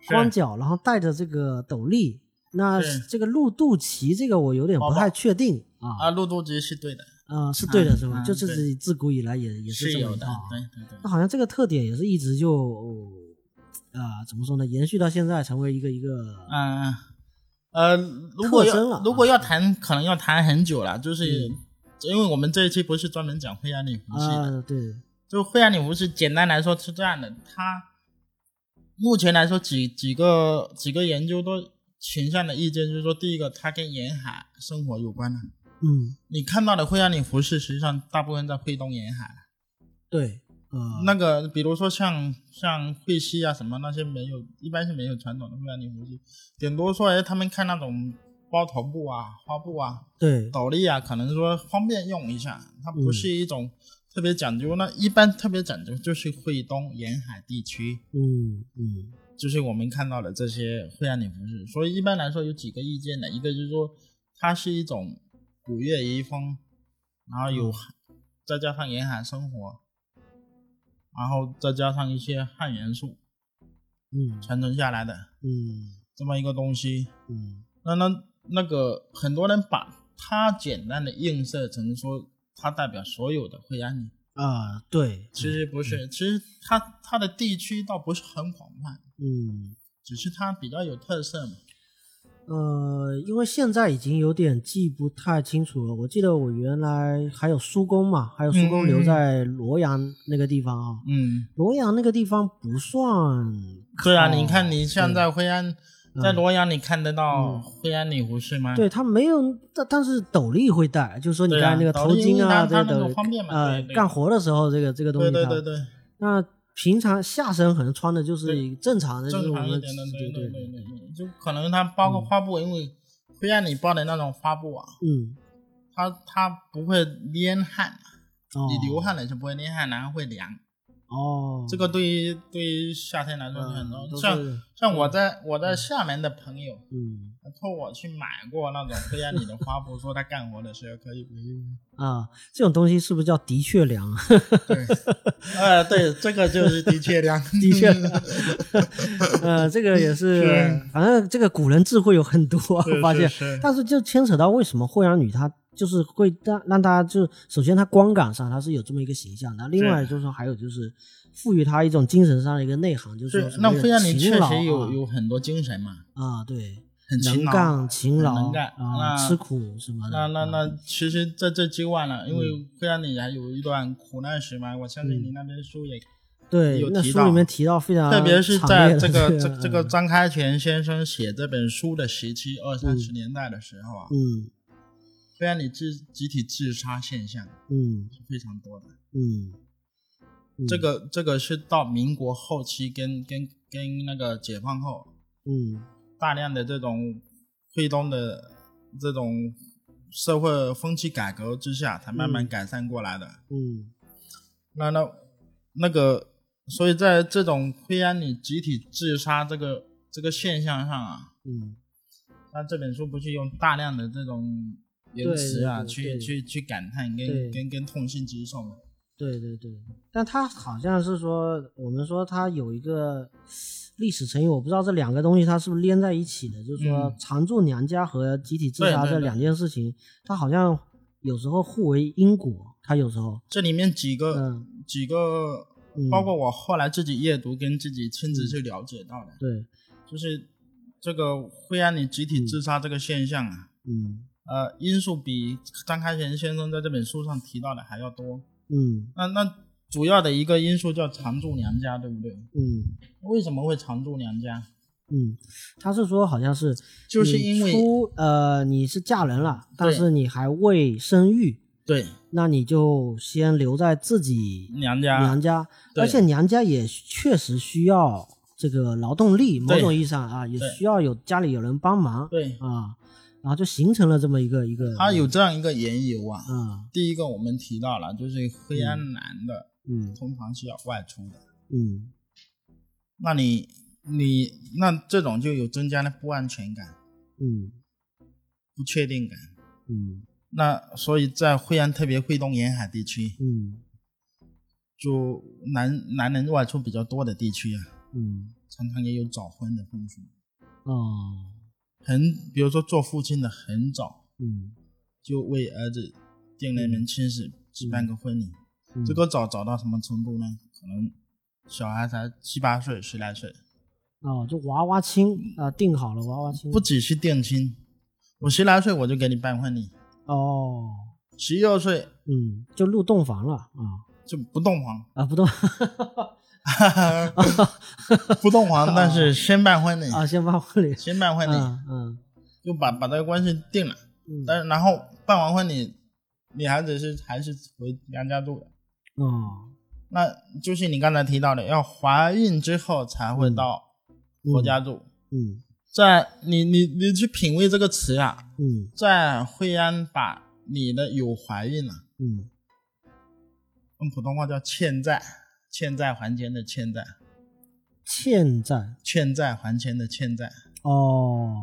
[SPEAKER 1] 是
[SPEAKER 2] 光脚，然后戴着这个斗笠。那
[SPEAKER 1] 是
[SPEAKER 2] 这个露肚脐，这个我有点
[SPEAKER 1] 包
[SPEAKER 2] 不
[SPEAKER 1] 包
[SPEAKER 2] 太确定啊
[SPEAKER 1] 啊，露肚脐是对的，
[SPEAKER 2] 啊，是对的，是吧？
[SPEAKER 1] 嗯
[SPEAKER 2] 就
[SPEAKER 1] 对
[SPEAKER 2] 是自古以来也也
[SPEAKER 1] 是
[SPEAKER 2] 这么
[SPEAKER 1] 有
[SPEAKER 2] 一
[SPEAKER 1] 的
[SPEAKER 2] 套啊，
[SPEAKER 1] 对对对
[SPEAKER 2] 那好像这个特点也是一直就，呃，怎么说呢？延续到现在，成为一个一个，
[SPEAKER 1] 嗯，呃，如果
[SPEAKER 2] 特征啊了
[SPEAKER 1] 要如果要谈，可能要谈很久了，就是、因为我们这一期不是专门讲惠安女服饰的，
[SPEAKER 2] 啊，对，
[SPEAKER 1] 就惠安女服饰简单来说是这样的，它目前来说几几个几个研究都倾向的意见就是说，第一个它跟沿海生活有关的，
[SPEAKER 2] 嗯，
[SPEAKER 1] 你看到的惠安女服饰实际上大部分在惠东沿海。
[SPEAKER 2] 对，啊，
[SPEAKER 1] 那个，比如说像像惠西啊什么那些没有，一般是没有传统的惠安尼服饰，顶多说哎他们看那种包头布啊、花布啊、
[SPEAKER 2] 对，
[SPEAKER 1] 斗笠啊，可能说方便用一下，它不
[SPEAKER 2] 嗯
[SPEAKER 1] 是一种特别讲究。那一般特别讲究就是惠东沿海地区，
[SPEAKER 2] 嗯嗯
[SPEAKER 1] 就是我们看到的这些惠安女服饰。所以一般来说有几个意见的，一个就是说它是一种古越遗风，然后有、再加上沿海生活，然后再加上一些汉元素
[SPEAKER 2] 嗯
[SPEAKER 1] 传承下来的
[SPEAKER 2] 嗯
[SPEAKER 1] 这么一个东西。
[SPEAKER 2] 嗯，
[SPEAKER 1] 那那那个很多人把它简单的映射成说它代表所有的惠安女，
[SPEAKER 2] 啊，对，
[SPEAKER 1] 其实不是，其实它它的地区倒不是很广泛，
[SPEAKER 2] 嗯
[SPEAKER 1] 只是它比较有特色嘛。
[SPEAKER 2] 呃，因为现在已经有点记不太清楚了。我记得我原来还有苏公嘛，还有苏公
[SPEAKER 1] 嗯
[SPEAKER 2] 留
[SPEAKER 1] 嗯嗯
[SPEAKER 2] 在洛阳那个地方啊。
[SPEAKER 1] 嗯，
[SPEAKER 2] 洛阳那个地方不算，
[SPEAKER 1] 对啊，
[SPEAKER 2] 靠
[SPEAKER 1] 你看你像在惠安，在洛阳，你看得到
[SPEAKER 2] 嗯
[SPEAKER 1] 惠安女服饰吗？
[SPEAKER 2] 对，他没有，但但是斗笠会戴，就是说你
[SPEAKER 1] 嗯对啊
[SPEAKER 2] 刚才那个
[SPEAKER 1] 斗
[SPEAKER 2] 头
[SPEAKER 1] 笠因
[SPEAKER 2] 巾
[SPEAKER 1] 为
[SPEAKER 2] 啊，
[SPEAKER 1] 它它那
[SPEAKER 2] 这个
[SPEAKER 1] 个
[SPEAKER 2] 斗笠
[SPEAKER 1] 方便嘛
[SPEAKER 2] 呃
[SPEAKER 1] 对，对
[SPEAKER 2] 干活的时候这个这个东西
[SPEAKER 1] 对对
[SPEAKER 2] 它
[SPEAKER 1] 对对，
[SPEAKER 2] 那平常下身可能穿的就是
[SPEAKER 1] 对
[SPEAKER 2] 正常的，就是
[SPEAKER 1] 正
[SPEAKER 2] 我
[SPEAKER 1] 常一
[SPEAKER 2] 们
[SPEAKER 1] 点的，
[SPEAKER 2] 对
[SPEAKER 1] 对
[SPEAKER 2] 对，
[SPEAKER 1] 对对，就可能它包括花布，因为惠安你包的那种花布啊，
[SPEAKER 2] 嗯，
[SPEAKER 1] 它它不会粘汗，
[SPEAKER 2] 哦，
[SPEAKER 1] 你流汗了就不会粘汗，然后会凉。
[SPEAKER 2] 哦，
[SPEAKER 1] 这个对于对于夏天来说就很
[SPEAKER 2] 嗯都
[SPEAKER 1] 多，
[SPEAKER 2] 是
[SPEAKER 1] 像像我在我在厦门的朋友。
[SPEAKER 2] 嗯
[SPEAKER 1] 他托我去买过那种惠安里的花布，说他干活的时候可以。
[SPEAKER 2] 啊，这种东西是不是叫的确凉？啊
[SPEAKER 1] 对，呃，对，这个就是的确凉，
[SPEAKER 2] 的确， 呃，这个 也是，
[SPEAKER 1] 是
[SPEAKER 2] 反正这个古人智慧有很多，
[SPEAKER 1] 是
[SPEAKER 2] 我发现。
[SPEAKER 1] 是是
[SPEAKER 2] 但是就牵扯到为什么惠阳女她就是会让让大家就首先她观感上她是有这么一个形象，然后另外就是说还有就是赋予她一种精神上的一个内涵，就是说
[SPEAKER 1] 是
[SPEAKER 2] 什
[SPEAKER 1] 那
[SPEAKER 2] 么
[SPEAKER 1] 会让你
[SPEAKER 2] 勤
[SPEAKER 1] 确
[SPEAKER 2] 劳
[SPEAKER 1] 实有
[SPEAKER 2] 啊
[SPEAKER 1] 有很多精神嘛，
[SPEAKER 2] 啊，对，
[SPEAKER 1] 很勤
[SPEAKER 2] 能
[SPEAKER 1] 劳啊
[SPEAKER 2] 干、勤
[SPEAKER 1] 很
[SPEAKER 2] 劳
[SPEAKER 1] 能干
[SPEAKER 2] 啊，
[SPEAKER 1] 那
[SPEAKER 2] 吃苦什么的。
[SPEAKER 1] 那那
[SPEAKER 2] 啊嗯
[SPEAKER 1] 那，其实在这之外呢，因为会让你还有一段苦难史嘛，我相信你那边书也，
[SPEAKER 2] 对
[SPEAKER 1] 有，
[SPEAKER 2] 那
[SPEAKER 1] 提
[SPEAKER 2] 书里
[SPEAKER 1] 到
[SPEAKER 2] 面提到非常
[SPEAKER 1] 特
[SPEAKER 2] 啊惨烈
[SPEAKER 1] 别
[SPEAKER 2] 的，
[SPEAKER 1] 是在这个这
[SPEAKER 2] 啊
[SPEAKER 1] 这个张开全先生写这本书的时期，二三十年代的时候啊，
[SPEAKER 2] 嗯
[SPEAKER 1] 会让你自集体自杀现象
[SPEAKER 2] 嗯
[SPEAKER 1] 是非常多的。
[SPEAKER 2] 嗯，嗯
[SPEAKER 1] 这个这个是到民国后期跟跟跟那个解放后，
[SPEAKER 2] 嗯
[SPEAKER 1] 大量的这种惠东的这种社会风气改革之下，才慢慢
[SPEAKER 2] 嗯
[SPEAKER 1] 改善过来的。
[SPEAKER 2] 嗯
[SPEAKER 1] 那那那个，所以在这种惠安里集体自杀这个这个现象上啊，
[SPEAKER 2] 嗯
[SPEAKER 1] 那这本书不是用大量的这种言
[SPEAKER 2] 对
[SPEAKER 1] 辞啊，
[SPEAKER 2] 对
[SPEAKER 1] 去
[SPEAKER 2] 对
[SPEAKER 1] 去去感叹
[SPEAKER 2] 对
[SPEAKER 1] 跟跟跟痛心疾首吗？
[SPEAKER 2] 对对对，但他好像是说，我们说他有一个历史成语，我不知道这两个东西它是不是连在一起的，就是说
[SPEAKER 1] 嗯
[SPEAKER 2] 常住娘家和集体自
[SPEAKER 1] 对
[SPEAKER 2] 杀
[SPEAKER 1] 对
[SPEAKER 2] 这
[SPEAKER 1] 对
[SPEAKER 2] 两件事情，它好像有时候互为因果，它有时候
[SPEAKER 1] 这里面几个、
[SPEAKER 2] 嗯
[SPEAKER 1] 几个
[SPEAKER 2] 嗯，
[SPEAKER 1] 呃包括我后来自己阅读跟自己亲自去了解到的，
[SPEAKER 2] 对，
[SPEAKER 1] 就是这个惠安里集体自杀这个现象啊，
[SPEAKER 2] 嗯
[SPEAKER 1] 呃，因素比张开元先生在这本书上提到的还要多。
[SPEAKER 2] 嗯
[SPEAKER 1] 那那主要的一个因素叫常住娘家，对不对？
[SPEAKER 2] 嗯
[SPEAKER 1] 为什么会常住娘家？
[SPEAKER 2] 嗯，他是说好像是
[SPEAKER 1] 就是
[SPEAKER 2] 你
[SPEAKER 1] 因为
[SPEAKER 2] 出呃你是嫁人了，但
[SPEAKER 1] 对
[SPEAKER 2] 是你还未生育，
[SPEAKER 1] 对，
[SPEAKER 2] 那你就先留在自己
[SPEAKER 1] 娘家，
[SPEAKER 2] 娘家，
[SPEAKER 1] 对
[SPEAKER 2] 而且娘家也确实需要这个劳动力，某
[SPEAKER 1] 对
[SPEAKER 2] 种意义上啊，也
[SPEAKER 1] 对
[SPEAKER 2] 需要有家里有人帮忙
[SPEAKER 1] 对，
[SPEAKER 2] 啊，然后就形成了这么一个一个
[SPEAKER 1] 它有这样一个缘由啊。
[SPEAKER 2] 啊，
[SPEAKER 1] 第一个我们提到了，就是惠安南的
[SPEAKER 2] 嗯
[SPEAKER 1] 通常是要外出的。
[SPEAKER 2] 嗯
[SPEAKER 1] 那你你那这种就有增加了不安全感、
[SPEAKER 2] 嗯
[SPEAKER 1] 不确定感。
[SPEAKER 2] 嗯
[SPEAKER 1] 那所以在惠安，特别惠东沿海地区，
[SPEAKER 2] 嗯
[SPEAKER 1] 就男男人外出比较多的地区啊，
[SPEAKER 2] 嗯
[SPEAKER 1] 常常也有早婚的风俗。
[SPEAKER 2] 哦
[SPEAKER 1] 很，比如说做父亲的很早
[SPEAKER 2] 嗯
[SPEAKER 1] 就为儿子定了门亲事，举办个婚礼。
[SPEAKER 2] 嗯
[SPEAKER 1] 这个早早到什么程度呢？可能小孩才七八岁、十来岁，
[SPEAKER 2] 哦，就娃娃亲啊，定好了娃娃亲
[SPEAKER 1] 不只是定亲，我十来岁我就给你办婚礼，
[SPEAKER 2] 哦，
[SPEAKER 1] 十一二岁
[SPEAKER 2] 嗯，就入洞房了啊
[SPEAKER 1] 就不洞房，
[SPEAKER 2] 啊，不动
[SPEAKER 1] 不洞 房，但是先办婚礼，
[SPEAKER 2] 哦啊，先把婚礼，
[SPEAKER 1] 先办婚礼，
[SPEAKER 2] 嗯嗯
[SPEAKER 1] 就把把这个关系定了。
[SPEAKER 2] 嗯，
[SPEAKER 1] 但然后办完婚礼，女孩子是还是回娘家住的。
[SPEAKER 2] 哦
[SPEAKER 1] 那就是你刚才提到的，要怀孕之后才会到婆家住。
[SPEAKER 2] 嗯
[SPEAKER 1] 在你你你去品味这个词啊，
[SPEAKER 2] 嗯
[SPEAKER 1] 在惠安把你的有怀孕了、
[SPEAKER 2] 嗯
[SPEAKER 1] 用普通话叫欠债，欠债还钱的欠债，
[SPEAKER 2] 欠债
[SPEAKER 1] 欠债还钱的欠债，
[SPEAKER 2] 嗯哦，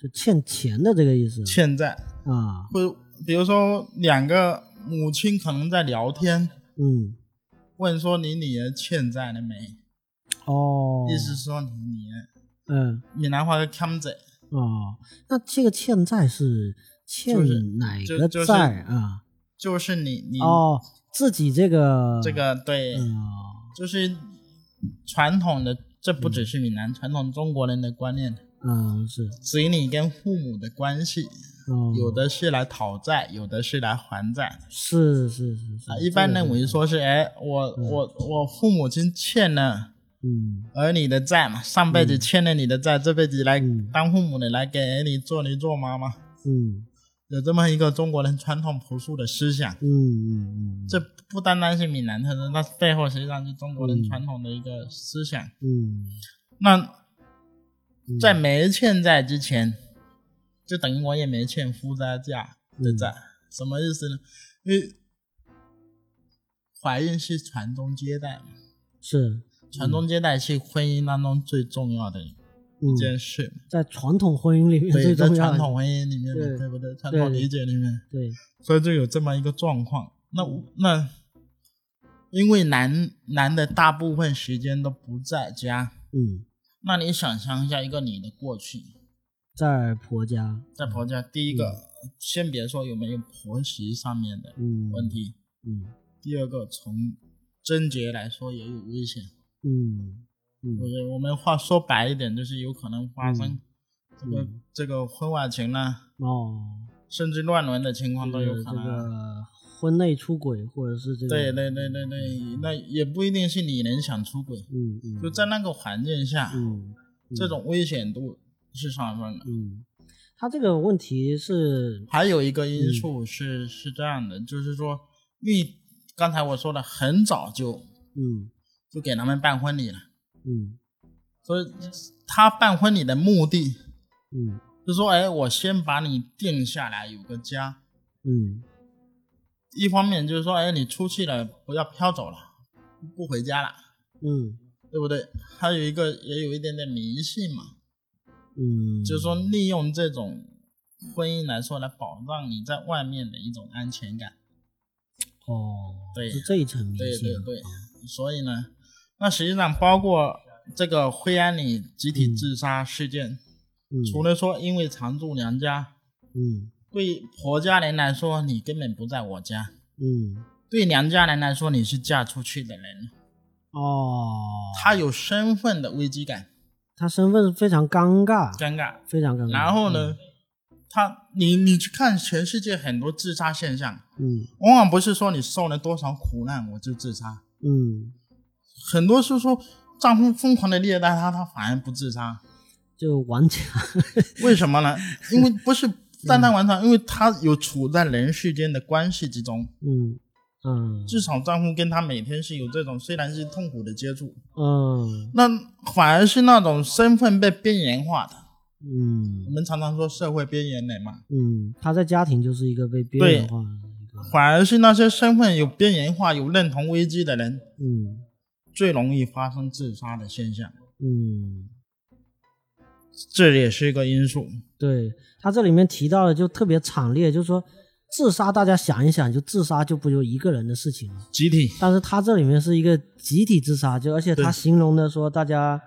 [SPEAKER 2] 就欠钱的这个意思
[SPEAKER 1] 欠债。
[SPEAKER 2] 啊，
[SPEAKER 1] 会比如说两个母亲可能在聊天，
[SPEAKER 2] 嗯
[SPEAKER 1] 问说你女儿欠债了没？
[SPEAKER 2] 哦，
[SPEAKER 1] 意思是说你女儿，
[SPEAKER 2] 嗯
[SPEAKER 1] 闽南话叫欠债，
[SPEAKER 2] 哦，那这个欠债是欠
[SPEAKER 1] 就是
[SPEAKER 2] 哪
[SPEAKER 1] 就
[SPEAKER 2] 个
[SPEAKER 1] 就是
[SPEAKER 2] 债啊？
[SPEAKER 1] 就是你你、
[SPEAKER 2] 哦，自己这个
[SPEAKER 1] 这个对。
[SPEAKER 2] 嗯
[SPEAKER 1] 就是传统的，这不只是闽南，传统中国人的观念，
[SPEAKER 2] 嗯是
[SPEAKER 1] 子女跟父母的关系，
[SPEAKER 2] 哦，
[SPEAKER 1] 有的是来讨债，有的是来还债的。
[SPEAKER 2] 是是是是
[SPEAKER 1] 啊，一般
[SPEAKER 2] 嗯这个
[SPEAKER 1] 认
[SPEAKER 2] 是
[SPEAKER 1] 为说是，哎，我我我父母亲欠了
[SPEAKER 2] 嗯
[SPEAKER 1] 儿女的债嘛，上辈子欠了你的债，这辈子来
[SPEAKER 2] 嗯
[SPEAKER 1] 当父母的来给儿女做牛做马嘛，
[SPEAKER 2] 嗯
[SPEAKER 1] 有这么一个中国人传统朴素的思想。
[SPEAKER 2] 嗯嗯嗯，
[SPEAKER 1] 这不单单是闽南特色，那背后实际上是中国人
[SPEAKER 2] 嗯
[SPEAKER 1] 传统的一个思想。
[SPEAKER 2] 嗯
[SPEAKER 1] 那
[SPEAKER 2] 嗯
[SPEAKER 1] 在没欠债之前，就等于我也没欠夫差价
[SPEAKER 2] 嗯
[SPEAKER 1] 的债，什么意思呢？因为怀孕是传宗接代嘛，
[SPEAKER 2] 是
[SPEAKER 1] 传宗接代是婚姻当中最重要的一
[SPEAKER 2] 嗯，
[SPEAKER 1] 件事，
[SPEAKER 2] 在传统婚姻里面
[SPEAKER 1] 对，
[SPEAKER 2] 最
[SPEAKER 1] 在
[SPEAKER 2] 重要
[SPEAKER 1] 传
[SPEAKER 2] 的
[SPEAKER 1] 统婚姻里面嘛，
[SPEAKER 2] 对
[SPEAKER 1] 对不对？传统理解里面，
[SPEAKER 2] 对
[SPEAKER 1] 所以就有这么一个状况。那我那因为男男的大部分时间都不在家，
[SPEAKER 2] 嗯，
[SPEAKER 1] 那你想象一下一个女的过去，
[SPEAKER 2] 在婆家
[SPEAKER 1] 在婆家，第一个、先别说有没有婆媳上面的
[SPEAKER 2] 嗯
[SPEAKER 1] 问题，
[SPEAKER 2] 嗯
[SPEAKER 1] 第二个从贞洁来说也有危险。
[SPEAKER 2] 嗯
[SPEAKER 1] 我
[SPEAKER 2] 嗯
[SPEAKER 1] 觉得我们话说白一点，就是有可能发生这个、
[SPEAKER 2] 嗯
[SPEAKER 1] 这个婚外情啦，
[SPEAKER 2] 哦，
[SPEAKER 1] 甚至乱伦的情况都有
[SPEAKER 2] 这
[SPEAKER 1] 可能啊。
[SPEAKER 2] 个婚内出轨或者是这个
[SPEAKER 1] 对对对对对，那也不一定是你能想出轨，
[SPEAKER 2] 嗯嗯
[SPEAKER 1] 就在那个环境下，
[SPEAKER 2] 嗯嗯
[SPEAKER 1] 这种危险度是上升的。
[SPEAKER 2] 嗯，他这个问题是
[SPEAKER 1] 还有一个因
[SPEAKER 2] 嗯
[SPEAKER 1] 素是、是这样的，就是说，因为刚才我说的很早就
[SPEAKER 2] 嗯
[SPEAKER 1] 就给他们办婚礼了，
[SPEAKER 2] 嗯
[SPEAKER 1] 所以他办婚礼的目的
[SPEAKER 2] 嗯
[SPEAKER 1] 就说，哎，我先把你定下来，有个家。
[SPEAKER 2] 嗯
[SPEAKER 1] 一方面就是说，哎，你出去了不要飘走了，不回家了，
[SPEAKER 2] 嗯
[SPEAKER 1] 对不对？还有一个也有一点点迷信嘛，
[SPEAKER 2] 嗯，
[SPEAKER 1] 就是说利用这种婚姻来说来保障你在外面的一种安全感。
[SPEAKER 2] 哦，
[SPEAKER 1] 对
[SPEAKER 2] 是这一层迷
[SPEAKER 1] 对
[SPEAKER 2] 信
[SPEAKER 1] 对，对，所以呢，那实际上包括这个惠安里集体自杀事件，
[SPEAKER 2] 嗯
[SPEAKER 1] 除了说因为常住娘家，
[SPEAKER 2] 嗯
[SPEAKER 1] 对婆家人来说你根本不在我家，
[SPEAKER 2] 嗯
[SPEAKER 1] 对娘家人来说你是嫁出去的人，
[SPEAKER 2] 哦，
[SPEAKER 1] 他有身份的危机感，
[SPEAKER 2] 他身份非常尴尬，
[SPEAKER 1] 尴尬。
[SPEAKER 2] 非常尴尬。
[SPEAKER 1] 然后呢，他你你去看全世界很多自杀现象，
[SPEAKER 2] 嗯？
[SPEAKER 1] 往往不是说你受了多少苦难我就自杀，
[SPEAKER 2] 嗯嗯，
[SPEAKER 1] 很多是说丈夫疯狂的虐待她，她反而不自杀。
[SPEAKER 2] 就顽强，
[SPEAKER 1] 为什么呢？因为不是单单完成，因为她有处在人世间的关系之中，
[SPEAKER 2] 嗯嗯
[SPEAKER 1] 至少丈夫跟她每天是有这种虽然是痛苦的接触，
[SPEAKER 2] 嗯
[SPEAKER 1] 那反而是那种身份被边缘化的。我
[SPEAKER 2] 嗯
[SPEAKER 1] 们常常说社会边缘人嘛，
[SPEAKER 2] 嗯，他在家庭就是一个被边缘化的一个
[SPEAKER 1] 反而是那些身份有边缘化、有认同危机的人，
[SPEAKER 2] 嗯
[SPEAKER 1] 最容易发生自杀的现象，
[SPEAKER 2] 嗯，
[SPEAKER 1] 这也是一个因素。
[SPEAKER 2] 对他这里面提到的就特别惨烈，就是说自杀，大家想一想，就自杀就不就一个人的事情了，
[SPEAKER 1] 集体
[SPEAKER 2] 但是他这里面是一个集体自杀，就而且他
[SPEAKER 1] 对
[SPEAKER 2] 形容的说大家，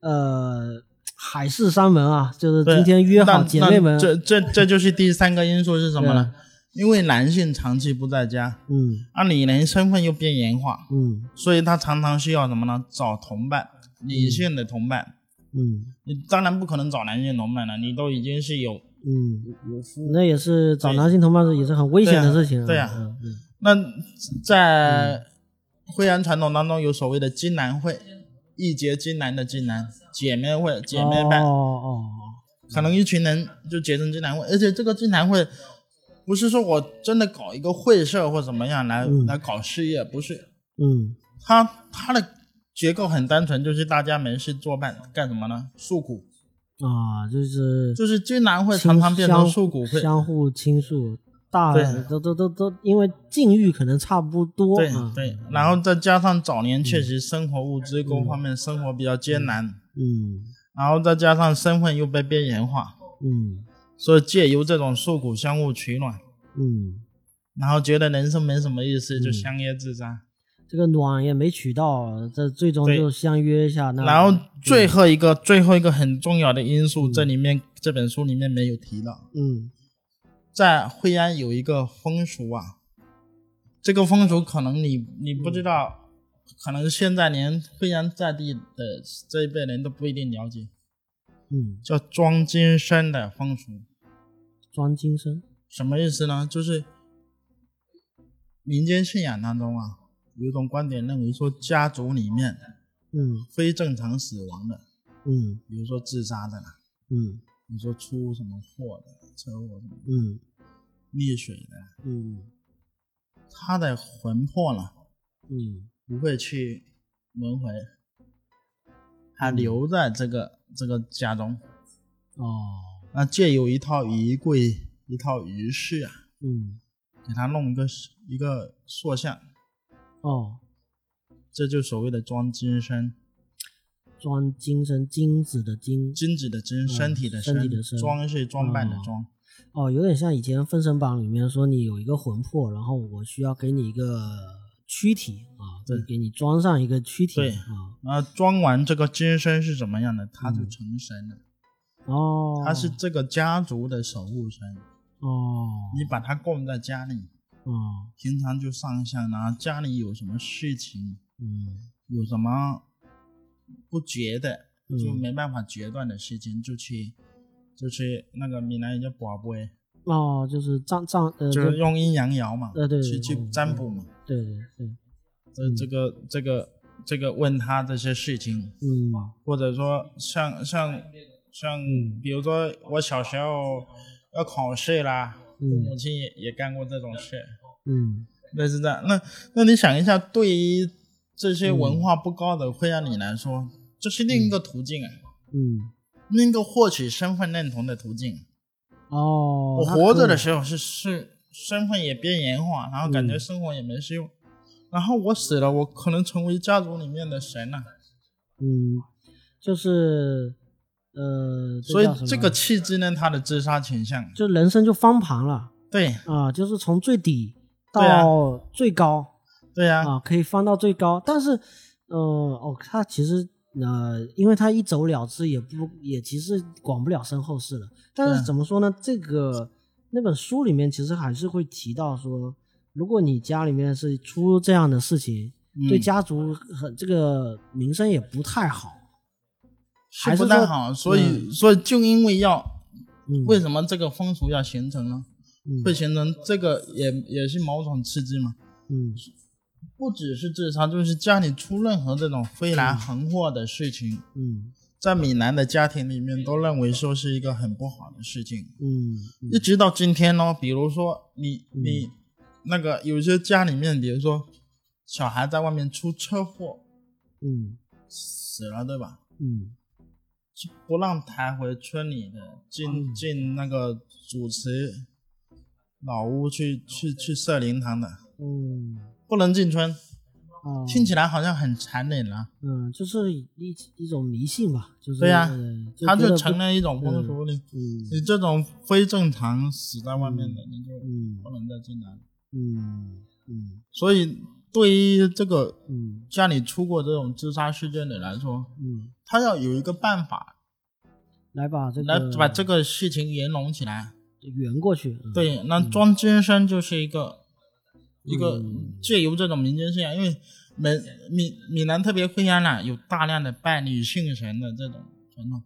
[SPEAKER 2] 呃，海誓山盟啊，就是今
[SPEAKER 1] 对
[SPEAKER 2] 天约好
[SPEAKER 1] 那
[SPEAKER 2] 姐
[SPEAKER 1] 那
[SPEAKER 2] 妹们，啊
[SPEAKER 1] 这这这就是第三个因素是什么
[SPEAKER 2] 对
[SPEAKER 1] 呢？因为男性长期不在家，
[SPEAKER 2] 嗯
[SPEAKER 1] 那女人身份又边缘化，
[SPEAKER 2] 嗯
[SPEAKER 1] 所以她常常需要什么呢？找同伴，女性的同伴。
[SPEAKER 2] 嗯
[SPEAKER 1] 你当然不可能找男性同伴了，你都已经是有
[SPEAKER 2] 嗯，
[SPEAKER 1] 有夫
[SPEAKER 2] 那也是找男性同伴也是很危险的事情、
[SPEAKER 1] 对啊呀
[SPEAKER 2] 嗯嗯
[SPEAKER 1] 那在会安传统当中，有所谓的金兰会，义结金兰的金兰，姐妹会、姐妹
[SPEAKER 2] 哦
[SPEAKER 1] 伴，
[SPEAKER 2] 哦哦，
[SPEAKER 1] 可能一群人就结成金兰会，而且这个金兰会不是说我真的搞一个会社或怎么样来、
[SPEAKER 2] 嗯
[SPEAKER 1] 来搞事业，不是，
[SPEAKER 2] 嗯
[SPEAKER 1] 它它的结构很单纯，就是大家没事作伴干什么呢？诉苦，
[SPEAKER 2] 啊，就是
[SPEAKER 1] 就是金兰会
[SPEAKER 2] 亲
[SPEAKER 1] 常常变成
[SPEAKER 2] 相
[SPEAKER 1] 诉苦会，
[SPEAKER 2] 相互倾诉，大
[SPEAKER 1] 对
[SPEAKER 2] 都都都都因为境遇可能差不多
[SPEAKER 1] 对
[SPEAKER 2] 啊，
[SPEAKER 1] 对，然后再加上早年确实生活物资各方面生活比较艰难。
[SPEAKER 2] 嗯
[SPEAKER 1] 然后再加上身份又被边缘化，
[SPEAKER 2] 嗯
[SPEAKER 1] 所以借由这种诉苦相互取暖，
[SPEAKER 2] 嗯，
[SPEAKER 1] 然后觉得人生没什么意思，就相约自杀。
[SPEAKER 2] 这个暖也没取到，这最终
[SPEAKER 1] 对
[SPEAKER 2] 就相约一下，那
[SPEAKER 1] 然后最后一个最后一个很重要的因素，这里面这本书里面没有提到，
[SPEAKER 2] 嗯
[SPEAKER 1] 在惠安有一个风俗啊，这个风俗可能你你不知道，可能现在连惠安在地的这一辈人都不一定了解，
[SPEAKER 2] 嗯
[SPEAKER 1] 叫装金身的风俗。
[SPEAKER 2] 装金身，
[SPEAKER 1] 什么意思呢？就是民间信仰当中啊，有一种观点认为说，家族里面
[SPEAKER 2] 嗯
[SPEAKER 1] 非正常死亡的，
[SPEAKER 2] 嗯
[SPEAKER 1] 比如说自杀的啦，
[SPEAKER 2] 嗯
[SPEAKER 1] 比如说出什么祸的、车祸什么、
[SPEAKER 2] 嗯
[SPEAKER 1] 溺水的，
[SPEAKER 2] 嗯
[SPEAKER 1] 他的魂魄呢
[SPEAKER 2] 嗯
[SPEAKER 1] 不会去轮回，
[SPEAKER 2] 嗯
[SPEAKER 1] 还留在这个这个家中。
[SPEAKER 2] 哦
[SPEAKER 1] 那借由一套仪柜、一套仪式啊，
[SPEAKER 2] 嗯
[SPEAKER 1] 给他弄一个一个塑像，
[SPEAKER 2] 哦
[SPEAKER 1] 这就所谓的装金身。
[SPEAKER 2] 装金身，金子的金
[SPEAKER 1] 金子的金，
[SPEAKER 2] 嗯
[SPEAKER 1] 身体的
[SPEAKER 2] 身体的身嗯
[SPEAKER 1] 装是装扮的装，
[SPEAKER 2] 哦，有点像以前《封神榜》里面说你有一个魂魄，然后我需要给你一个躯体啊，
[SPEAKER 1] 对
[SPEAKER 2] 给你装上一个躯体
[SPEAKER 1] 对
[SPEAKER 2] 啊。
[SPEAKER 1] 然后装完这个金身是怎么样的，他就成神了，
[SPEAKER 2] 嗯哦，
[SPEAKER 1] 他是这个家族的守护神，
[SPEAKER 2] 哦
[SPEAKER 1] 你把他供在家里，
[SPEAKER 2] 哦
[SPEAKER 1] 平常就上香，然后家里有什么事情，
[SPEAKER 2] 嗯
[SPEAKER 1] 有什么不决的，
[SPEAKER 2] 嗯
[SPEAKER 1] 就没办法决断的事情，就去就去那个闽南人叫卜龟，
[SPEAKER 2] 哦，就是占占呃
[SPEAKER 1] 就是用阴阳爻嘛，
[SPEAKER 2] 呃对
[SPEAKER 1] 去去
[SPEAKER 2] 嗯
[SPEAKER 1] 占卜嘛，呃
[SPEAKER 2] 对对对，
[SPEAKER 1] 这这个这个这个问他这些事情，
[SPEAKER 2] 嗯
[SPEAKER 1] 或者说像像像，
[SPEAKER 2] 嗯
[SPEAKER 1] 比如说我小时候要考试啦，
[SPEAKER 2] 嗯
[SPEAKER 1] 母亲也也干过这种事，
[SPEAKER 2] 嗯
[SPEAKER 1] 类似这样。那那你想一下，对于这些
[SPEAKER 2] 嗯
[SPEAKER 1] 文化不高的会让你来说，这是另一个途径啊，
[SPEAKER 2] 嗯
[SPEAKER 1] 另一个获取身份认同的途径。
[SPEAKER 2] 哦，
[SPEAKER 1] 我
[SPEAKER 2] 他
[SPEAKER 1] 活着
[SPEAKER 2] 可
[SPEAKER 1] 的
[SPEAKER 2] 以
[SPEAKER 1] 时候是是身份也边缘化，然后感觉
[SPEAKER 2] 嗯
[SPEAKER 1] 生活也没事用。然后我死了，我可能成为家族里面的神了、
[SPEAKER 2] 嗯，就是呃，
[SPEAKER 1] 所以
[SPEAKER 2] 叫什
[SPEAKER 1] 这
[SPEAKER 2] 么
[SPEAKER 1] 个契机呢，他的自杀倾向，
[SPEAKER 2] 就人生就翻盘了
[SPEAKER 1] 对
[SPEAKER 2] 啊，就是从最底
[SPEAKER 1] 对啊
[SPEAKER 2] 到最高。
[SPEAKER 1] 对呀、
[SPEAKER 2] 啊，可以放到最高，但是，呃，哦，他其实呃，因为他一走了之，也不也其实管不了身后事了。但是
[SPEAKER 1] 对
[SPEAKER 2] 怎么说呢？这个那本书里面其实还是会提到说，如果你家里面是出这样的事情，对
[SPEAKER 1] 嗯
[SPEAKER 2] 家族很这个名声也不太好。还
[SPEAKER 1] 是
[SPEAKER 2] 是
[SPEAKER 1] 不
[SPEAKER 2] 说
[SPEAKER 1] 太好，所以所以就因为要
[SPEAKER 2] 嗯，
[SPEAKER 1] 为什么这个风俗要形成呢？
[SPEAKER 2] 嗯
[SPEAKER 1] 会形成这个也也是某种刺激嘛，
[SPEAKER 2] 嗯
[SPEAKER 1] 不只是自杀，就是家里出任何这种飞来横祸的事情，
[SPEAKER 2] 嗯
[SPEAKER 1] 在闽南的家庭里面都认为说是一个很不好的事情，
[SPEAKER 2] 嗯嗯
[SPEAKER 1] 一直到今天哦，比如说你你那个有些家里面，比如说小孩在外面出车祸
[SPEAKER 2] 嗯
[SPEAKER 1] 死了，对吧？
[SPEAKER 2] 嗯嗯
[SPEAKER 1] 不让抬回村里的，进进那个主持老屋去去去设灵堂的，
[SPEAKER 2] 嗯
[SPEAKER 1] 不能进村，
[SPEAKER 2] 啊，
[SPEAKER 1] 听起来好像很残忍啊。
[SPEAKER 2] 嗯，就是一一种迷信吧，就是
[SPEAKER 1] 对呀
[SPEAKER 2] 呃
[SPEAKER 1] 它
[SPEAKER 2] 觉得
[SPEAKER 1] 就
[SPEAKER 2] 不
[SPEAKER 1] 成了一种风俗，你
[SPEAKER 2] 嗯
[SPEAKER 1] 你这种非正常死在外面的，你就
[SPEAKER 2] 嗯
[SPEAKER 1] 不能再进来。
[SPEAKER 2] 嗯嗯
[SPEAKER 1] 所以对于这个
[SPEAKER 2] 嗯
[SPEAKER 1] 家里出过这种自杀事件的来说，
[SPEAKER 2] 嗯，
[SPEAKER 1] 他要有一个办法
[SPEAKER 2] 来把这个
[SPEAKER 1] 来把这个事情圆融起来。
[SPEAKER 2] 圆过去，嗯，
[SPEAKER 1] 对，那庄金生就是一个、一个
[SPEAKER 2] 嗯
[SPEAKER 1] 借由这种民间信仰，因为闽闽闽南特别会安啦，有大量的拜女性神的这种传统。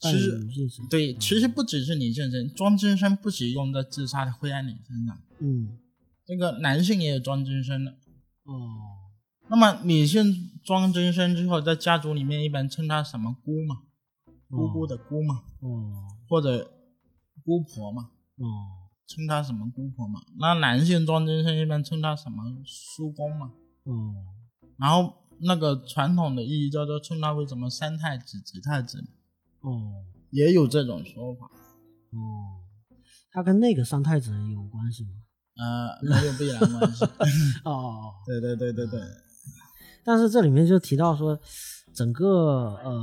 [SPEAKER 2] 但
[SPEAKER 1] 其实
[SPEAKER 2] 女性是
[SPEAKER 1] 对，其实不只是女性神，庄金生不止用在自杀的灰安里身上，
[SPEAKER 2] 嗯
[SPEAKER 1] 这个男性也有庄金生的。
[SPEAKER 2] 哦
[SPEAKER 1] 那么女性庄金生之后，在家族里面一般称她什么姑嘛，
[SPEAKER 2] 嗯
[SPEAKER 1] 姑姑的姑嘛，
[SPEAKER 2] 哦
[SPEAKER 1] 或者姑婆嘛，
[SPEAKER 2] 哦
[SPEAKER 1] 称她什么姑婆嘛。那男性庄金生一般称她什么叔公嘛。
[SPEAKER 2] 哦
[SPEAKER 1] 然后那个传统的意义叫做称他为什么三太子、几太子，
[SPEAKER 2] 哦
[SPEAKER 1] 也有这种说法。
[SPEAKER 2] 哦，它跟那个三太子有关系吗？
[SPEAKER 1] 呃，没有必然 关系。
[SPEAKER 2] 哦哦。
[SPEAKER 1] 对对对对对，
[SPEAKER 2] 但是这里面就提到说，整个呃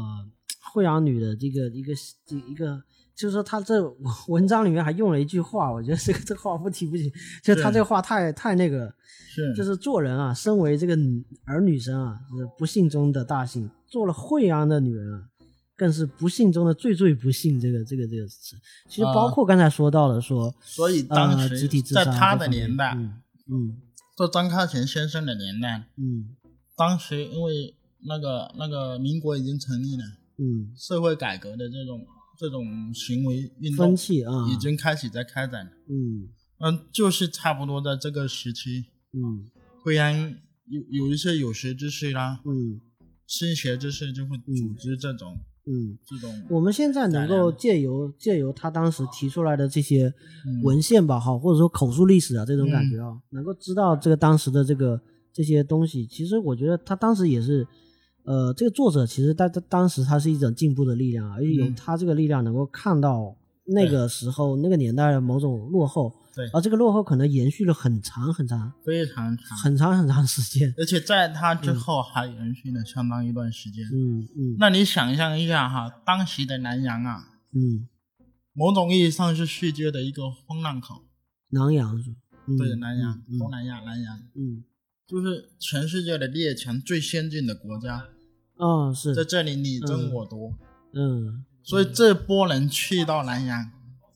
[SPEAKER 2] 惠阳女的这个一个这一个，就是说她这文章里面还用了一句话，我觉得这个这话不提不起，就她
[SPEAKER 1] 对
[SPEAKER 2] 这话太太那个了，
[SPEAKER 1] 是
[SPEAKER 2] 就是做人啊，身为这个女儿女生啊，是不幸中的大幸，做了惠阳的女人啊。更是不幸中的最最不幸，这个这个这个词，其实包
[SPEAKER 1] 啊
[SPEAKER 2] 括刚才说到的说，
[SPEAKER 1] 所以当
[SPEAKER 2] 呃集
[SPEAKER 1] 时
[SPEAKER 2] 体自
[SPEAKER 1] 在
[SPEAKER 2] 杀
[SPEAKER 1] 他的
[SPEAKER 2] 这方面
[SPEAKER 1] 年代，
[SPEAKER 2] 嗯嗯
[SPEAKER 1] 做张开贤先生的年代，
[SPEAKER 2] 嗯
[SPEAKER 1] 当时因为那个那个民国已经成立了，
[SPEAKER 2] 嗯，
[SPEAKER 1] 社会改革的这种这种行为运动
[SPEAKER 2] 分歧啊，
[SPEAKER 1] 已经开始在开展了。
[SPEAKER 2] 嗯
[SPEAKER 1] 嗯，就是差不多在这个时期，
[SPEAKER 2] 嗯
[SPEAKER 1] 惠安有有一些有识之士啦，
[SPEAKER 2] 嗯
[SPEAKER 1] 新学知识就会组织这种、
[SPEAKER 2] 嗯，
[SPEAKER 1] 这种，
[SPEAKER 2] 我们现在能
[SPEAKER 1] 改良
[SPEAKER 2] 够
[SPEAKER 1] 了
[SPEAKER 2] 借由借由他当时提出来的这些
[SPEAKER 1] 嗯
[SPEAKER 2] 文献吧，哈、或者说口述历史啊这种感觉啊，能够知道这个当时的这个这些东西。其实我觉得他当时也是，呃，这个作者其实在在当时他是一种进步的力量啊，而且有
[SPEAKER 1] 嗯
[SPEAKER 2] 他这个力量能够看到那个时候那个年代的某种落后，
[SPEAKER 1] 对
[SPEAKER 2] 而这个落后可能延续了很长很长
[SPEAKER 1] 非常长，
[SPEAKER 2] 很长很长时间。
[SPEAKER 1] 而且在它之后还延续了相当一段时间。
[SPEAKER 2] 嗯嗯
[SPEAKER 1] 那你想象一下哈，当时的南洋啊，
[SPEAKER 2] 嗯，
[SPEAKER 1] 某种意义上是世界的一个风浪口，
[SPEAKER 2] 南洋是吧，嗯
[SPEAKER 1] 对南洋、
[SPEAKER 2] 嗯
[SPEAKER 1] 东南亚、南洋，
[SPEAKER 2] 嗯
[SPEAKER 1] 就是全世界的列强最先进的国家，
[SPEAKER 2] 啊、哦、是
[SPEAKER 1] 在这里你争
[SPEAKER 2] 嗯
[SPEAKER 1] 我夺，
[SPEAKER 2] 嗯
[SPEAKER 1] 所以这波人去到南洋。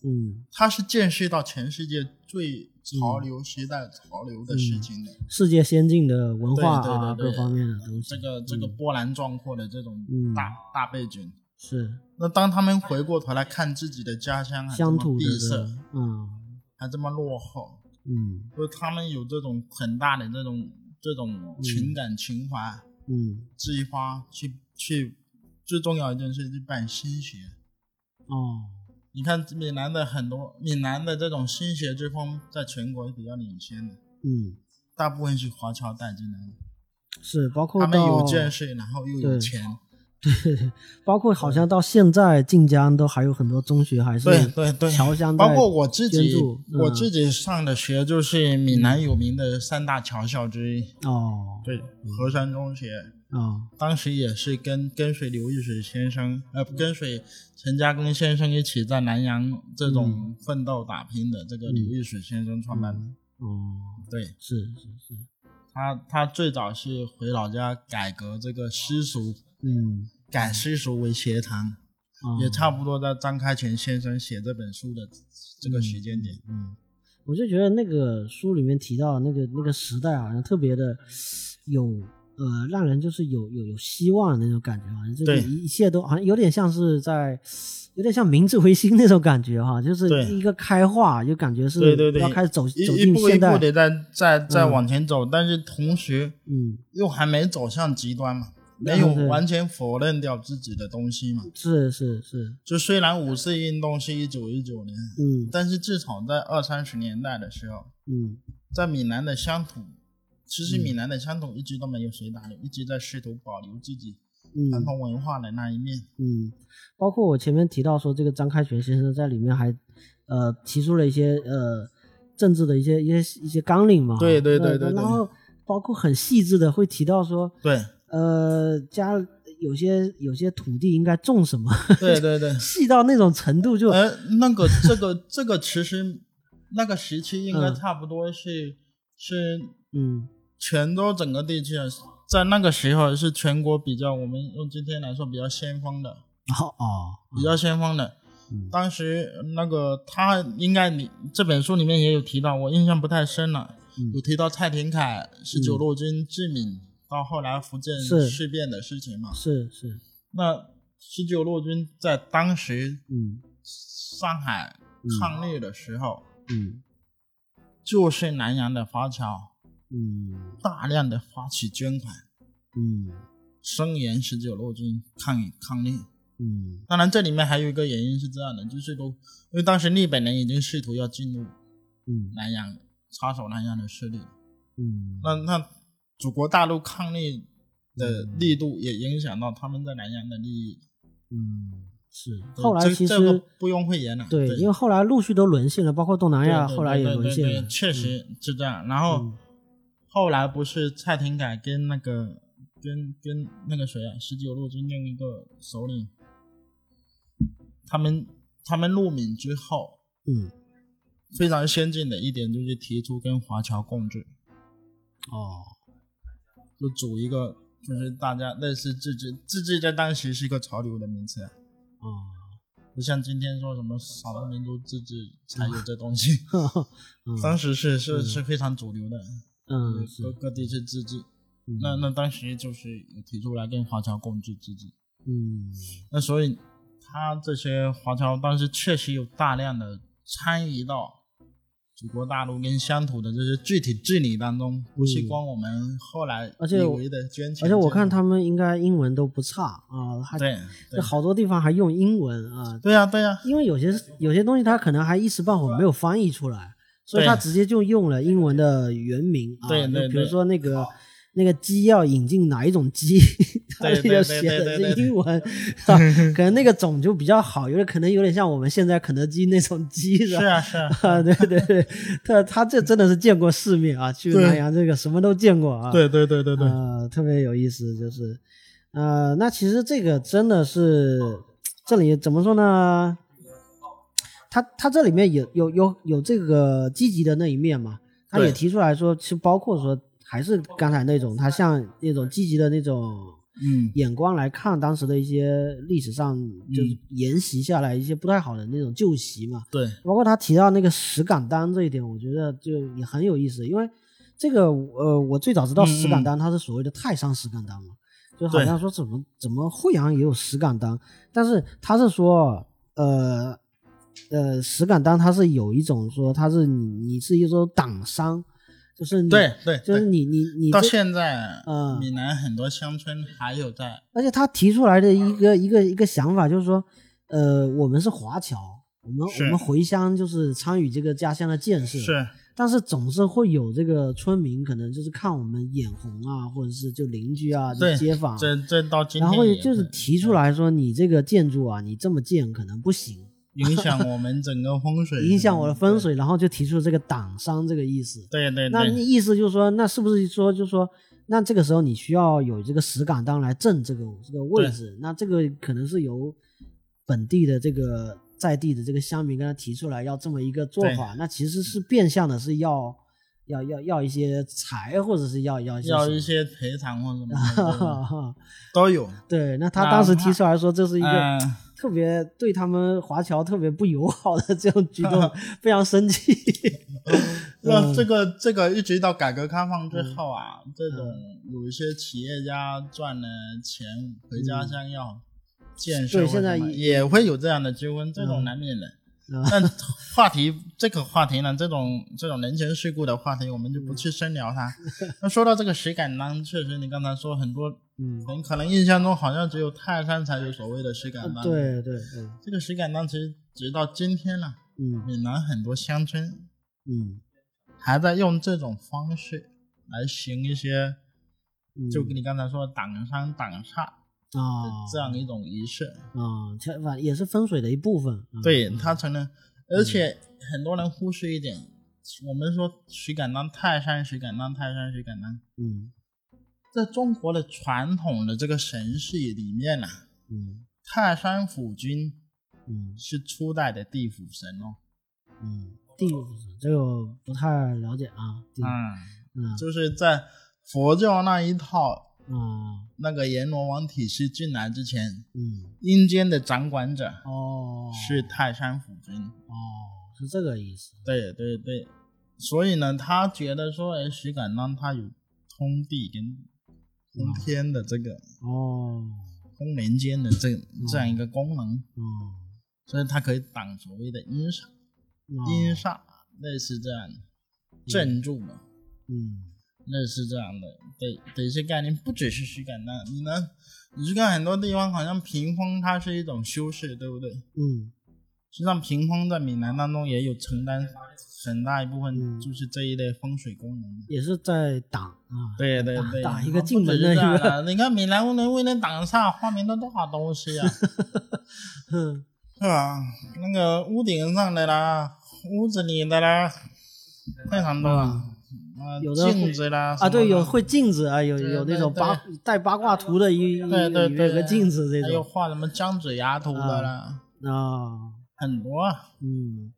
[SPEAKER 2] 嗯。
[SPEAKER 1] 他是见识到全世界最潮流时代潮流的事情的，
[SPEAKER 2] 世界先进的文化
[SPEAKER 1] 对对
[SPEAKER 2] 啊，
[SPEAKER 1] 对对
[SPEAKER 2] 各方面的东西。
[SPEAKER 1] 这个这个
[SPEAKER 2] 嗯
[SPEAKER 1] 波澜壮阔的这种
[SPEAKER 2] 嗯
[SPEAKER 1] 大、大背景。
[SPEAKER 2] 是
[SPEAKER 1] 那当他们回过头来看自己的家乡还这
[SPEAKER 2] 乡
[SPEAKER 1] 么
[SPEAKER 2] 土的
[SPEAKER 1] 闭
[SPEAKER 2] 这
[SPEAKER 1] 塞
[SPEAKER 2] 个，，嗯
[SPEAKER 1] 还这么落后，
[SPEAKER 2] 嗯
[SPEAKER 1] 就是他们有这种很大的这种这种情感情怀
[SPEAKER 2] 嗯
[SPEAKER 1] 激发，去去最重要一件事去办新学。
[SPEAKER 2] 哦
[SPEAKER 1] 你看闽南的很多闽南的这种新学之风，在全国比较领先的，
[SPEAKER 2] 嗯
[SPEAKER 1] 大部分是华侨带进来的。
[SPEAKER 2] 是包括
[SPEAKER 1] 他们有
[SPEAKER 2] 到
[SPEAKER 1] 见识，然后又
[SPEAKER 2] 对
[SPEAKER 1] 有钱，
[SPEAKER 2] 包括好像到现在晋江都还有很多中学还是
[SPEAKER 1] 对对对，
[SPEAKER 2] 侨乡在
[SPEAKER 1] 包括我自己
[SPEAKER 2] 捐助，嗯
[SPEAKER 1] 我自己上的学就是闽南有名的三大侨校之一，
[SPEAKER 2] 哦
[SPEAKER 1] 对，河山中学。
[SPEAKER 2] 哦
[SPEAKER 1] 当时也是跟跟随刘玉水先生，呃，跟随陈嘉庚先生一起在南洋这种奋斗打拼的这个刘玉水先生创办的。
[SPEAKER 2] 哦
[SPEAKER 1] 对
[SPEAKER 2] 是是是
[SPEAKER 1] 他，他最早是回老家改革这个私塾，
[SPEAKER 2] 嗯
[SPEAKER 1] 改私塾为学堂，
[SPEAKER 2] 哦
[SPEAKER 1] 也差不多在张开全先生写这本书的这个时间点。
[SPEAKER 2] 嗯，我就觉得那个书里面提到那个那个时代好像特别的有呃，让人就是有有有希望的那种感觉，好像就是
[SPEAKER 1] 对
[SPEAKER 2] 一一切都好像有点像是在有点像明治维新那种感觉哈，就是
[SPEAKER 1] 对
[SPEAKER 2] 一个开化，就感觉是
[SPEAKER 1] 对对对
[SPEAKER 2] 要开始走走
[SPEAKER 1] 一一
[SPEAKER 2] 进
[SPEAKER 1] 步一
[SPEAKER 2] 现代
[SPEAKER 1] 步，的在在在
[SPEAKER 2] 嗯
[SPEAKER 1] 往前走，但是同时
[SPEAKER 2] 嗯，
[SPEAKER 1] 又还没走向极端嘛，
[SPEAKER 2] 对
[SPEAKER 1] 没有
[SPEAKER 2] 对
[SPEAKER 1] 完全否认掉自己的东西嘛。
[SPEAKER 2] 是是是，
[SPEAKER 1] 就虽然五四运动是一九一九年，
[SPEAKER 2] 嗯
[SPEAKER 1] 但是至少在二三十年代的时候，
[SPEAKER 2] 嗯
[SPEAKER 1] 在闽南的乡土，其实
[SPEAKER 2] 嗯
[SPEAKER 1] 闽南的乡土一直都没有谁打理，一直在试图保留自己传
[SPEAKER 2] 嗯
[SPEAKER 1] 统文化的那一面。
[SPEAKER 2] 嗯，包括我前面提到说这个张开全先生在里面还呃提出了一些呃政治的一些一些一些纲领嘛。
[SPEAKER 1] 对对
[SPEAKER 2] 对
[SPEAKER 1] 对对对
[SPEAKER 2] 然后包括很细致的会提到说，
[SPEAKER 1] 对
[SPEAKER 2] 呃，家有些有些土地应该种什么，，
[SPEAKER 1] 对对对
[SPEAKER 2] 细到那种程度就，
[SPEAKER 1] 呃，那个这个这个其实那个时期应该
[SPEAKER 2] 嗯
[SPEAKER 1] 差不多是、是
[SPEAKER 2] 嗯
[SPEAKER 1] 泉州整个地区啊在那个时候是全国比较我们用今天来说比较先锋的，
[SPEAKER 2] 哦哦，
[SPEAKER 1] 比较先锋的。
[SPEAKER 2] 嗯
[SPEAKER 1] 当时呃那个他应该你这本书里面也有提到，我印象不太深了，
[SPEAKER 2] 嗯
[SPEAKER 1] 有提到蔡廷锴十九路军志敏，到后来福建
[SPEAKER 2] 是
[SPEAKER 1] 事变的事情嘛。
[SPEAKER 2] 是是，
[SPEAKER 1] 那十九路军在当时
[SPEAKER 2] 嗯
[SPEAKER 1] 上海抗日的时候，
[SPEAKER 2] 嗯
[SPEAKER 1] 就是南洋的华侨
[SPEAKER 2] 嗯
[SPEAKER 1] 大量的发起捐款，
[SPEAKER 2] 嗯
[SPEAKER 1] 声援十九路军抗抗日。
[SPEAKER 2] 嗯
[SPEAKER 1] 当然，这里面还有一个原因是这样的，就是都因为当时日本人已经试图要进入
[SPEAKER 2] 嗯
[SPEAKER 1] 南洋，插手南洋的势力。
[SPEAKER 2] 嗯，
[SPEAKER 1] 那那祖国大陆抗日的力度也影响到他们在南洋的利益。
[SPEAKER 2] 嗯是。
[SPEAKER 1] 对
[SPEAKER 2] 后来
[SPEAKER 1] 呃这
[SPEAKER 2] 其实
[SPEAKER 1] 这个不用讳言了，
[SPEAKER 2] 对，因为
[SPEAKER 1] 为
[SPEAKER 2] 后来陆续都沦陷了，包括东南亚哎后来也沦陷了，
[SPEAKER 1] 确实是这样。然后、
[SPEAKER 2] 嗯
[SPEAKER 1] 后来不是蔡廷锴跟那个跟跟那个谁啊，十九路军另一个首领，他们他们入闽之后，
[SPEAKER 2] 嗯
[SPEAKER 1] 非常先进的一点就是提出跟华侨共治，
[SPEAKER 2] 哦
[SPEAKER 1] 就组一个就是大家类似自治，自治在当时是一个潮流的名词啊，
[SPEAKER 2] 哦，
[SPEAKER 1] 不像今天说什么少数民族自治才有这东西，
[SPEAKER 2] 呵呵嗯
[SPEAKER 1] 当时是是是非常主流的，
[SPEAKER 2] 嗯是
[SPEAKER 1] 各各地去自治。
[SPEAKER 2] 嗯
[SPEAKER 1] 呃那那当时就是有提出来跟华侨共治自治，
[SPEAKER 2] 嗯
[SPEAKER 1] 那所以他这些华侨当时确实有大量的参与到祖国大陆跟乡土的这些具体治理当中，不是光我们后来
[SPEAKER 2] 嗯而且
[SPEAKER 1] 以
[SPEAKER 2] 我
[SPEAKER 1] 为的捐钱这
[SPEAKER 2] 而
[SPEAKER 1] 样。
[SPEAKER 2] 且我看他们应该英文都不差啊，还
[SPEAKER 1] 对
[SPEAKER 2] 这
[SPEAKER 1] 对
[SPEAKER 2] 好多地方还用英文啊，
[SPEAKER 1] 对呀对呀，
[SPEAKER 2] 因为有些有些东西他可能还一时半会儿没有翻译出来，所以
[SPEAKER 1] 对
[SPEAKER 2] 他直接就用了英文的原名啊，
[SPEAKER 1] 对
[SPEAKER 2] 就
[SPEAKER 1] 对
[SPEAKER 2] 比如
[SPEAKER 1] 对
[SPEAKER 2] 说那个。那个鸡要引进哪一种鸡，他
[SPEAKER 1] 对
[SPEAKER 2] 就
[SPEAKER 1] 对对
[SPEAKER 2] 写
[SPEAKER 1] 对
[SPEAKER 2] 的
[SPEAKER 1] 对
[SPEAKER 2] 是
[SPEAKER 1] 对
[SPEAKER 2] 英文，啊可能那个种就比较好，有点可能有点像我们现在肯德基那种鸡，
[SPEAKER 1] 是
[SPEAKER 2] 吧？
[SPEAKER 1] 啊是啊，
[SPEAKER 2] 啊，对对对，他他这真的是见过世面啊，去
[SPEAKER 1] 对
[SPEAKER 2] 南洋这个什么都见过啊。
[SPEAKER 1] 对对对对对，
[SPEAKER 2] 呃，特别有意思，就是，呃，那其实这个真的是，这里怎么说呢？他他这里面有有有有这个积极的那一面嘛，他也
[SPEAKER 1] 对
[SPEAKER 2] 提出来说，其实包括说还是刚才那种，他像那种积极的那种
[SPEAKER 1] 嗯
[SPEAKER 2] 眼光来看当时的一些历史上
[SPEAKER 1] 嗯
[SPEAKER 2] 就是沿袭下来一些不太好的那种旧习嘛，
[SPEAKER 1] 对
[SPEAKER 2] 包括他提到那个石敢当这一点，我觉得就也很有意思，因为这个呃，我最早知道
[SPEAKER 1] 嗯
[SPEAKER 2] 石敢当，它是所谓的泰山石敢当嘛，就好像说怎么怎么惠阳也有石敢当，但是他是说呃呃石敢当它是有一种说它是你你是一种党商，就是你
[SPEAKER 1] 对对，
[SPEAKER 2] 就是
[SPEAKER 1] 对
[SPEAKER 2] 你你你
[SPEAKER 1] 到
[SPEAKER 2] 这
[SPEAKER 1] 现在
[SPEAKER 2] 嗯，
[SPEAKER 1] 闽南很多乡村还有在，
[SPEAKER 2] 而且他提出来的一个一个一个想法就是说，呃，我们是华侨，我们
[SPEAKER 1] 是
[SPEAKER 2] 我们回乡就是参与这个家乡的建设，
[SPEAKER 1] 是
[SPEAKER 2] 但是总是会有这个村民可能就是看我们眼红啊，或者是就邻居啊，就
[SPEAKER 1] 对
[SPEAKER 2] 街坊，
[SPEAKER 1] 这这到今
[SPEAKER 2] 然
[SPEAKER 1] 天
[SPEAKER 2] 后
[SPEAKER 1] 也
[SPEAKER 2] 就是提出来说你这个建筑啊，你这么建可能不行，
[SPEAKER 1] 影响我们整个风水，
[SPEAKER 2] 影响我的风水，然后就提出这个党商这个意思。
[SPEAKER 1] 对。对对
[SPEAKER 2] 那
[SPEAKER 1] 对，
[SPEAKER 2] 意思就是说，那是不是说就是说，那这个时候你需要有这个石敢当来镇这个这个位置？那这个可能是由本地的这个在地的这个乡民跟他提出来要这么一个做法，那其实是变相的是要要要要一些财，或者是要要
[SPEAKER 1] 要
[SPEAKER 2] 什么
[SPEAKER 1] 一。些嗯赔偿或什么的 都有。
[SPEAKER 2] 对，那他
[SPEAKER 1] 哪
[SPEAKER 2] 当时
[SPEAKER 1] 怕
[SPEAKER 2] 提出来说，这是一个
[SPEAKER 1] 嗯，
[SPEAKER 2] 特别对他们华侨特别不友好的这种举 动，非常生气。嗯
[SPEAKER 1] 那这个这个一直到改革开放之后啊，这
[SPEAKER 2] 嗯
[SPEAKER 1] 种有一些企业家赚了钱回家乡要建设
[SPEAKER 2] 嗯对
[SPEAKER 1] 或什么，
[SPEAKER 2] 现在也嗯
[SPEAKER 1] 也会有这样的纠纷，这种难免的。但话题这个话题呢，这种这种人情世故的话题，我们就不
[SPEAKER 2] 嗯
[SPEAKER 1] 去深聊它。那说到这个石敢当，确实你刚才说很多，
[SPEAKER 2] 嗯，
[SPEAKER 1] 很可能印象中好像只有泰山才有所谓的石敢当。，
[SPEAKER 2] 嗯对对对，
[SPEAKER 1] 这个石敢当其实直到今天呢、
[SPEAKER 2] 嗯
[SPEAKER 1] 闽南很多乡村
[SPEAKER 2] 嗯
[SPEAKER 1] 还在用这种方式来行一些，
[SPEAKER 2] 嗯，
[SPEAKER 1] 就跟你刚才说的挡商挡煞
[SPEAKER 2] 啊，
[SPEAKER 1] 这样一种仪式，
[SPEAKER 2] 啊，它反也是风水的一部分。嗯
[SPEAKER 1] 对它成了，而且很多人忽视一点，我们说谁敢当泰山，谁敢当泰山，谁敢当，
[SPEAKER 2] 嗯
[SPEAKER 1] 在中国的传统的这个神系里面呢、
[SPEAKER 2] 嗯
[SPEAKER 1] 泰山府君
[SPEAKER 2] 嗯
[SPEAKER 1] 是初代的地府神哦，
[SPEAKER 2] 嗯，地府神这个我不太了解啊，地
[SPEAKER 1] 嗯，
[SPEAKER 2] 嗯
[SPEAKER 1] 就是在佛教那一套
[SPEAKER 2] 啊
[SPEAKER 1] 那个阎罗王体系进来之前，
[SPEAKER 2] 嗯
[SPEAKER 1] 阴间的掌管者
[SPEAKER 2] 哦
[SPEAKER 1] 是泰山府君。
[SPEAKER 2] 哦是这个意思，
[SPEAKER 1] 对对对，所以呢，他觉得说，哎，谁敢让他有通地跟通天的这个
[SPEAKER 2] 哦
[SPEAKER 1] 通人间的这这样一个功能，
[SPEAKER 2] 哦
[SPEAKER 1] 所以他可以挡所谓的阴煞、
[SPEAKER 2] 那
[SPEAKER 1] 阴煞，类似这样的镇住嘛，
[SPEAKER 2] 嗯
[SPEAKER 1] 类似这样的的的一些概念，不只是谁敢让，你呢，你去看很多地方，好像屏风它是一种修饰，对不对？
[SPEAKER 2] 嗯
[SPEAKER 1] 实际上，屏风在闽南当中也有承担很大一部分，
[SPEAKER 2] 嗯
[SPEAKER 1] 就是这一类风水功能的。
[SPEAKER 2] 也是在挡啊
[SPEAKER 1] 对对
[SPEAKER 2] 打
[SPEAKER 1] 对，
[SPEAKER 2] 打一
[SPEAKER 1] 然
[SPEAKER 2] 个
[SPEAKER 1] 后
[SPEAKER 2] 进
[SPEAKER 1] 不
[SPEAKER 2] 门
[SPEAKER 1] 止
[SPEAKER 2] 的
[SPEAKER 1] 这
[SPEAKER 2] 一
[SPEAKER 1] 样
[SPEAKER 2] 个
[SPEAKER 1] 的你看闽南人为了挡煞，发明了多少东西 啊，是
[SPEAKER 2] 哼
[SPEAKER 1] 吧？那个屋顶上的啦，屋子里的啦，非常多啊。啊
[SPEAKER 2] 有的
[SPEAKER 1] 镜子啦
[SPEAKER 2] 啊对有
[SPEAKER 1] 绘，
[SPEAKER 2] 会镜子啊有
[SPEAKER 1] 对
[SPEAKER 2] 有那
[SPEAKER 1] 对
[SPEAKER 2] 种
[SPEAKER 1] 对
[SPEAKER 2] 八带八卦图的一有
[SPEAKER 1] 对对对，
[SPEAKER 2] 有个镜子这
[SPEAKER 1] 还有
[SPEAKER 2] 种
[SPEAKER 1] 画什么姜子牙图的啦，
[SPEAKER 2] 啊
[SPEAKER 1] 很多啊。
[SPEAKER 2] 嗯。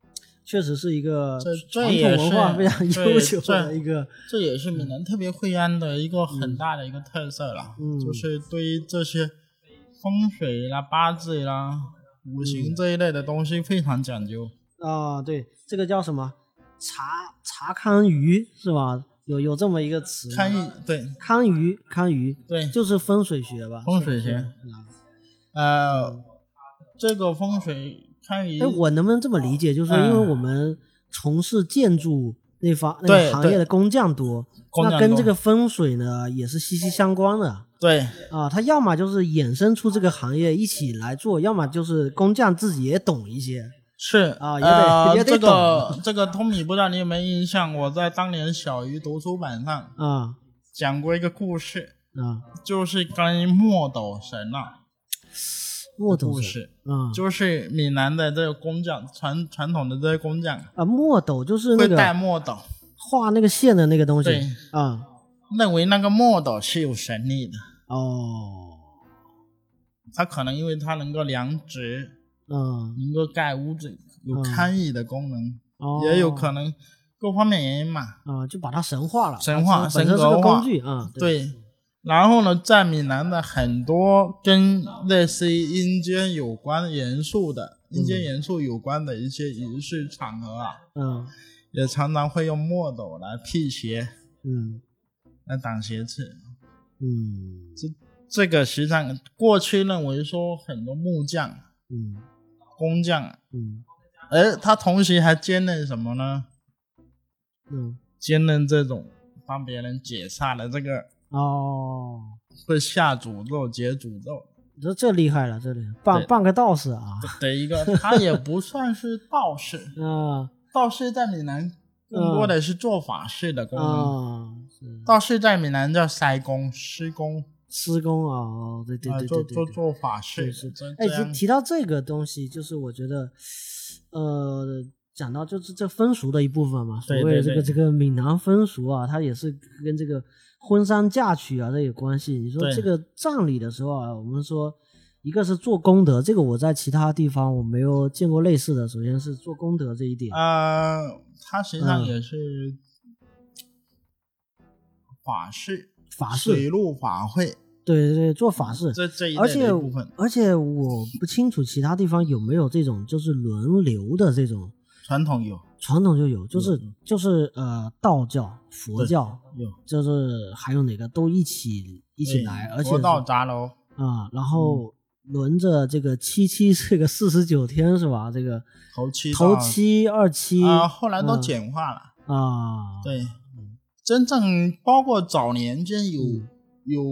[SPEAKER 2] 确实是一个
[SPEAKER 1] 这这
[SPEAKER 2] 传
[SPEAKER 1] 也
[SPEAKER 2] 统文化
[SPEAKER 1] 是
[SPEAKER 2] 非常
[SPEAKER 1] 对
[SPEAKER 2] 悠久
[SPEAKER 1] 这
[SPEAKER 2] 的一个，
[SPEAKER 1] 这也是闽南特别会安的一个很大的一个特色了，
[SPEAKER 2] 嗯
[SPEAKER 1] 就是对于这些风水啦、八字啦、五行这一类的东西非常讲究。
[SPEAKER 2] 啊，对，这个叫什么？查查堪舆是吧？有有这么一个词吗，
[SPEAKER 1] 看一对
[SPEAKER 2] 堪舆，堪舆，
[SPEAKER 1] 对
[SPEAKER 2] 就是风水学吧？
[SPEAKER 1] 风水
[SPEAKER 2] 是
[SPEAKER 1] 学，
[SPEAKER 2] 不是啊。
[SPEAKER 1] 呃，这个风水堪舆
[SPEAKER 2] 哎，我能不能这么理解？就是说，因为
[SPEAKER 1] 嗯
[SPEAKER 2] 我们从事建筑那方那
[SPEAKER 1] 对
[SPEAKER 2] 个行业
[SPEAKER 1] 对
[SPEAKER 2] 的工匠多，
[SPEAKER 1] 工匠
[SPEAKER 2] 那跟这
[SPEAKER 1] 多
[SPEAKER 2] 个风水呢也是息息相关的
[SPEAKER 1] 对
[SPEAKER 2] 啊。它要么就是衍生出这个行业一起来做，要么就是工匠自己也懂一些。
[SPEAKER 1] 是
[SPEAKER 2] 啊也得
[SPEAKER 1] 呃
[SPEAKER 2] 也得
[SPEAKER 1] 这个
[SPEAKER 2] 懂
[SPEAKER 1] 这个通米不知道你有没有印象？我在当年小鱼读书版上
[SPEAKER 2] 啊
[SPEAKER 1] 讲过一个故事，
[SPEAKER 2] 啊，
[SPEAKER 1] 就是关于墨斗神啊
[SPEAKER 2] 墨斗
[SPEAKER 1] 故
[SPEAKER 2] 神
[SPEAKER 1] 事。
[SPEAKER 2] 啊
[SPEAKER 1] 就是闽南的这个工匠，传传统的这些工匠
[SPEAKER 2] 啊，墨斗就是那
[SPEAKER 1] 会戴
[SPEAKER 2] 个
[SPEAKER 1] 墨斗，
[SPEAKER 2] 画那个线的那个东西
[SPEAKER 1] 对
[SPEAKER 2] 啊。
[SPEAKER 1] 认为那个墨斗是有神力的。
[SPEAKER 2] 哦，
[SPEAKER 1] 他可能因为它能够量直，
[SPEAKER 2] 嗯，
[SPEAKER 1] 能够盖屋子，有
[SPEAKER 2] 嗯
[SPEAKER 1] 堪舆的功能，
[SPEAKER 2] 哦
[SPEAKER 1] 也有可能各方面原因嘛。
[SPEAKER 2] 啊，就把它神化了，
[SPEAKER 1] 神化
[SPEAKER 2] 它本身是
[SPEAKER 1] 神
[SPEAKER 2] 个
[SPEAKER 1] 格化
[SPEAKER 2] 工具啊。
[SPEAKER 1] 对，然后呢，在闽南的很多跟类似于阴间有关元素的、阴间元素有关的一些仪式场合啊，
[SPEAKER 2] 嗯
[SPEAKER 1] 也常常会用墨斗来辟邪，
[SPEAKER 2] 嗯
[SPEAKER 1] 来挡邪气。
[SPEAKER 2] 嗯
[SPEAKER 1] 这个实际上过去认为说很多木匠、
[SPEAKER 2] 嗯
[SPEAKER 1] 工匠，
[SPEAKER 2] 嗯
[SPEAKER 1] 而他同时还兼任什么呢？
[SPEAKER 2] 嗯，
[SPEAKER 1] 兼任这种帮别人解煞的这个
[SPEAKER 2] 哦，
[SPEAKER 1] 会下诅咒、解诅咒
[SPEAKER 2] 这这厉害了，这里半
[SPEAKER 1] 对
[SPEAKER 2] 半个道士啊，
[SPEAKER 1] 的一个，他也不算是道士，
[SPEAKER 2] 啊
[SPEAKER 1] 道士在闽南更多的是做法事的功能。
[SPEAKER 2] 啊，是
[SPEAKER 1] 道士在闽南叫塞公、施工，
[SPEAKER 2] 施工啊，哦，对对
[SPEAKER 1] 啊，
[SPEAKER 2] 对
[SPEAKER 1] 做
[SPEAKER 2] 对
[SPEAKER 1] 做
[SPEAKER 2] 对对。
[SPEAKER 1] 做法事，
[SPEAKER 2] 是
[SPEAKER 1] 这
[SPEAKER 2] 哎，
[SPEAKER 1] 这样
[SPEAKER 2] 提提到这个东西，就是我觉得，呃，讲到就是这风俗的一部分嘛，所
[SPEAKER 1] 对
[SPEAKER 2] 谓
[SPEAKER 1] 对
[SPEAKER 2] 的这个
[SPEAKER 1] 对
[SPEAKER 2] 这个闽南风俗啊，它也是跟这个婚丧嫁娶啊这有关系。你说
[SPEAKER 1] 对
[SPEAKER 2] 这个葬礼的时候啊，我们说一个是做功德，这个我在其他地方我没有见过类似的。首先是做功德这一点，
[SPEAKER 1] 呃，他实际上
[SPEAKER 2] 嗯
[SPEAKER 1] 也是法事、
[SPEAKER 2] 法
[SPEAKER 1] 水
[SPEAKER 2] 事，
[SPEAKER 1] 陆法会
[SPEAKER 2] 对对对，做法事，
[SPEAKER 1] 这这一
[SPEAKER 2] 而
[SPEAKER 1] 类
[SPEAKER 2] 且
[SPEAKER 1] 的一部分
[SPEAKER 2] 而且我不清楚其他地方有没有这种就是轮流的这种。
[SPEAKER 1] 传统有
[SPEAKER 2] 传统就有，就是就是呃，道教、佛
[SPEAKER 1] 对
[SPEAKER 2] 教，
[SPEAKER 1] 有
[SPEAKER 2] 就是还有哪个都一起一起
[SPEAKER 1] 对
[SPEAKER 2] 来，而且
[SPEAKER 1] 国
[SPEAKER 2] 是
[SPEAKER 1] 道嗯杂楼
[SPEAKER 2] 啊，然后轮着这个七七这个四十九天是吧？这个
[SPEAKER 1] 头七
[SPEAKER 2] 头
[SPEAKER 1] 到
[SPEAKER 2] 七、二七
[SPEAKER 1] 啊、后来都
[SPEAKER 2] 嗯
[SPEAKER 1] 简化了。
[SPEAKER 2] 啊，
[SPEAKER 1] 对，真正包括早年间有、
[SPEAKER 2] 嗯
[SPEAKER 1] 有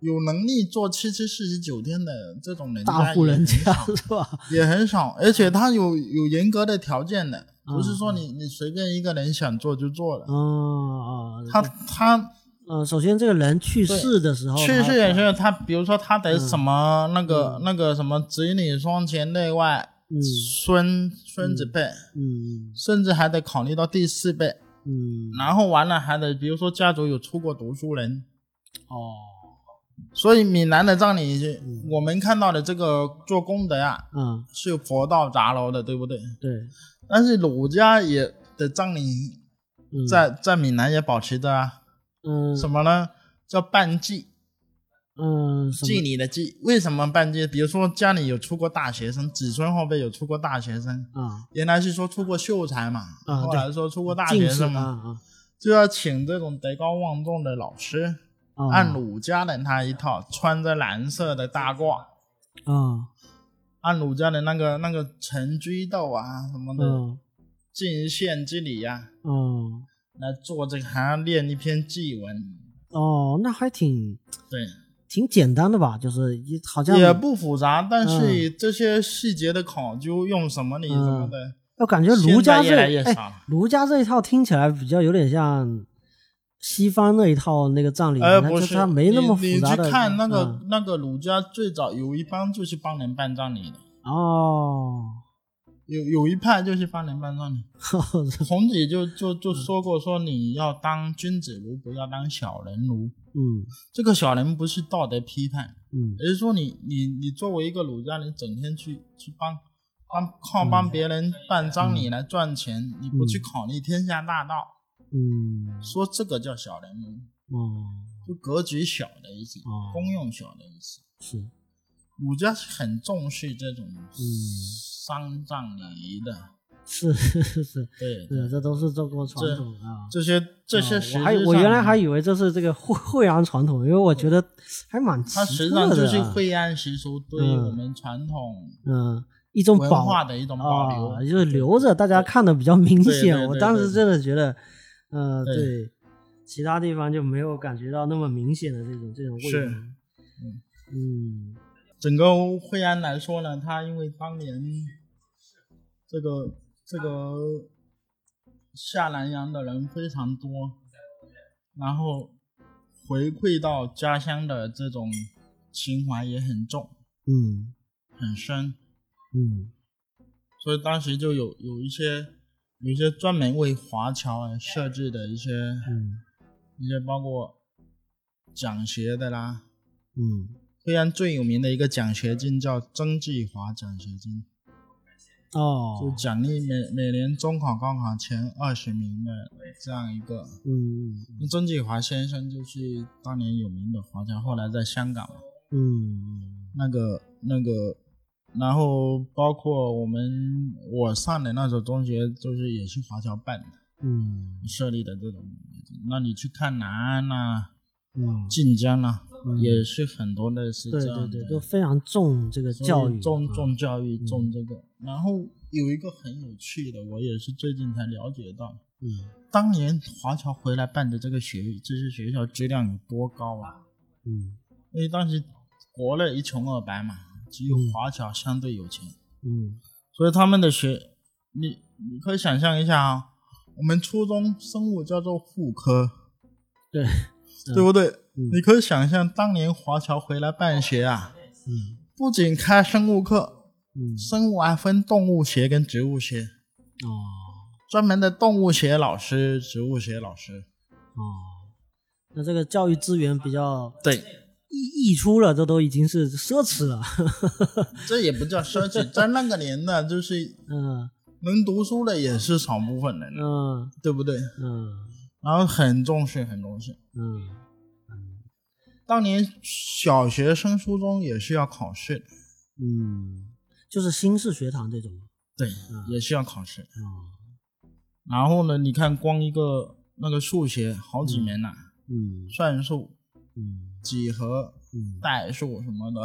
[SPEAKER 1] 有能力做七七四十九天的这种人家
[SPEAKER 2] 大户
[SPEAKER 1] 也
[SPEAKER 2] 人
[SPEAKER 1] 很
[SPEAKER 2] 家
[SPEAKER 1] 少
[SPEAKER 2] 是吧？
[SPEAKER 1] 也很少，而且他有有严格的条件的，
[SPEAKER 2] 嗯
[SPEAKER 1] 不是说你你随便一个人想做就做了。
[SPEAKER 2] 啊啊，
[SPEAKER 1] 他
[SPEAKER 2] 对
[SPEAKER 1] 他
[SPEAKER 2] 呃，首先这个人去
[SPEAKER 1] 对
[SPEAKER 2] 世的时候，
[SPEAKER 1] 去世
[SPEAKER 2] 他
[SPEAKER 1] 也是他，比如说他得什么那个
[SPEAKER 2] 嗯
[SPEAKER 1] 那个什么子女双全内外
[SPEAKER 2] 嗯
[SPEAKER 1] 孙孙子辈，
[SPEAKER 2] 嗯
[SPEAKER 1] 甚至还得考虑到第四辈，
[SPEAKER 2] 嗯，
[SPEAKER 1] 然后完了还得比如说家族有出过读书人，
[SPEAKER 2] 哦，嗯
[SPEAKER 1] 所以闽南的葬礼，我们看到的这个做功德啊，
[SPEAKER 2] 啊，
[SPEAKER 1] 是有佛道杂糅的，对不对？
[SPEAKER 2] 对，
[SPEAKER 1] 但是儒家也的葬礼
[SPEAKER 2] 嗯
[SPEAKER 1] 在在闽南也保持着啊，
[SPEAKER 2] 嗯
[SPEAKER 1] 什么呢？叫办祭，
[SPEAKER 2] 嗯什
[SPEAKER 1] 祭礼的祭。为什么办祭？比如说家里有出过大学生，子孙后辈有出过大学生，
[SPEAKER 2] 么啊
[SPEAKER 1] 原来是说出过秀才嘛，
[SPEAKER 2] 啊
[SPEAKER 1] 后来说出过大
[SPEAKER 2] 进
[SPEAKER 1] 学
[SPEAKER 2] 士
[SPEAKER 1] 生
[SPEAKER 2] 啊
[SPEAKER 1] 嘛，
[SPEAKER 2] 啊
[SPEAKER 1] 就要请这种德高望重的老师，
[SPEAKER 2] 啊，
[SPEAKER 1] 按儒家的那一套，穿着蓝色的大褂。
[SPEAKER 2] 啊
[SPEAKER 1] 按儒家的那个那个陈居斗啊什么的
[SPEAKER 2] 嗯
[SPEAKER 1] 进献之礼呀、
[SPEAKER 2] 嗯
[SPEAKER 1] 来做这个还要练一篇祭文，
[SPEAKER 2] 哦，那还挺
[SPEAKER 1] 对，
[SPEAKER 2] 挺简单的吧？就是一好像
[SPEAKER 1] 也不复杂，但
[SPEAKER 2] 嗯
[SPEAKER 1] 是这些细节的考究，用什么礼什么的，
[SPEAKER 2] 我感觉儒家
[SPEAKER 1] 现在越来
[SPEAKER 2] 这
[SPEAKER 1] 越少
[SPEAKER 2] 哎，儒家这一套听起来比较有点像西方那一套那个葬礼，
[SPEAKER 1] 呃，
[SPEAKER 2] 那
[SPEAKER 1] 不，
[SPEAKER 2] 就是它没那么
[SPEAKER 1] 你
[SPEAKER 2] 复
[SPEAKER 1] 你
[SPEAKER 2] 杂
[SPEAKER 1] 去
[SPEAKER 2] 的。
[SPEAKER 1] 看那个、
[SPEAKER 2] 嗯
[SPEAKER 1] 那个儒家最早有一帮就是帮人办葬礼的，
[SPEAKER 2] 嗯哦， 嗯
[SPEAKER 1] 有有一派就是帮人办葬礼。孔子就就就说过，说你要当君子儒，不要当小人儒。
[SPEAKER 2] 嗯
[SPEAKER 1] 这个小人不是道德批判，
[SPEAKER 2] 嗯
[SPEAKER 1] 也就是说你你你作为一个儒家，你整天去去帮帮靠帮别人办葬礼来赚钱，你不去考虑天下大道，
[SPEAKER 2] 嗯
[SPEAKER 1] 说这个叫小人物，
[SPEAKER 2] 哦
[SPEAKER 1] 就格局小的意思，
[SPEAKER 2] 哦
[SPEAKER 1] 功用小的意思。
[SPEAKER 2] 是
[SPEAKER 1] 儒家是很重视这种
[SPEAKER 2] 嗯
[SPEAKER 1] 丧葬礼仪的，
[SPEAKER 2] 是是是
[SPEAKER 1] 对，
[SPEAKER 2] 是，这都是中国传统啊。
[SPEAKER 1] 这些这些
[SPEAKER 2] 啊
[SPEAKER 1] 实
[SPEAKER 2] 我还
[SPEAKER 1] 质
[SPEAKER 2] 我原来
[SPEAKER 1] 上
[SPEAKER 2] 还以为这是这个惠惠阳传统，因为我觉得还蛮奇
[SPEAKER 1] 它实际
[SPEAKER 2] 特
[SPEAKER 1] 上
[SPEAKER 2] 的
[SPEAKER 1] 就是
[SPEAKER 2] 啊
[SPEAKER 1] 惠安习俗对于我们传统
[SPEAKER 2] 嗯一种
[SPEAKER 1] 文
[SPEAKER 2] 保
[SPEAKER 1] 化的一种保留，
[SPEAKER 2] 啊，就是留着，大家看的比较明
[SPEAKER 1] 对对
[SPEAKER 2] 显。
[SPEAKER 1] 对
[SPEAKER 2] 我
[SPEAKER 1] 对
[SPEAKER 2] 当时
[SPEAKER 1] 对
[SPEAKER 2] 真的觉得，呃，
[SPEAKER 1] 对
[SPEAKER 2] 对，其他地方就没有感觉到那么明显的这种这种味
[SPEAKER 1] 是
[SPEAKER 2] 道。嗯
[SPEAKER 1] 整个惠安来说呢，它因为当年这个这个下南洋的人非常多，然后回馈到家乡的这种情怀也很重
[SPEAKER 2] 嗯
[SPEAKER 1] 很深，
[SPEAKER 2] 嗯
[SPEAKER 1] 所以当时就有有一些有一些专门为华侨而设置的一些
[SPEAKER 2] 嗯
[SPEAKER 1] 一些包括讲学的啦。
[SPEAKER 2] 嗯，
[SPEAKER 1] 惠安最有名的一个奖学金叫曾纪华奖学金，就
[SPEAKER 2] 哦，
[SPEAKER 1] 奖励每每年中考、高考前二十名的这样一个。
[SPEAKER 2] 嗯
[SPEAKER 1] 那曾纪华先生就是当年有名的华侨，后来在香港嘛
[SPEAKER 2] 嗯
[SPEAKER 1] 那个那个，然后包括我们我上的那所中学，就是也是华侨办的
[SPEAKER 2] 嗯
[SPEAKER 1] 设立的这种。那你去看南安呐、
[SPEAKER 2] 嗯，
[SPEAKER 1] 晋江呐、
[SPEAKER 2] 嗯
[SPEAKER 1] 也是很多类似
[SPEAKER 2] 对
[SPEAKER 1] 这
[SPEAKER 2] 对
[SPEAKER 1] 样的。
[SPEAKER 2] 对，都非常重这个
[SPEAKER 1] 所以
[SPEAKER 2] 教育，
[SPEAKER 1] 重
[SPEAKER 2] 啊
[SPEAKER 1] 重教育，重这个。然后有一个很有趣的，我也是最近才了解到，
[SPEAKER 2] 嗯
[SPEAKER 1] 当年华侨回来办的这个学这些学校质量有多高啊？
[SPEAKER 2] 嗯
[SPEAKER 1] 因为当时国内一穷二白嘛，只有华侨相对有钱，
[SPEAKER 2] 嗯
[SPEAKER 1] 所以他们的学，你你可以想象一下啊，我们初中生物叫做副科，
[SPEAKER 2] 对，
[SPEAKER 1] 对不对？
[SPEAKER 2] 嗯
[SPEAKER 1] 你可以想象当年华侨回来办学啊，
[SPEAKER 2] 嗯
[SPEAKER 1] 不仅开生物课，
[SPEAKER 2] 嗯
[SPEAKER 1] 生物还分动物学跟植物学，
[SPEAKER 2] 哦
[SPEAKER 1] 专门的动物学老师、植物学老师。
[SPEAKER 2] 哦，那这个教育资源比较
[SPEAKER 1] 对，
[SPEAKER 2] 溢溢出了，这都已经是奢侈了。
[SPEAKER 1] 这也不叫奢侈，在那个年代，就是
[SPEAKER 2] 嗯
[SPEAKER 1] 能读书的也是少部分人了，
[SPEAKER 2] 嗯
[SPEAKER 1] 对不对？
[SPEAKER 2] 嗯
[SPEAKER 1] 然后很重视，很重视。
[SPEAKER 2] 嗯
[SPEAKER 1] 当年小学升初中也是要考试的，
[SPEAKER 2] 嗯，就是新式学堂这种。
[SPEAKER 1] 对，嗯也是要考试。
[SPEAKER 2] 啊，
[SPEAKER 1] 然后呢，你看光一个那个数学好几门呐、
[SPEAKER 2] 嗯
[SPEAKER 1] 算术、
[SPEAKER 2] 嗯
[SPEAKER 1] 几何、
[SPEAKER 2] 嗯，
[SPEAKER 1] 代数什么的。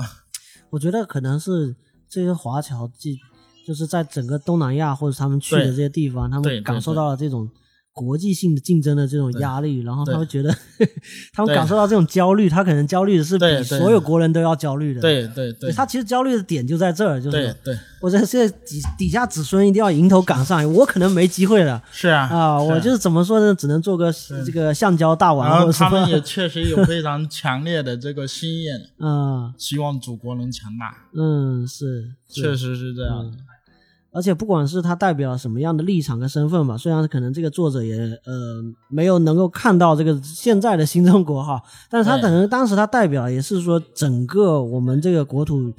[SPEAKER 2] 我觉得可能是这些华侨即就是在整个东南亚或者他们去的
[SPEAKER 1] 对
[SPEAKER 2] 这些地方，他
[SPEAKER 1] 对对
[SPEAKER 2] 们感受到了这种国际性的竞争的这种压力，然后他
[SPEAKER 1] 对
[SPEAKER 2] 会觉得 他们
[SPEAKER 1] 对
[SPEAKER 2] 感受到这种焦虑，他可能焦虑的是比
[SPEAKER 1] 对对
[SPEAKER 2] 所有国人都要焦虑的。
[SPEAKER 1] 对对对，
[SPEAKER 2] 他其实焦虑的点就在这儿，就
[SPEAKER 1] 对
[SPEAKER 2] 是
[SPEAKER 1] 对
[SPEAKER 2] 我这这底底下子孙一定要迎头赶上，我可能没机会了
[SPEAKER 1] 是啊嗯
[SPEAKER 2] 啊！我就是怎么说呢，只能做个这个橡胶大
[SPEAKER 1] 然
[SPEAKER 2] 王或
[SPEAKER 1] 后
[SPEAKER 2] 者什
[SPEAKER 1] 他们也
[SPEAKER 2] 么，
[SPEAKER 1] 确实有非常强烈的这个心愿，
[SPEAKER 2] 嗯
[SPEAKER 1] 希望祖国能强大，
[SPEAKER 2] 嗯是，嗯
[SPEAKER 1] 确实是这样的。
[SPEAKER 2] 而且不管是他代表什么样的立场跟身份吧，虽然可能这个作者也呃没有能够看到这个现在的新中国哈，但是他
[SPEAKER 1] 对
[SPEAKER 2] 可能当时他代表也是说整个我们这个国土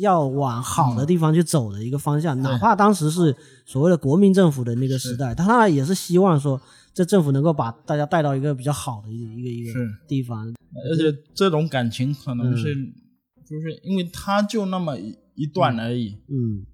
[SPEAKER 2] 要往好
[SPEAKER 1] 嗯
[SPEAKER 2] 的地方去走的一个方向，哪怕当时是所谓的国民政府的那个时代，他当然也是希望说这政府能够把大家带到一个比较好的一个一个一个
[SPEAKER 1] 是
[SPEAKER 2] 地方，嗯
[SPEAKER 1] 而且这种感情可能是，就是因为他就那么一一段而已，
[SPEAKER 2] 嗯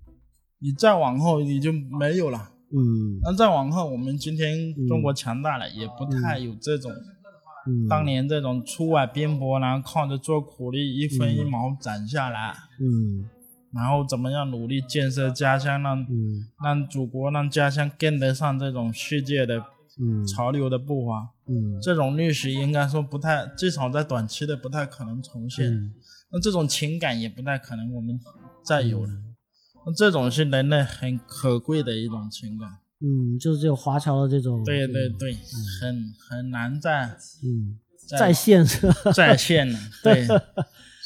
[SPEAKER 1] 你再往后你就没有了。
[SPEAKER 2] 嗯
[SPEAKER 1] 那再往后，我们今天
[SPEAKER 2] 嗯
[SPEAKER 1] 中国强大了，也不太有这种、
[SPEAKER 2] 嗯，
[SPEAKER 1] 呃当年这种出外奔波，然后靠着做苦力一分一毛攒下来，
[SPEAKER 2] 嗯
[SPEAKER 1] 然后怎么样努力建设家乡，让
[SPEAKER 2] 嗯
[SPEAKER 1] 让祖国、让家乡跟得上这种世界的
[SPEAKER 2] 嗯
[SPEAKER 1] 潮流的步伐。
[SPEAKER 2] 嗯
[SPEAKER 1] 这种历史应该说不太，至少在短期的不太可能重现。
[SPEAKER 2] 嗯
[SPEAKER 1] 那这种情感也不太可能我们再有了。
[SPEAKER 2] 嗯
[SPEAKER 1] 那这种是人类很可贵的一种情感，
[SPEAKER 2] 嗯，就是这种华侨的这种
[SPEAKER 1] 对对对，很很难再
[SPEAKER 2] 嗯在
[SPEAKER 1] 再
[SPEAKER 2] 线是 吧？
[SPEAKER 1] 再现了。 对，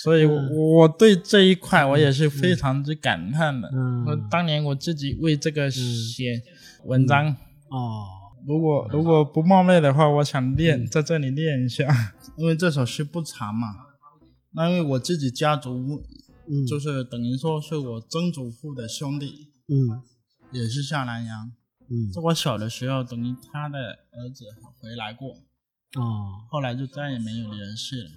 [SPEAKER 1] 所以
[SPEAKER 2] 嗯
[SPEAKER 1] 我我对这一块我也是非常之感叹的。
[SPEAKER 2] 嗯
[SPEAKER 1] 我当年我自己为这个写文章，
[SPEAKER 2] 哦，
[SPEAKER 1] 如果如果不冒昧的话，我想练在这里练一下，嗯 因为这首诗不长嘛。那因为我自己家族
[SPEAKER 2] 嗯，
[SPEAKER 1] 就是等于说是我曾祖父的兄弟，
[SPEAKER 2] 嗯
[SPEAKER 1] 也是下南洋。
[SPEAKER 2] 嗯
[SPEAKER 1] 在我小的时候，等于他的儿子回来过，
[SPEAKER 2] 哦
[SPEAKER 1] 后来就再也没有联系了。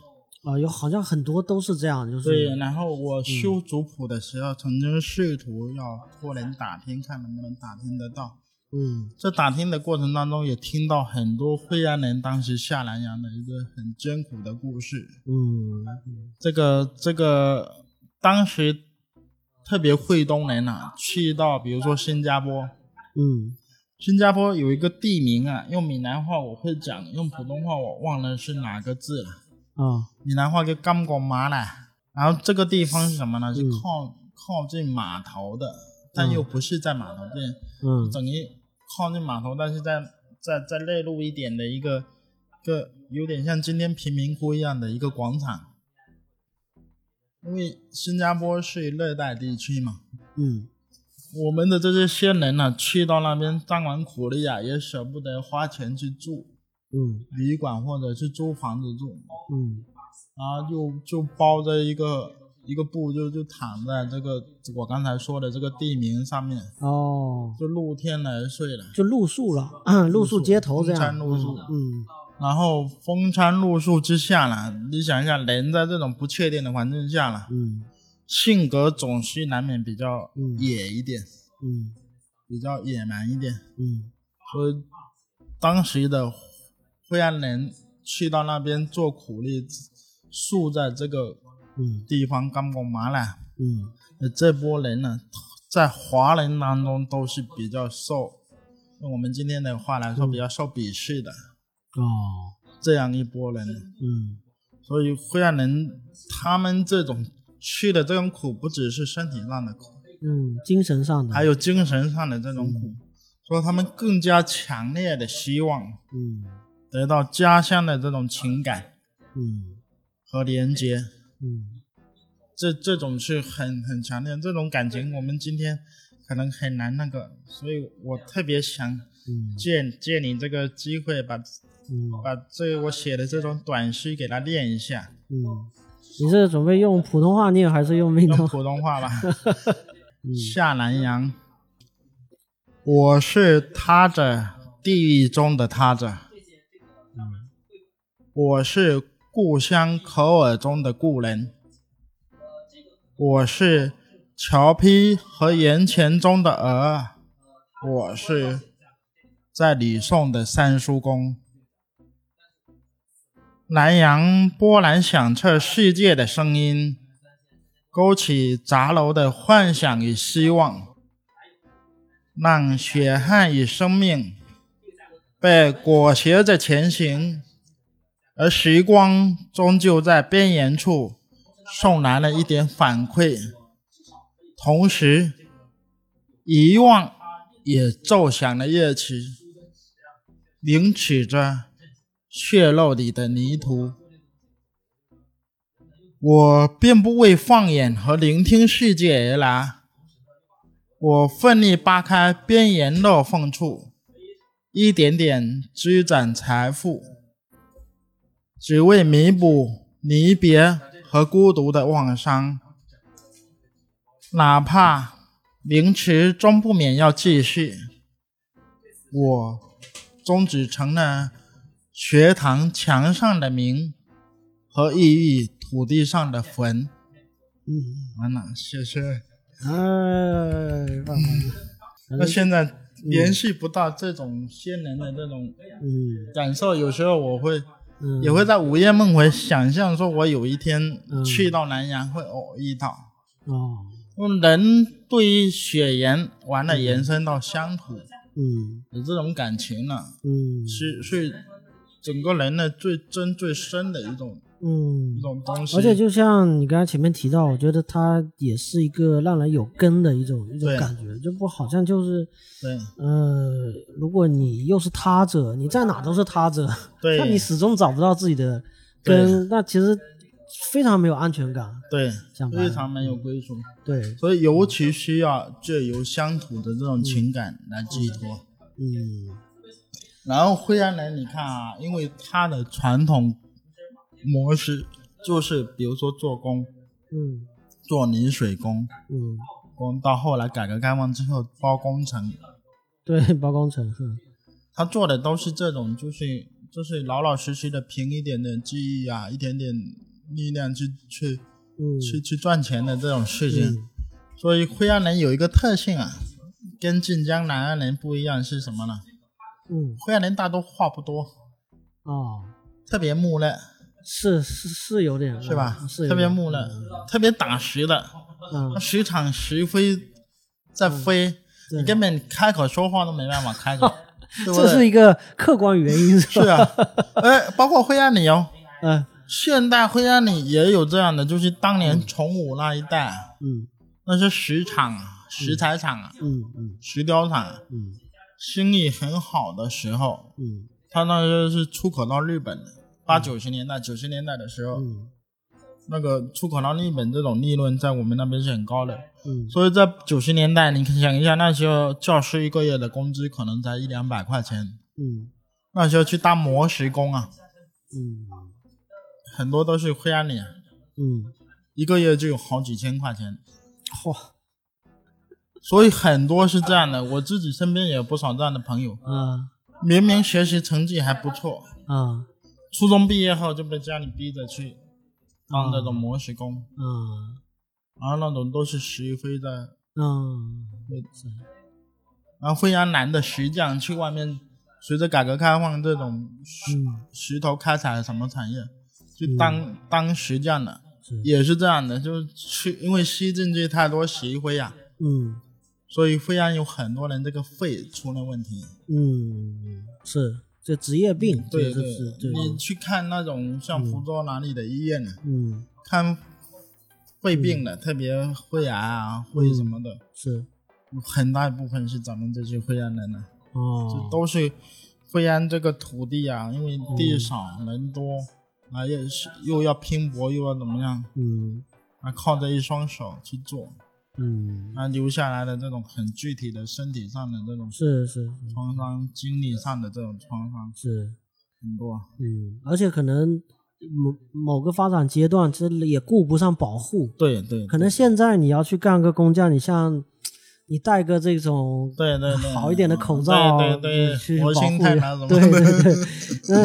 [SPEAKER 2] 啊，有好像很多都是这样，就是
[SPEAKER 1] 对，然后我修族谱的时候，曾经试图要托人打听，看能不能打听得到。
[SPEAKER 2] 嗯
[SPEAKER 1] 在打听的过程当中，也听到很多惠安人当时下南洋的一个很艰苦的故事。
[SPEAKER 2] 嗯
[SPEAKER 1] 这个这个当时特别惠东人啊，去到比如说新加坡，
[SPEAKER 2] 嗯
[SPEAKER 1] 新加坡有一个地名啊，用闽南话我会讲，用普通话我忘了是哪个字了。
[SPEAKER 2] 啊
[SPEAKER 1] 闽南话叫甘果麻呢。然后这个地方是什么呢？是靠靠近码头的，但又不是在码头边，
[SPEAKER 2] 嗯
[SPEAKER 1] 等于靠近码头，但是在在在内陆一点的一个一个有点像今天贫民窟一样的一个广场。因为新加坡是热带地区嘛，
[SPEAKER 2] 嗯
[SPEAKER 1] 我们的这些先人呢、去到那边当完苦力啊，也舍不得花钱去住
[SPEAKER 2] 嗯
[SPEAKER 1] 旅馆或者去租房子住，
[SPEAKER 2] 嗯
[SPEAKER 1] 然后就就包着一个一个布，就就躺在这个我刚才说的这个地名上面，
[SPEAKER 2] 哦，
[SPEAKER 1] 就露天而睡了。
[SPEAKER 2] 就露宿了， 露宿街头这样，嗯
[SPEAKER 1] 然后风餐露宿之下呢，你想一下，人在这种不确定的环境下了，
[SPEAKER 2] 嗯
[SPEAKER 1] 性格总是难免比较
[SPEAKER 2] 嗯
[SPEAKER 1] 野一点，
[SPEAKER 2] 嗯
[SPEAKER 1] 比较野蛮一点。
[SPEAKER 2] 嗯
[SPEAKER 1] 所以当时的惠安人去到那边做苦力，住在这个
[SPEAKER 2] 嗯
[SPEAKER 1] 地方干过嘛呢？
[SPEAKER 2] 嗯
[SPEAKER 1] 那这波人呢，在华人当中都是比较受，用我们今天的话来说，比较受鄙视的
[SPEAKER 2] 哦
[SPEAKER 1] 这样一波人。
[SPEAKER 2] 嗯
[SPEAKER 1] 所以会让人他们这种吃的这种苦，不只是身体上的苦，
[SPEAKER 2] 嗯，精神上的
[SPEAKER 1] 还有精神上的这种苦，所以他们更加强烈的希望
[SPEAKER 2] 嗯
[SPEAKER 1] 得到家乡的这种情感
[SPEAKER 2] 嗯
[SPEAKER 1] 和连接。
[SPEAKER 2] 嗯
[SPEAKER 1] 这这种是很很强烈的这种感情，我们今天可能很难那个，所以我特别想
[SPEAKER 2] 嗯
[SPEAKER 1] 借借你这个机会把，
[SPEAKER 2] 嗯。
[SPEAKER 1] 把这我写的这种短诗给它练一下，
[SPEAKER 2] 嗯，你是准备用普通话念还是用闽南
[SPEAKER 1] 用
[SPEAKER 2] 话？
[SPEAKER 1] 普通话吧。下南洋，我是他者，地狱中的他者，我是故乡口耳中的故人，我是乔坯和盐田中的鹅，我是在吕宋的三叔公。南洋波澜响彻世界的声音，勾起杂糅的幻想与希望，让血汗与生命被裹挟着前行，而时光终究在边缘处送来了一点反馈，同时遗忘也奏响了乐曲，凝曲着血肉里的泥土。我并不为放眼和聆听世界而来，我奋力扒开边沿的缝处，一点点积攒财富，只为弥补离别和孤独的创伤。哪怕凌迟终不免要继续，我终只成了学堂墙上的名和异域土地上的坟。
[SPEAKER 2] 嗯，
[SPEAKER 1] 完了，谢谢。
[SPEAKER 2] 哎，办法，
[SPEAKER 1] 那现在联系不到这种先人的这种
[SPEAKER 2] 嗯
[SPEAKER 1] 感受，有时候我会
[SPEAKER 2] 嗯，
[SPEAKER 1] 也会在午夜梦回想象，说我有一天
[SPEAKER 2] 嗯
[SPEAKER 1] 去到南洋会偶遇到。
[SPEAKER 2] 哦，
[SPEAKER 1] 因为人对于血缘完了延伸到乡土
[SPEAKER 2] 嗯
[SPEAKER 1] 有这种感情了，
[SPEAKER 2] 嗯
[SPEAKER 1] 是是整个人的最真最深的一种
[SPEAKER 2] 嗯
[SPEAKER 1] 一，种东西。
[SPEAKER 2] 而且就像你刚才前面提到，我觉得它也是一个让人有根的一种一种
[SPEAKER 1] 对
[SPEAKER 2] 感觉，就不好像就是
[SPEAKER 1] 对
[SPEAKER 2] 呃，如果你又是他者，你在哪都是他者，
[SPEAKER 1] 对
[SPEAKER 2] 那你始终找不到自己的根，那其实非常没有安全感。
[SPEAKER 1] 对，
[SPEAKER 2] 想法
[SPEAKER 1] 非常没有归属，
[SPEAKER 2] 对，
[SPEAKER 1] 所以尤其需要借由乡土的这种情感来寄托。
[SPEAKER 2] 嗯
[SPEAKER 1] 然后惠安人，你看啊，因为他的传统模式就是，比如说做工，
[SPEAKER 2] 嗯
[SPEAKER 1] 做泥水工，
[SPEAKER 2] 嗯，
[SPEAKER 1] 工到后来改革开放之后包工程，
[SPEAKER 2] 对， 包工程，嗯
[SPEAKER 1] 他做的都是这种，就是就是老老实实的凭一点点技艺啊，一点点力量去去
[SPEAKER 2] 嗯
[SPEAKER 1] 去去赚钱的这种事情。
[SPEAKER 2] 嗯
[SPEAKER 1] 所以惠安人有一个特性啊，跟晋江南安人不一样是什么呢？
[SPEAKER 2] 嗯
[SPEAKER 1] 惠安人大多话不多，
[SPEAKER 2] 哦，
[SPEAKER 1] 特别木讷。
[SPEAKER 2] 是是是有点
[SPEAKER 1] 是吧
[SPEAKER 2] 嗯？是
[SPEAKER 1] 特别
[SPEAKER 2] 有点
[SPEAKER 1] 木讷，特别打实的，
[SPEAKER 2] 嗯
[SPEAKER 1] 那时常时飞在飞，
[SPEAKER 2] 对
[SPEAKER 1] 你根本开口说话都没办法开 口，对不
[SPEAKER 2] 这是
[SPEAKER 1] 对？
[SPEAKER 2] 一个客观原因，是
[SPEAKER 1] 是
[SPEAKER 2] 吧？
[SPEAKER 1] 啊，哎，包括灰暗里哦，
[SPEAKER 2] 嗯
[SPEAKER 1] 现代灰暗里也有这样的，就是当年崇武那一带，
[SPEAKER 2] 嗯
[SPEAKER 1] 那是石厂啊、石材厂啊、
[SPEAKER 2] 嗯嗯
[SPEAKER 1] 石雕厂啊，
[SPEAKER 2] 嗯
[SPEAKER 1] 生意很好的时候，
[SPEAKER 2] 嗯
[SPEAKER 1] 它那时候是出口到日本的，八九十年代、九十年代的时候，
[SPEAKER 2] 嗯
[SPEAKER 1] 那个出口到日本这种利润在我们那边是很高的。
[SPEAKER 2] 嗯，
[SPEAKER 1] 所以在九十年代，你想一下，那时候教师一个月的工资可能才一两百块钱，
[SPEAKER 2] 嗯
[SPEAKER 1] 那时候去当磨石工啊，
[SPEAKER 2] 嗯
[SPEAKER 1] 很多都是黑暗里啊，
[SPEAKER 2] 嗯，
[SPEAKER 1] 一个月就有好几千块钱，
[SPEAKER 2] 嚯，
[SPEAKER 1] 所以很多是这样的。我自己身边也有不少这样的朋友，
[SPEAKER 2] 啊
[SPEAKER 1] 明明学习成绩还不错，
[SPEAKER 2] 啊
[SPEAKER 1] 初中毕业后就被家里逼着去当这种磨石工，
[SPEAKER 2] 啊！
[SPEAKER 1] 然后那种都是石灰的，
[SPEAKER 2] 嗯，
[SPEAKER 1] 然后惠安南的石匠去外面，随着改革开放这种石
[SPEAKER 2] 嗯
[SPEAKER 1] 石头开采什么产业，去当、当石匠的，
[SPEAKER 2] 是
[SPEAKER 1] 也是这样的，就是去因为西进去太多石灰啊，
[SPEAKER 2] 嗯
[SPEAKER 1] 所以惠安有很多人这个肺出了问题。
[SPEAKER 2] 嗯，是这职业病，
[SPEAKER 1] 嗯对
[SPEAKER 2] 这
[SPEAKER 1] 对
[SPEAKER 2] 个是对，
[SPEAKER 1] 你去看那种像福州哪里的医院呢、
[SPEAKER 2] 嗯
[SPEAKER 1] 看肺病的，特别肺癌啊、肺什么的，
[SPEAKER 2] 是
[SPEAKER 1] 很大一部分是咱们这些惠安人呢、
[SPEAKER 2] 哦
[SPEAKER 1] 就，都是惠安这个土地啊，因为
[SPEAKER 2] 嗯
[SPEAKER 1] 地少人多，啊，也是又要拼搏，又要怎么样，
[SPEAKER 2] 嗯
[SPEAKER 1] 啊，靠着一双手去做，
[SPEAKER 2] 嗯
[SPEAKER 1] 啊，留下来的这种很具体的身体上的这种
[SPEAKER 2] 是是
[SPEAKER 1] 创伤，经历上的这种创伤
[SPEAKER 2] 是，
[SPEAKER 1] 很多，
[SPEAKER 2] 嗯，而且可能某某个发展阶段，这也顾不上保护，
[SPEAKER 1] 对对，
[SPEAKER 2] 可能现在你要去干个工匠，你像你戴个这种
[SPEAKER 1] 对对对，
[SPEAKER 2] 好一点的口罩，
[SPEAKER 1] 对对对，
[SPEAKER 2] 去去
[SPEAKER 1] 活
[SPEAKER 2] 保护
[SPEAKER 1] 性炭啊什
[SPEAKER 2] 一下
[SPEAKER 1] 么
[SPEAKER 2] 对
[SPEAKER 1] 的，
[SPEAKER 2] 对对，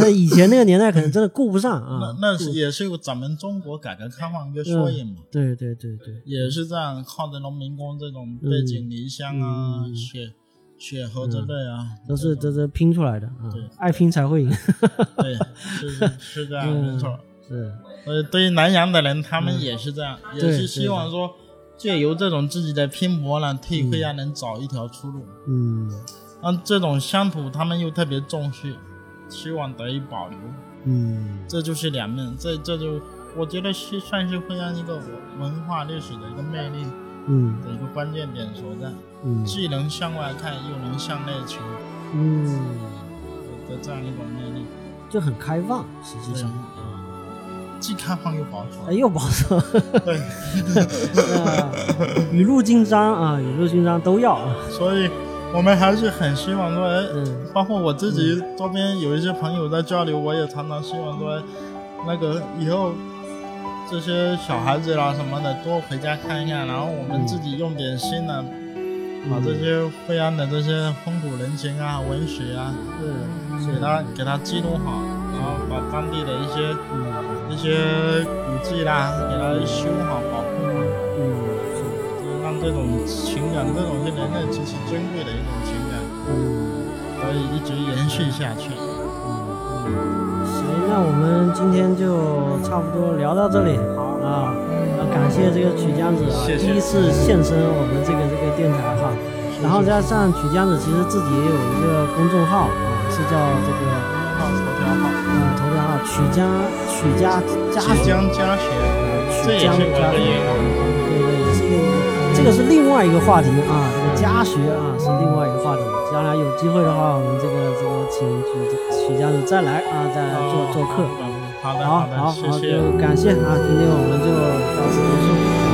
[SPEAKER 2] 那以前那个年代可能真的顾不上啊
[SPEAKER 1] 那，那是也是咱们中国改革开放一个
[SPEAKER 2] 嗯
[SPEAKER 1] 缩影嘛。
[SPEAKER 2] 对对对对，
[SPEAKER 1] 也是这样，靠着农民工这种背井离乡啊、
[SPEAKER 2] 嗯
[SPEAKER 1] 血血和之类 啊，
[SPEAKER 2] 都是都是拼出来的啊
[SPEAKER 1] 对，
[SPEAKER 2] 爱拼才会赢，
[SPEAKER 1] 对，是是这样，
[SPEAKER 2] 嗯
[SPEAKER 1] 没错。
[SPEAKER 2] 是，
[SPEAKER 1] 呃，对于南洋的人，他们也是这样，也
[SPEAKER 2] 嗯对
[SPEAKER 1] 是希望说借由这种自己的拼搏呢，替惠安人找一条出路。
[SPEAKER 2] 嗯
[SPEAKER 1] 那这种乡土，他们又特别重视，希望得以保留，
[SPEAKER 2] 嗯
[SPEAKER 1] 这就是两面，这这就我觉得是算是惠安一个文化历史的一个魅力
[SPEAKER 2] 嗯
[SPEAKER 1] 的一个关键点所在。
[SPEAKER 2] 嗯
[SPEAKER 1] 既能向外看，又能向内求
[SPEAKER 2] 嗯，
[SPEAKER 1] 的这样一种魅力。
[SPEAKER 2] 就很开放，实际上
[SPEAKER 1] 对
[SPEAKER 2] 啊，
[SPEAKER 1] 既开放又保守。
[SPEAKER 2] 哎，又保 守，
[SPEAKER 1] 对，
[SPEAKER 2] 呃雨露均沾啊，雨露均沾都要啊。
[SPEAKER 1] 所以我们还是很希望说，哎，
[SPEAKER 2] 嗯
[SPEAKER 1] 包括我自己周边有一些朋友在交流，我也常常希望说，哎那个以后这些小孩子啦什么的多回家看一看，然后我们自己用点心呢、
[SPEAKER 2] 嗯
[SPEAKER 1] 把这些惠安的这些风土人情啊、文学啊，
[SPEAKER 2] 嗯是
[SPEAKER 1] 给它给它记录好，然后把当地的一些一些古迹啦，给它修好、保护好。
[SPEAKER 2] 嗯是
[SPEAKER 1] 就是让这种情感，这种是人类极其珍贵的一种情感，
[SPEAKER 2] 嗯
[SPEAKER 1] 可以一直延续下去。
[SPEAKER 2] 嗯行，那我们今天就差不多聊到这里。好啊，要感谢这个曲江子啊，
[SPEAKER 1] 谢谢
[SPEAKER 2] 第一次现身我们这个这个电台哈、然后加上曲江子，其实自己也有一个公众号啊，是叫这个
[SPEAKER 1] 号头条号，
[SPEAKER 2] 呃头条号曲江曲家家
[SPEAKER 1] 即
[SPEAKER 2] 学，
[SPEAKER 1] 将加学，这也是
[SPEAKER 2] 曲江
[SPEAKER 1] 我
[SPEAKER 2] 家
[SPEAKER 1] 的
[SPEAKER 2] 学
[SPEAKER 1] 业。务。
[SPEAKER 2] 对对，也是一个，这个是另外一个话题啊，这个家学啊是另外一个话题。将来有机会的话，我们这个这个请许许家子再来啊，再来做做客。
[SPEAKER 1] 好的，
[SPEAKER 2] 好
[SPEAKER 1] 的，
[SPEAKER 2] 好
[SPEAKER 1] 谢
[SPEAKER 2] 好，
[SPEAKER 1] 谢。
[SPEAKER 2] 就感谢啊，今天我们就到此结束。